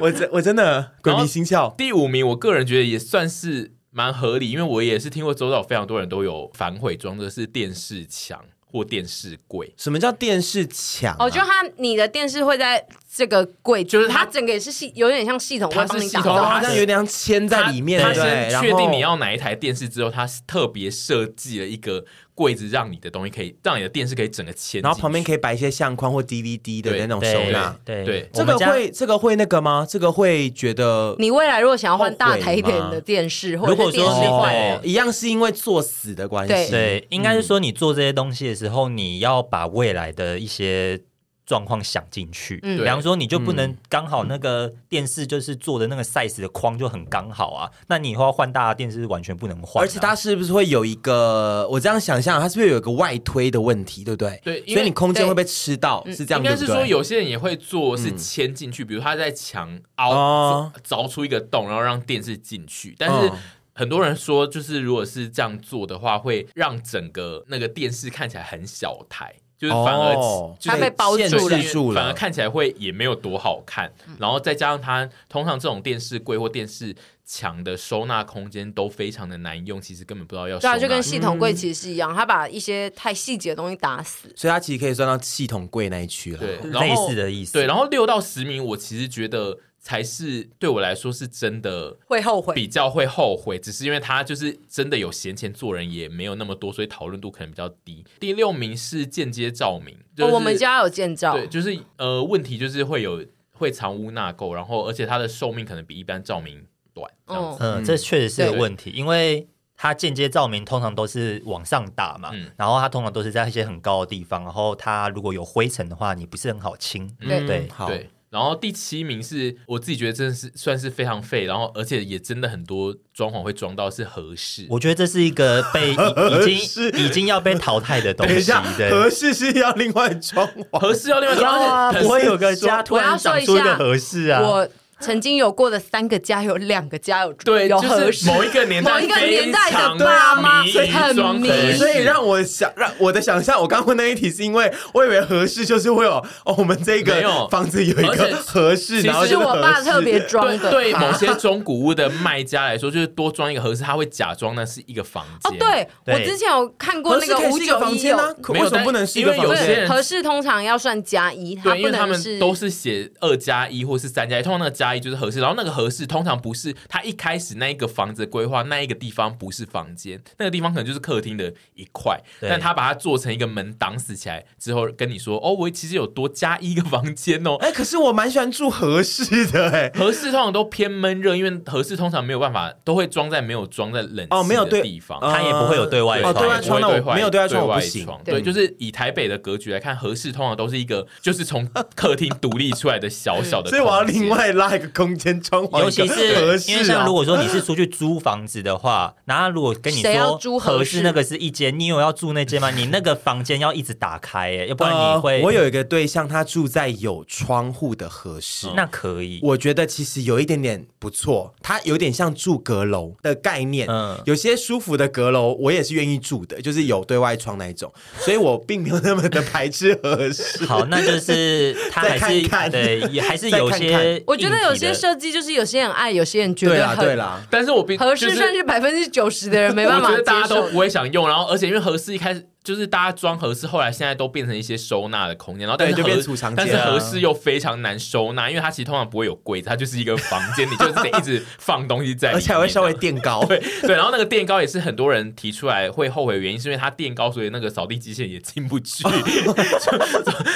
Speaker 1: 我真我真的鬼迷心窍。
Speaker 2: 第五名，我个人觉得也算是蛮合理，因为我也是听过周遭非常多人都有反悔装的是电视墙或电视柜。
Speaker 1: 什么叫电视墙、啊？
Speaker 3: 哦，就它你的电视会在这个柜，
Speaker 2: 就是它
Speaker 3: 它整个也是系有点像系统会
Speaker 2: 它是
Speaker 3: 帮你
Speaker 2: 系
Speaker 3: 打
Speaker 2: 统
Speaker 1: 哦
Speaker 3: 造
Speaker 1: 好
Speaker 2: 它
Speaker 1: 像
Speaker 2: 是
Speaker 1: 有点像牵在里面，
Speaker 2: 他
Speaker 1: 对不对
Speaker 2: 先
Speaker 1: 然后
Speaker 2: 确定你要哪一台电视之后，他特别设计了一个柜子，让你的东西可以，让你的电视可以整个牵进去。
Speaker 1: 然后旁边可以摆一些相框或 DVD 的那种收
Speaker 4: 对
Speaker 1: 纳。
Speaker 4: 对
Speaker 2: 对
Speaker 1: 这个会这个会那个吗？这个会觉得
Speaker 3: 你未来如果想要换大台一点
Speaker 1: 后悔吗
Speaker 3: 的电视，或
Speaker 4: 如
Speaker 3: 者
Speaker 4: 果
Speaker 3: 是电视
Speaker 4: 说
Speaker 3: 换
Speaker 4: 对
Speaker 1: 哦一样是因为作死的关系。
Speaker 3: 对
Speaker 4: 对，应该是说你做这些东西的时候，你要把未来的一些状况想进去。
Speaker 3: 嗯
Speaker 4: 比方说，你就不能刚好那个电视就是做的那个 size 的框就很刚好啊，那你以后要换大的电视是完全不能换啊、
Speaker 1: 而且它是不是会有一个？我这样想象，它是不是有一个外推的问题，对不对？
Speaker 2: 对因为
Speaker 1: 所以你空间会被吃到，是这样
Speaker 2: 应
Speaker 1: 对不
Speaker 2: 该
Speaker 1: 对？嗯
Speaker 2: 是说，有些人也会做是牵进去，比如他在墙凹
Speaker 1: 哦
Speaker 2: 凿出一个洞，然后让电视进去。但是
Speaker 1: 嗯
Speaker 2: 很多人说，就是如果是这样做的话，会让整个那个电视看起来很小台，就是反而
Speaker 1: 哦
Speaker 2: 就是
Speaker 3: 它被包
Speaker 2: 限
Speaker 3: 住了嗯
Speaker 2: 制
Speaker 1: 住了
Speaker 2: 反而看起来会也没有多好看。然后再加上它通常这种电视柜或电视墙的收纳空间都非常的难用，其实根本不知道要收
Speaker 3: 对
Speaker 2: 纳
Speaker 3: 啊，就
Speaker 1: 嗯
Speaker 3: 跟系
Speaker 2: 嗯
Speaker 3: 统柜其实是一样，它把一些太细节的东西打死。
Speaker 1: 所以它其实可以算到系统柜那一区了。
Speaker 2: 对，然后
Speaker 4: 类似的意思。啊
Speaker 2: 对，然后六到十名，我其实觉得才是对我来说是真的
Speaker 3: 会后悔
Speaker 2: 比，较会后悔，只是因为他就是真的有闲钱做人，也没有那么多，所以讨论度可能比较低。第六名是间接照明，就是、
Speaker 3: 哦我们家有建造，
Speaker 2: 对，就是呃，问题就是会有会藏污纳垢，然后而且它的寿命可能比一般照明短，这样子。
Speaker 3: 嗯，
Speaker 4: 嗯，
Speaker 1: 嗯
Speaker 4: 这确实是个
Speaker 2: 对
Speaker 4: 问题，因为它间接照明通常都是往上打嘛，
Speaker 2: 嗯
Speaker 4: 然后它通常都是在一些很高的地方，然后它如果有灰尘的话，你不是很好清。
Speaker 1: 嗯
Speaker 2: 嗯
Speaker 3: 对
Speaker 4: 对
Speaker 1: 好，
Speaker 2: 对，然后第七名是我自己觉得真的是算是非常废，然后而且也真的很多装潢会装到是合适。
Speaker 4: 我觉得这是一个
Speaker 1: <laughs>
Speaker 4: 被已已经已经要被淘汰的东西，对。
Speaker 1: 适是要另外装潢。
Speaker 2: 合适要另外装，
Speaker 4: 要啊，
Speaker 2: 而且
Speaker 4: 不会有个家突
Speaker 3: 我
Speaker 4: 然
Speaker 3: 要说
Speaker 4: 长
Speaker 3: 一
Speaker 4: 出一个
Speaker 3: 下
Speaker 4: 合适啊。
Speaker 1: 哦
Speaker 3: 我曾经有过的三个家，有两个家有
Speaker 2: 对，
Speaker 3: 有
Speaker 2: 就
Speaker 3: 合
Speaker 2: 是
Speaker 3: 适。
Speaker 2: 某一个年代，
Speaker 3: 某一个年代的爸妈很迷
Speaker 1: 所以让我想，让我的想象，我刚问那一题是因为我以为合适就是会有哦，我们这
Speaker 2: 没
Speaker 1: 个
Speaker 2: 有
Speaker 1: 房子有一
Speaker 2: 而且
Speaker 1: 个合适，
Speaker 2: 其实
Speaker 1: 然后
Speaker 3: 是
Speaker 1: 就是
Speaker 3: 我爸
Speaker 1: 合适
Speaker 3: 特别装
Speaker 2: 对
Speaker 3: 的，
Speaker 2: 对，某 <laughs> 些中古屋的卖家来说，就是多装一个合适，他会假装那是一个房
Speaker 3: 哦
Speaker 2: 间。，
Speaker 3: 对
Speaker 4: 对
Speaker 3: 我之前有看过
Speaker 1: 合
Speaker 3: 那
Speaker 1: 适可以
Speaker 3: 五
Speaker 1: 是一个
Speaker 3: 九
Speaker 1: 房
Speaker 3: 一
Speaker 1: 间啊
Speaker 3: 有，，
Speaker 1: 可
Speaker 2: 没有
Speaker 1: 为什么不能是一个
Speaker 2: 但因为
Speaker 1: 房
Speaker 2: 有些
Speaker 1: 间？
Speaker 3: 对，
Speaker 2: 人
Speaker 3: 合适通常要算加一，它
Speaker 2: 对，因
Speaker 3: 不
Speaker 2: 为他
Speaker 3: 能
Speaker 2: 们都是写二加一或是三加一，通常那个加大一就是合适，然后那个合适通常不是他一开始那一个房子的规划那一个地方不是房间，那个地方可能就是客厅的一块，
Speaker 4: 对
Speaker 2: 但他把它做成一个门挡死起来之后，跟你说哦，我其实有多加一个房间哦。
Speaker 1: 哎、可是我蛮喜欢住合适的哎、
Speaker 2: 合适通常都偏闷热，因为合适通常没有办法，都会装在没有装在冷
Speaker 1: 哦没有
Speaker 2: 气
Speaker 1: 对
Speaker 2: 的地方。
Speaker 1: 呃
Speaker 4: 它也不会有对外
Speaker 1: 哦，
Speaker 4: 窗
Speaker 1: 对外窗那
Speaker 2: 对
Speaker 1: 我没有对外窗我
Speaker 2: 外
Speaker 1: 不行。嗯
Speaker 2: 对，就
Speaker 3: 对
Speaker 2: 是以台北的格局来看，合适通常都是一个就是从客厅独立出来的小小的空
Speaker 1: <laughs> 所
Speaker 2: 间，
Speaker 1: 以我要另外拉一个空间窗户，
Speaker 4: 尤其是
Speaker 1: 合适、啊，
Speaker 4: 因为像如果说你是出去租房子的话，那如果跟你
Speaker 3: 谁要
Speaker 4: 说
Speaker 3: 租合
Speaker 4: 合
Speaker 3: 适
Speaker 4: 适那个是一间，你有要住那间吗？你那个房间要一直打开、欸，要不然你会、
Speaker 1: 呃我有一个对象，他住在有窗户的合适。
Speaker 4: 那可以，
Speaker 1: 嗯我觉得其实有一点点不错，它有点像住阁楼的概念。
Speaker 4: 嗯
Speaker 1: 有些舒服的阁楼我也是愿意住的，就是有对外窗那一 <laughs> 种，所以我并没有那么的排斥合适。
Speaker 4: 好，那
Speaker 1: <laughs>
Speaker 4: 就是他还
Speaker 1: 再
Speaker 4: 是
Speaker 1: 看看
Speaker 4: 对，也还是
Speaker 1: 再
Speaker 4: 有
Speaker 1: 看
Speaker 4: 些
Speaker 1: 看
Speaker 3: 我觉得有些
Speaker 4: 硬体的
Speaker 3: 设计就是有些人爱，有些人觉
Speaker 1: 对
Speaker 3: 得
Speaker 1: 啦，
Speaker 3: 很
Speaker 1: 对啦，
Speaker 2: 但是我必
Speaker 3: 合
Speaker 2: 就
Speaker 3: 适，
Speaker 2: 是
Speaker 3: 甚至百分之九十的人没办
Speaker 2: 我
Speaker 3: 法
Speaker 2: 觉得大
Speaker 3: 接
Speaker 2: 家都
Speaker 3: 受。
Speaker 2: 不会想用，然后而且因为合适一开始就是大家装合适，后来现在都变成一些收纳的空间，然后但是
Speaker 1: 对就变
Speaker 2: 合
Speaker 1: 储藏间
Speaker 2: 但是
Speaker 1: 啊
Speaker 2: 合适又非常难收纳，因为它其实通常不会有柜子，它就是一个房间，你就是得一直放东西在里面，
Speaker 1: 而且还会稍微垫高。
Speaker 2: 对对，然后那个垫高也是很多人提出来会后悔的原因，是因为它垫高，所以那个扫地机器人也进不
Speaker 4: <laughs>
Speaker 2: 去，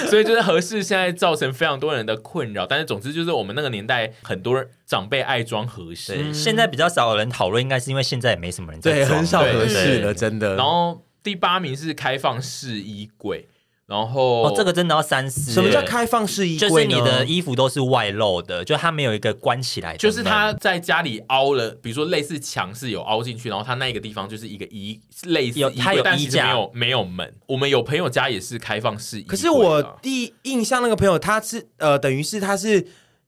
Speaker 2: 所以就是合适现在造成非常多人的困扰。但是总之就是我们那个年代很多人长辈爱装合适，
Speaker 4: 对，现在比较少有人讨论，应该是因为现在也没什么人在
Speaker 1: 嗯对，
Speaker 4: 装
Speaker 1: 很少
Speaker 2: 对
Speaker 1: 合适的，
Speaker 4: 对
Speaker 1: 真的。
Speaker 2: 然后第八名是开放式衣柜，然后、
Speaker 4: 哦，这个真的要三思。
Speaker 1: 什么叫
Speaker 4: 对
Speaker 1: 开放式衣
Speaker 4: 就是
Speaker 1: 柜
Speaker 4: 你
Speaker 1: 呢？
Speaker 4: 的衣服都是外露的，就它没有一个关起来的门，呃
Speaker 2: 就是他在家里凹了，比如说类似墙是有凹进去，然后他那个地方就是一个衣类似
Speaker 4: 有
Speaker 2: 衣柜
Speaker 4: 它有
Speaker 2: 但
Speaker 4: 衣
Speaker 2: 其实
Speaker 4: 架
Speaker 2: 没有没有门。我们有朋友家也是开放式衣柜啊、
Speaker 1: 可是我第一印象那个朋友，他是呃，等于是他是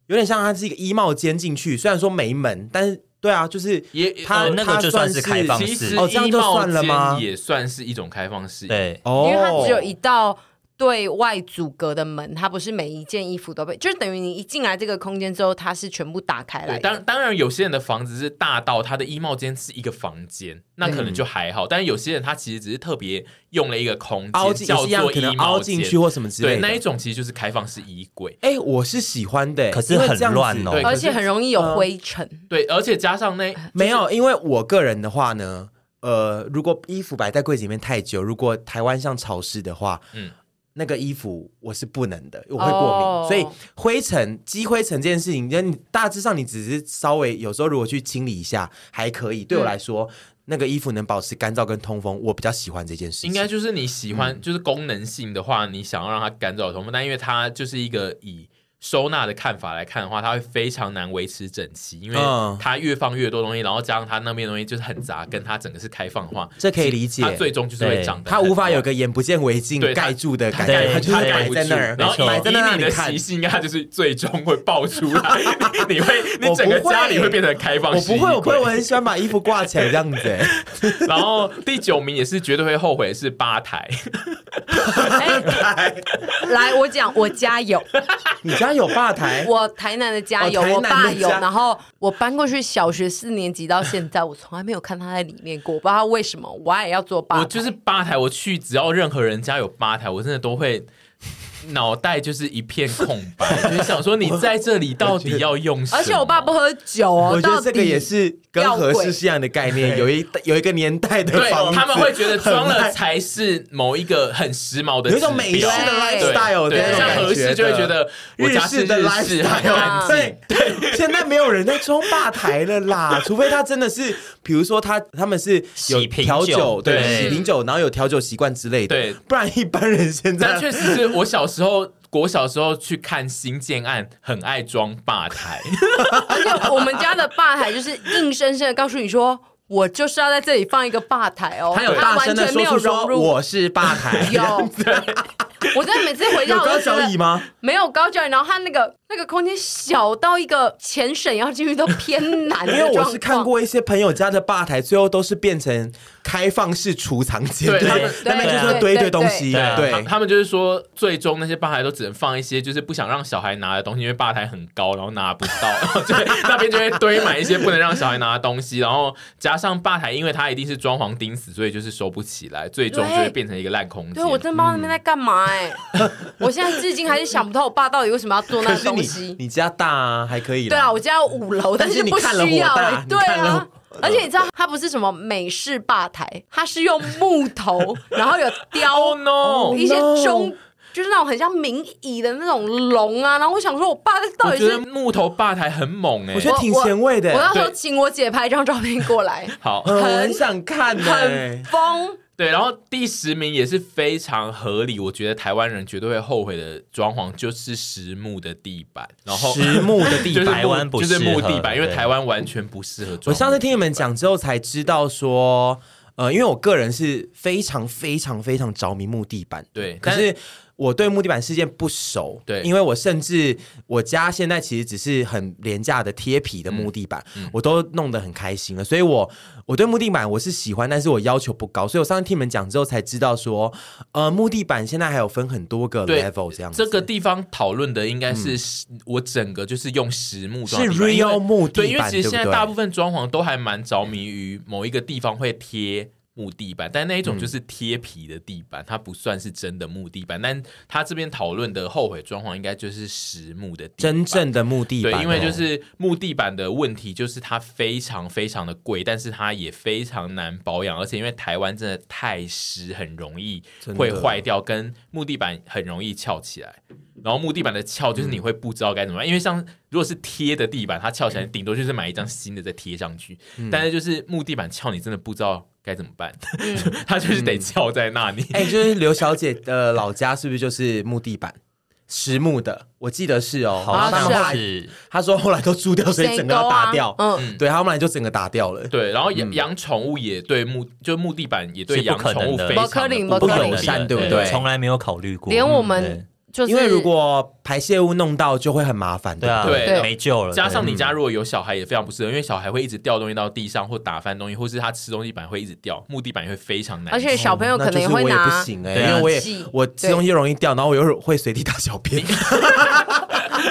Speaker 1: 有点像他是一个衣帽间进去，虽然说没门，但是对啊，就是
Speaker 2: 也
Speaker 1: 他
Speaker 4: 呃那个
Speaker 1: 他
Speaker 4: 就
Speaker 1: 算
Speaker 4: 算是开放
Speaker 2: 其
Speaker 4: 式
Speaker 2: 实
Speaker 1: 哦这样就
Speaker 2: 衣帽
Speaker 1: 算了吗
Speaker 2: 间也算是一种开放式。，
Speaker 4: 对。
Speaker 1: 哦，
Speaker 3: 因为它只有一道对外阻隔的门，它不是每一件衣服都被，就是等于你一进来这个空间之后，它是全部打开来
Speaker 2: 对，
Speaker 3: 的。
Speaker 2: 当当然有些人的房子是大到他的衣帽间是一个房间，那可能就还好。但是有些人他其实只是特别用了一个空
Speaker 1: 嗯凹
Speaker 2: 间，
Speaker 1: 进
Speaker 2: 叫
Speaker 1: 也是一样，
Speaker 2: 做
Speaker 1: 可能
Speaker 2: 衣
Speaker 1: 凹
Speaker 2: 帽
Speaker 1: 进
Speaker 2: 间。
Speaker 1: 去或什么之
Speaker 2: 对，
Speaker 1: 类
Speaker 2: 那一
Speaker 1: 的。
Speaker 2: 种其实就是开放式衣柜。
Speaker 1: 哎、我是喜欢的、
Speaker 4: 可是
Speaker 1: 因为
Speaker 4: 很
Speaker 1: 这样子
Speaker 4: 乱哦
Speaker 2: 对
Speaker 3: 而且很容易有灰尘，
Speaker 2: 对，而且加上那
Speaker 1: 没有，因为我个人的话呢，呃，如果衣服摆在柜子里面太久，如果台湾像潮湿的话，嗯
Speaker 2: 嗯，
Speaker 1: 那个衣服我是不能的，我会过敏。
Speaker 3: 哦
Speaker 1: 所以灰尘、积灰尘这件事情，你大致上你只是稍微有时候如果去清理一下还可以。
Speaker 2: 嗯
Speaker 1: 对我来说，那个衣服能保持干燥跟通风，我比较喜欢这件事情。
Speaker 2: 应该就是你喜欢，
Speaker 1: 嗯
Speaker 2: 就是功能性的话，你想要让它干燥有通风，但因为它就是一个以收纳的看法来看的话，它会非常难维持整齐，因为
Speaker 1: 嗯
Speaker 2: 它越放越多东西，然后加上它那边的东西就是很杂，跟它整个是开放的话，
Speaker 1: 这可以理解
Speaker 2: 它最终就是会长得
Speaker 1: 它无法有
Speaker 2: 个。
Speaker 1: 个眼不见为净
Speaker 2: 对它
Speaker 1: 盖住的
Speaker 2: 它
Speaker 1: 感觉，它
Speaker 2: 盖
Speaker 4: 对
Speaker 1: 就是
Speaker 2: 它盖
Speaker 1: 摆
Speaker 2: 不
Speaker 1: 在那儿，
Speaker 2: 住然后
Speaker 1: 摆在那
Speaker 2: 以
Speaker 1: 儿
Speaker 2: 以
Speaker 1: 让
Speaker 2: 你的
Speaker 1: 看
Speaker 2: 习。性，它就是最终会爆
Speaker 1: <laughs>
Speaker 2: 出来，你你会
Speaker 1: 我
Speaker 2: 你整个
Speaker 1: 不会
Speaker 2: 家里会变成开放
Speaker 1: 我
Speaker 2: 式衣
Speaker 1: 不
Speaker 2: 柜。
Speaker 1: 会，我不会，我很喜欢把衣服挂起来这样子、
Speaker 2: <laughs>
Speaker 1: 哎
Speaker 2: 然后第九名也是绝对会后悔的是吧台，
Speaker 3: 来，我讲，我家有，
Speaker 1: 你家有吧台？
Speaker 3: 我台南的家有，
Speaker 1: 哦台南的
Speaker 3: 我爸有，
Speaker 1: 家
Speaker 3: 然后我搬过去小学四年级到现在，我从来没有看他在里面过，我不知道他为什么，我也要做爸爸，
Speaker 2: 我就是吧台，我去只要任何人家有吧台，我真的都会脑袋就是一片空白，就是想说你在这里到底要用什么？
Speaker 3: 而且我爸不喝酒哦，
Speaker 1: 我觉得
Speaker 3: 到底
Speaker 1: 这个
Speaker 3: <laughs>
Speaker 1: 也是跟合适是一样的概念，有一有一个年代的
Speaker 2: 对
Speaker 1: 房子，
Speaker 2: 他们会觉得装
Speaker 1: 很
Speaker 2: 了
Speaker 1: 烂
Speaker 2: 才是某一个很时髦的
Speaker 1: 有
Speaker 2: 指标，
Speaker 1: 一种美式的
Speaker 3: 对
Speaker 1: lifestyle
Speaker 2: 对
Speaker 1: 的
Speaker 3: 对
Speaker 1: 那种
Speaker 2: 像
Speaker 1: 感
Speaker 2: 合适就会觉
Speaker 1: 觉的
Speaker 2: 得我家是
Speaker 1: 式的
Speaker 2: 日
Speaker 1: lifestyle，
Speaker 2: 式，很
Speaker 3: <laughs> 嗯
Speaker 2: 干净。
Speaker 1: 对对， <laughs> 现在没有人在装吧台了啦，除非他真的是，比如说他他们是有
Speaker 4: 喜啤
Speaker 1: 调
Speaker 4: 酒
Speaker 1: 酒，对，
Speaker 2: 对
Speaker 1: 喜啤酒，然后有调酒习惯之类的， <laughs>
Speaker 2: 对
Speaker 1: 不然一般人现
Speaker 2: 但
Speaker 1: 在
Speaker 2: 确实是我小时候。我小时候去看《新建案》，很爱装吧台，
Speaker 3: 而且我们家的吧台就是硬生生的告诉你说，我就是要在这里放一个吧台哦，
Speaker 1: 他有大声
Speaker 3: 完
Speaker 1: 的
Speaker 3: 全
Speaker 1: 说
Speaker 3: 没有
Speaker 1: 出说
Speaker 3: 融入。
Speaker 1: 我是吧台，
Speaker 3: <laughs>
Speaker 1: <laughs>
Speaker 3: 有，我真的每次
Speaker 1: 有
Speaker 3: 回家我
Speaker 1: 高
Speaker 3: 都觉
Speaker 1: 脚
Speaker 3: 得
Speaker 1: 椅吗？
Speaker 3: 没有高脚椅，然后他那个那个空间小到一个前省要进去都偏难的
Speaker 1: 因为
Speaker 3: 状况。
Speaker 1: 我是看过一些朋友家的吧台，最后都是变成开放式储藏间，
Speaker 2: 对他们
Speaker 1: 那边就是会堆一堆东西，
Speaker 4: 对
Speaker 1: 对
Speaker 2: 啊他他们就是说，最终那些吧台都只能放一些就是不想让小孩拿的东西，因为吧台很高，然后拿不到，然
Speaker 3: <laughs>
Speaker 2: 后就会那边就会堆满一些不能让小孩拿的东西，然后加上吧台，因为它一定是装潢钉死，所以就是收不起来，最终就会变成一个烂空间
Speaker 3: 对，。我真不知道那边
Speaker 1: 嗯
Speaker 3: 在干嘛哎、我现在至今还是想不透我爸到底为什么要做那
Speaker 1: 可
Speaker 3: 个
Speaker 1: 是
Speaker 3: 东
Speaker 1: 你
Speaker 3: 西。
Speaker 1: 你家大啊，还可以啦。
Speaker 3: 对啊，我家有五楼，
Speaker 1: 但
Speaker 3: 但
Speaker 1: 是
Speaker 3: 是
Speaker 1: 你
Speaker 3: 不
Speaker 1: 看了
Speaker 3: 需要
Speaker 1: 火大
Speaker 3: 欸
Speaker 1: 你
Speaker 3: 对
Speaker 1: 看了嗯
Speaker 3: 啊。而且你知道，它不是什么美式吧台，它是用木头，然后
Speaker 1: <laughs>
Speaker 3: 有
Speaker 2: Oh
Speaker 3: 雕
Speaker 2: no！
Speaker 3: 一些
Speaker 1: no
Speaker 3: 中，就是那种很像民椅的那种龙啊。然后我想说，我爸这到
Speaker 2: 我
Speaker 3: 底
Speaker 2: 觉
Speaker 3: 是
Speaker 2: 得木头吧台很猛哎、
Speaker 1: 我觉得
Speaker 3: 我
Speaker 1: 挺前卫的
Speaker 3: 我
Speaker 1: 欸，
Speaker 3: 到时候
Speaker 2: 对
Speaker 3: 请我姐拍一张照片过来，
Speaker 2: 好，
Speaker 1: 嗯我很想看呢
Speaker 3: 很。疯。
Speaker 2: 对，然后第十名也是非常合理，我觉得台湾人绝对会后悔的装潢就是实木的地板，然后
Speaker 1: 实木的地
Speaker 2: <laughs> 就是
Speaker 1: 板
Speaker 2: 木
Speaker 4: 台湾不
Speaker 2: 就是木
Speaker 4: 适合
Speaker 2: 地板，因为
Speaker 4: 对
Speaker 2: 台湾完全不适合装潢。
Speaker 1: 我上次听你们讲之后才知道说，呃，因为我个人是非常非常非常着迷木地板，
Speaker 2: 对
Speaker 1: 可
Speaker 2: 但
Speaker 1: 是。我对木地板事件不熟，
Speaker 2: 对
Speaker 1: 因为我甚至我家现在其实只是很廉价的贴皮
Speaker 2: 嗯
Speaker 1: 的木地板，我都弄得很开心了，所以我我对木地板我是喜欢，但是我要求不高，所以我上次听你们讲之后才知道说，呃，木地板现在还有分很多个
Speaker 2: 对
Speaker 1: level 这样子，嗯
Speaker 2: 这个地方讨论的应该是实我整个就是用实木装
Speaker 1: 是
Speaker 2: 的地板
Speaker 1: real
Speaker 2: 因为
Speaker 1: 木地板
Speaker 2: 对，因为其实
Speaker 1: 对
Speaker 2: 现在
Speaker 1: 不对
Speaker 2: 大部分装潢都还蛮着迷于某一个地方会贴。木地板，但那一种
Speaker 1: 嗯
Speaker 2: 就是贴皮的地板，它不算是真的木地板。但他这边讨论的后悔装潢，应该就是实木的地板
Speaker 1: 真正的木地板，
Speaker 2: 对，因为
Speaker 1: 哦
Speaker 2: 就是木地板的问题，就是它非常非常的贵，但是它也非常难保养，而且因为台湾真的太湿，很容易
Speaker 1: 真的
Speaker 2: 会坏掉，跟木地板很容易翘起来。然后木地板的翘就是你会不知道该怎
Speaker 4: 嗯
Speaker 2: 么办，因为像如果是贴的地板，它翘起来顶多就是买一张新的再贴上去，
Speaker 4: 嗯
Speaker 2: 但是就是木地板翘，你真的不知道该怎么办，
Speaker 4: 嗯
Speaker 2: <laughs> 它就是得翘在那里。
Speaker 1: <laughs> 哎、就是刘小姐的老家是不是就是木地板？实木的，我记得是哦。
Speaker 4: 好
Speaker 1: 然后
Speaker 3: 是
Speaker 1: 她
Speaker 4: 像
Speaker 1: 后
Speaker 3: 啊
Speaker 1: 来
Speaker 4: 是
Speaker 1: 她说后来都租 <laughs> 掉，所以整个要打掉。
Speaker 3: 谁勾啊嗯
Speaker 1: 对，她后来就整个打掉了。
Speaker 2: 对，然后养养宠物也对木，就木地板也对
Speaker 4: 嗯是不
Speaker 2: 养
Speaker 4: 可
Speaker 2: 宠物
Speaker 4: 能的
Speaker 2: 非常
Speaker 3: 不可能
Speaker 2: 的
Speaker 3: 不
Speaker 2: 不
Speaker 3: 可
Speaker 1: 能
Speaker 2: 友善，
Speaker 1: 对
Speaker 2: 对
Speaker 1: 不
Speaker 2: 对？
Speaker 4: 从来没有考虑过，
Speaker 3: 连我
Speaker 4: 对
Speaker 3: 们就是
Speaker 1: 嗯因为如果排泄物弄到，就会很麻烦，
Speaker 4: 对啊，
Speaker 1: 不对？
Speaker 2: 对
Speaker 4: 没救了。
Speaker 2: 加上
Speaker 4: 对
Speaker 2: 你家如果有小孩也非常不适合，因为小孩会一直掉东西到地上，或打翻东西，或是他吃东西板会一直掉，木地板也会非常
Speaker 1: <laughs>
Speaker 2: 难。
Speaker 3: 而且小朋友可能
Speaker 1: 也
Speaker 3: 会
Speaker 1: 我
Speaker 3: 拿
Speaker 1: 不，行哎、
Speaker 4: 对啊
Speaker 1: 因为我
Speaker 3: 气
Speaker 1: 也我吃东西容易掉，然后我又会随地大小便。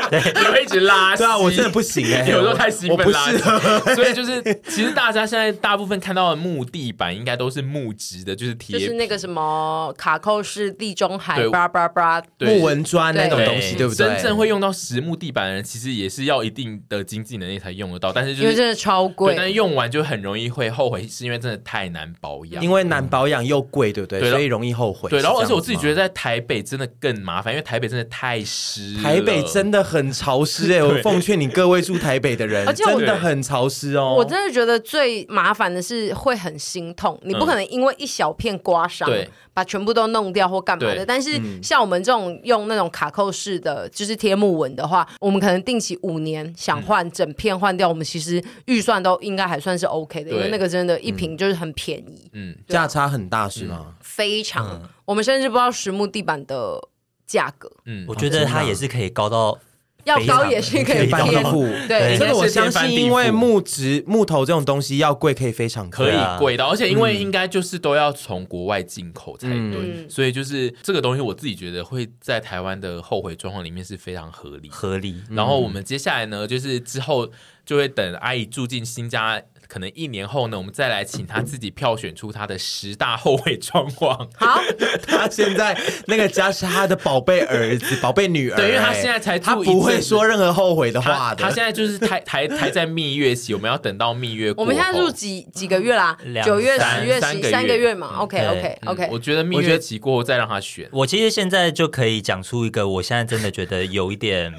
Speaker 2: 你会一直拉稀。
Speaker 1: 对啊，我真的不行哎、
Speaker 2: 有时候太兴
Speaker 1: 我
Speaker 2: 奋
Speaker 1: 不
Speaker 2: 拉
Speaker 1: 适
Speaker 2: 稀
Speaker 1: 合。
Speaker 2: <laughs> 所以就是，其实大家现在大部分看到的木地板应该都是木质的，就是
Speaker 3: 就
Speaker 2: 贴，
Speaker 3: 是那个什么卡扣式地中海，
Speaker 2: 对
Speaker 3: 叭叭叭，
Speaker 2: 对
Speaker 1: 木纹砖那种
Speaker 3: 对
Speaker 1: 东西，对不对？
Speaker 2: 真正会用到实木地板的人，其实也是要一定的经济能力才用得到，但是
Speaker 3: 因
Speaker 2: 就
Speaker 3: 为
Speaker 2: 是。
Speaker 3: 真的超
Speaker 2: 对，但是
Speaker 3: 贵。
Speaker 2: 用完就很容易会后悔，是因为真的太难保养。
Speaker 1: 因为难保养又贵，对不对？
Speaker 2: 对然后
Speaker 1: 所以容易后悔。
Speaker 2: 对，然后而且我自己
Speaker 1: 得。
Speaker 2: 觉得在台北真的更麻烦，因为台北真的太湿了，
Speaker 1: 台北真的很潮湿哎、我奉劝你各位住台北的人，
Speaker 3: 而且我
Speaker 1: 真的很潮湿哦。
Speaker 3: 我真的觉得最麻烦的是会很心痛，你不可能因为一小片刮伤
Speaker 2: 嗯对
Speaker 3: 把全部都弄掉或干嘛的。
Speaker 2: 对嗯
Speaker 3: 但是像我们这种用那种卡扣式的，就是贴木纹的话，我们可能定期五年想换整片换掉，我们其实预算都应该还算是 OK 的，因为
Speaker 2: 对
Speaker 3: 那个真的，一瓶就是很便宜，
Speaker 2: 嗯，
Speaker 1: 价差很大是吗？
Speaker 3: 非常。
Speaker 4: 嗯
Speaker 3: 我们甚至不知道实木地板的价格，
Speaker 2: 嗯，
Speaker 4: 我觉得它也是可以高到
Speaker 3: 要
Speaker 4: 非
Speaker 3: 高
Speaker 4: 常
Speaker 3: 也是可
Speaker 1: 可
Speaker 3: 以
Speaker 1: 以
Speaker 4: 到
Speaker 1: 翻
Speaker 3: 贴
Speaker 1: 覆。 <laughs>
Speaker 3: 对
Speaker 4: 对
Speaker 1: 这个我
Speaker 2: 应该
Speaker 1: 相
Speaker 2: 是天翻
Speaker 1: 信，
Speaker 2: 地覆
Speaker 1: 因为木质、木头这种东西要贵，可以非常
Speaker 2: 可
Speaker 1: 贵。
Speaker 2: 以
Speaker 4: 对啊
Speaker 2: 贵到，而且因
Speaker 1: 嗯
Speaker 2: 为应该就是都要从国外进口才对，
Speaker 3: 嗯
Speaker 2: 所以就是这个东西我自己觉得会在台湾的后悔状况里面是非常合理的。
Speaker 4: 合理。
Speaker 1: 嗯
Speaker 2: 然后我们接下来呢，就是之后就会等阿姨住进新家，可能一年后呢，我们再来请她自己票选出她的十大后悔状
Speaker 1: <laughs>
Speaker 2: 况。
Speaker 3: 好，
Speaker 1: 他现在那个家是他的宝贝儿子、宝贝女儿、
Speaker 2: 对因为他
Speaker 1: 哎
Speaker 2: 现在才住
Speaker 1: 他不会说任何后悔的话
Speaker 2: 她
Speaker 1: 的。
Speaker 2: 她现在就是 <laughs> 还还还在蜜月期，我们要等到蜜月过
Speaker 3: 我
Speaker 2: 后。
Speaker 3: 们现在入几几个月啦？
Speaker 4: 两
Speaker 3: 九月、
Speaker 4: 三
Speaker 3: 十月、
Speaker 2: 三
Speaker 3: 十
Speaker 2: 个
Speaker 3: 三个
Speaker 2: 月
Speaker 3: 月嘛。OK
Speaker 4: 对
Speaker 3: OK
Speaker 2: 嗯
Speaker 3: OK，
Speaker 2: 我觉得蜜
Speaker 1: 我觉
Speaker 2: 月
Speaker 1: 得
Speaker 2: 期过后再让她选。
Speaker 4: 我其实现在就可以讲出一个，我现在真的觉得有
Speaker 1: <laughs>
Speaker 4: 一点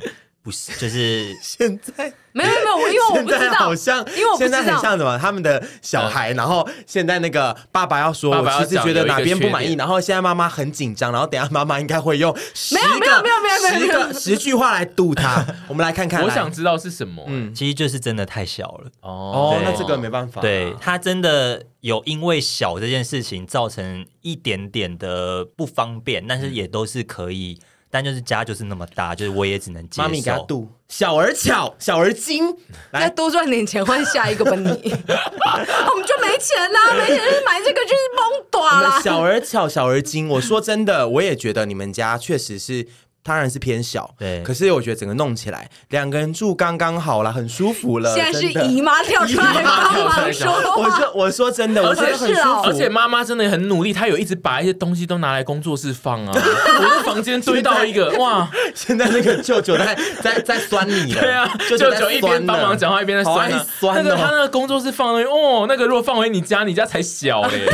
Speaker 4: 不是，就是
Speaker 1: 现在
Speaker 3: 没有没有没有，我因为我
Speaker 1: 现
Speaker 3: 不知
Speaker 1: 在
Speaker 3: 道
Speaker 1: 好，像，
Speaker 3: 因为我不
Speaker 1: 现
Speaker 3: 知道
Speaker 1: 在很像什么？他们的小孩，然后现在那个爸爸要说，
Speaker 2: 爸爸要
Speaker 1: 我其实觉得哪边不满
Speaker 2: 讲有一个缺
Speaker 1: 意，
Speaker 2: 点
Speaker 1: 然后现在妈妈很紧张，然后等一下妈妈应该会用十个
Speaker 3: 没有没有没有没有没
Speaker 1: 十
Speaker 3: 有
Speaker 1: 个十句话来堵他。我们来看啊看，
Speaker 2: 我
Speaker 1: 来
Speaker 2: 想知道是什么。嗯，
Speaker 4: 其实就是真的太小了。
Speaker 2: 哦
Speaker 1: 哦，
Speaker 4: 对
Speaker 1: 那这个没办法，
Speaker 4: 对他真的有因为小这件事情造成一点点的不方便，但是也都是可以但就是家就是那么大，就是我也只能
Speaker 1: 嗯
Speaker 4: 接
Speaker 1: 妈咪给他
Speaker 4: 受。
Speaker 1: 度小而巧，小而精，
Speaker 3: 再
Speaker 1: 来
Speaker 3: 多赚点钱换下一个吧你。 <laughs> 我们就没钱啦、没钱就买这个就是崩短
Speaker 1: 我们
Speaker 3: 啦。
Speaker 1: 小而巧，小而精。我说真的，我也觉得你们家确实是。当然是偏小，
Speaker 4: 对
Speaker 1: 可是我觉得整个弄起来，两个人住刚刚好了，很舒服
Speaker 2: <laughs>
Speaker 1: 了。
Speaker 3: 现在是
Speaker 1: 真的
Speaker 3: 姨妈跳出来
Speaker 1: <laughs> 姨妈
Speaker 3: 帮忙
Speaker 2: 跳
Speaker 3: 说
Speaker 1: 我
Speaker 3: 话，
Speaker 1: 说我说真的，我觉得很舒
Speaker 3: 是哦
Speaker 1: 服。
Speaker 2: 而且妈妈真的很努力，她有一直把一些东西都拿来工作室
Speaker 1: <laughs>
Speaker 2: 放啊。我的房间堆到一个哇，
Speaker 1: 现在那个舅舅在在在酸你了，
Speaker 2: 对啊，
Speaker 1: 舅
Speaker 2: 舅
Speaker 1: 舅在
Speaker 2: 舅一
Speaker 1: 酸了
Speaker 2: 边帮忙讲话一边在酸
Speaker 1: 好
Speaker 2: 啊
Speaker 1: 爱酸哦
Speaker 2: 那个他那个工作室放的东西哦，那个如果放回你家，你家才小
Speaker 1: <laughs>
Speaker 2: 嘞。。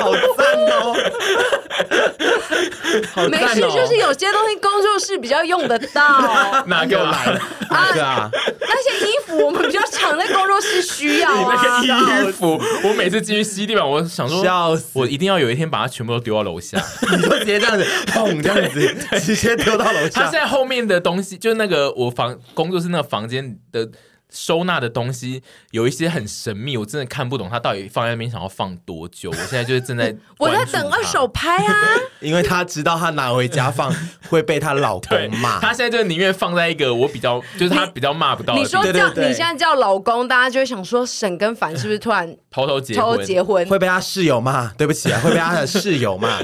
Speaker 1: 好赞哦，好
Speaker 3: 没
Speaker 1: 赞
Speaker 3: 事，
Speaker 1: 哦，
Speaker 3: 就是有些东西工作室比较用得
Speaker 1: <laughs>
Speaker 3: 到
Speaker 2: 哪
Speaker 1: 又
Speaker 2: 个
Speaker 1: 来了
Speaker 2: 啊？
Speaker 1: 哪个啊？
Speaker 3: 那些衣服我们比较常在工作室需要
Speaker 1: <laughs>
Speaker 2: 那 <laughs>
Speaker 3: 啊。
Speaker 2: 个衣服，我每次进去吸地板，我想说，
Speaker 1: 笑死！
Speaker 2: 我一定要有一天把它全部都丢到楼下。
Speaker 1: 你就直接这样子，砰，这
Speaker 2: <laughs>
Speaker 1: 样子直接丢到楼
Speaker 2: 他
Speaker 1: 下。
Speaker 2: 在后面的东西，就是那个我房工作室那个房间的收纳的东西，有一些很神秘，我真的看不懂他到底放在那边想要放多久。我现在就是正在
Speaker 3: <laughs> 我在
Speaker 2: 关注
Speaker 3: 等
Speaker 2: 它
Speaker 3: 二手。拍啊，
Speaker 1: 因为她知道她拿回家放会被她老
Speaker 2: <laughs> 对
Speaker 1: 公骂，
Speaker 2: 他现在就宁愿放在一个我比较，就是他比较骂不到的
Speaker 3: 你
Speaker 2: 地方，
Speaker 3: 说
Speaker 1: 对对
Speaker 3: 叫
Speaker 1: 对
Speaker 3: 你现在叫老公，大家就会想说沈跟凡是不是突然
Speaker 2: 偷偷结
Speaker 3: 偷
Speaker 2: 婚。
Speaker 3: 结婚？
Speaker 1: <laughs> 会被她室友骂，对不起啊，会被她的室友
Speaker 3: <laughs>
Speaker 1: 骂。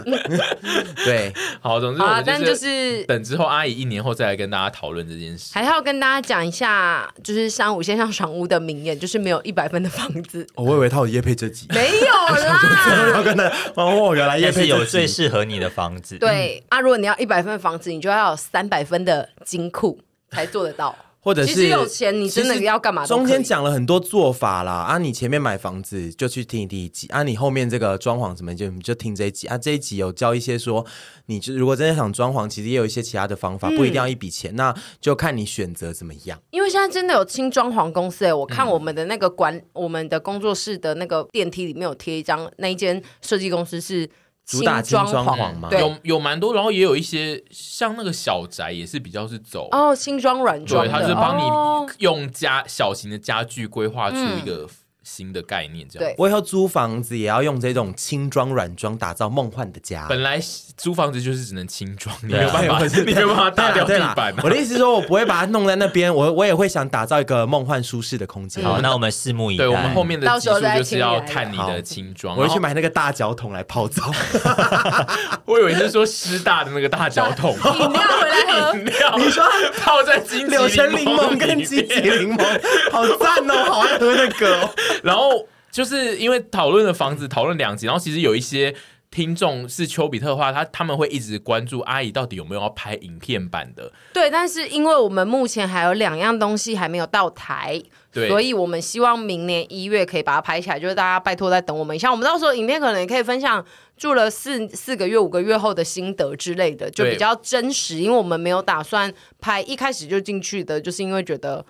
Speaker 1: 对，，
Speaker 2: 好，总之
Speaker 3: 好
Speaker 2: 我
Speaker 3: 啊，
Speaker 2: 们
Speaker 3: 但就是 <laughs>
Speaker 2: 等之后阿姨一年后再来跟大家讨论这件事。
Speaker 3: 还是要跟大家讲一下，就是三五线上爽屋的名言，就是没有一百分的房子
Speaker 1: <laughs> 哦我以为她有叶配这集，
Speaker 3: 没有
Speaker 1: <laughs>
Speaker 3: 啦。
Speaker 1: 我跟她哦，原来叶
Speaker 4: 也是
Speaker 1: 配这
Speaker 4: 有
Speaker 1: 集
Speaker 4: 最适合你的房子，，
Speaker 3: 对啊，如果你要一百分的房子，你就要有三百分的金库才做得到。
Speaker 1: 或者是
Speaker 3: 其实有钱你真的要干嘛
Speaker 1: 其
Speaker 3: 都
Speaker 1: 实
Speaker 3: 可以
Speaker 1: 中间讲了很多做法啦，啊，你前面买房子就去听第一集，啊，你后面这个装潢什么就你就听这一集，啊，这一集有教一些说，你就如果真的想装潢，其实也有一些其他的方法，
Speaker 3: 嗯
Speaker 1: 不一定要一笔钱，那就看你选择怎么样。
Speaker 3: 因为现在真的有轻装潢公司哎、我看我们的那个管、我们的工作室的那个电梯里面有贴一张，那一间设计公司是
Speaker 1: 主打
Speaker 3: 轻
Speaker 1: 轻装
Speaker 3: 潢
Speaker 1: 潢嘛
Speaker 3: 对
Speaker 2: 有有蛮多，然后也有一些像那个小宅也是比较是走
Speaker 3: 哦，轻装软装
Speaker 2: 对，
Speaker 3: 的，
Speaker 2: 他就是帮
Speaker 3: 哦
Speaker 2: 你
Speaker 3: 嗯
Speaker 2: 用家、小型的家具规划出一个新的概念，这样。
Speaker 3: 对
Speaker 1: 我以后租房子也要用这种轻装软装打造梦幻的家。
Speaker 2: 本来租房子就是只能轻装，你
Speaker 4: 对
Speaker 2: 没
Speaker 4: 啊
Speaker 2: 有办法，
Speaker 1: 哎我是
Speaker 2: <laughs> 你没有办法打掉
Speaker 1: <laughs> 对
Speaker 2: 地
Speaker 1: 啦
Speaker 2: 板啊。
Speaker 1: 我的意思是说，我不会把它弄在那边，我我也会想打造一个梦幻舒适的空间。
Speaker 4: 好，那我们拭目以待。
Speaker 2: 对我们后面的
Speaker 3: 到
Speaker 2: 技
Speaker 3: 时候
Speaker 2: 术
Speaker 3: 再
Speaker 2: 就是
Speaker 3: 请你
Speaker 2: 要
Speaker 3: 来
Speaker 2: 看你
Speaker 1: 啊好
Speaker 2: 的轻装。
Speaker 1: 我会去
Speaker 2: 然后
Speaker 1: 买那个大脚桶来泡
Speaker 2: <laughs>
Speaker 1: 澡。
Speaker 2: 哦我以为是说师大的那个大脚
Speaker 1: <laughs>
Speaker 2: 桶，
Speaker 3: 饮料回来喝。
Speaker 2: 饮料，你说泡在金桔
Speaker 1: 柳橙柠檬跟
Speaker 2: 鸡
Speaker 1: 鸡棘柠檬，好赞哦！
Speaker 2: <laughs>
Speaker 1: 好爱喝那个、哦。
Speaker 2: 然后就是因为讨论了房子，讨论两集，然后其实有一些听众是丘比特的话，他他们会一直关注阿姨到底有没有要拍影片版的， <laughs>
Speaker 3: <laughs> 对，但是因为我们目前还有两样东西还没有到台，
Speaker 2: 对
Speaker 3: 所以我们希望明年一月可以把它拍起来，就是大家拜托再等我们一下，我们到时候影片可能也可以分享住了四四个月、五个月后的心得之类的，就
Speaker 2: 对
Speaker 3: 比较真实，因为我们没有打算拍一开始就进去的，就是因为觉得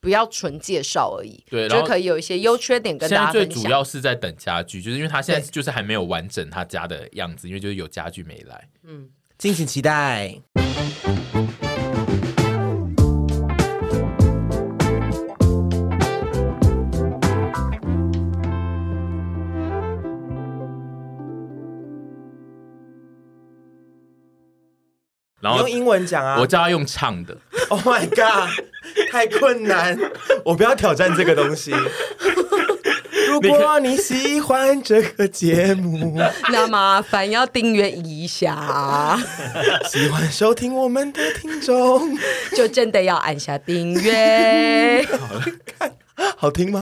Speaker 3: 不要纯介绍而已，
Speaker 2: 对然
Speaker 3: 就
Speaker 2: 后
Speaker 3: 可以有一些优缺点跟
Speaker 2: 现在
Speaker 3: 大家
Speaker 2: 最
Speaker 3: 分
Speaker 2: 主
Speaker 3: 享。
Speaker 2: 要 <laughs> 是在等家具，就是因为他现在
Speaker 3: 对
Speaker 2: 就是还没有完整他家的样子，因为就是有家具没来。
Speaker 1: 敬请期待。
Speaker 2: 然
Speaker 1: 你
Speaker 2: 后
Speaker 1: 用英文讲啊！
Speaker 2: 我 <laughs> 叫他用唱的，
Speaker 1: Oh my god，太困难，我不要挑战这个东西。 <laughs> 如果你喜欢这个节目，
Speaker 3: <laughs> 那麻烦要订阅一下，
Speaker 1: 喜欢收听我们的听众，
Speaker 3: 就真的要按下订阅。
Speaker 1: 好听吗？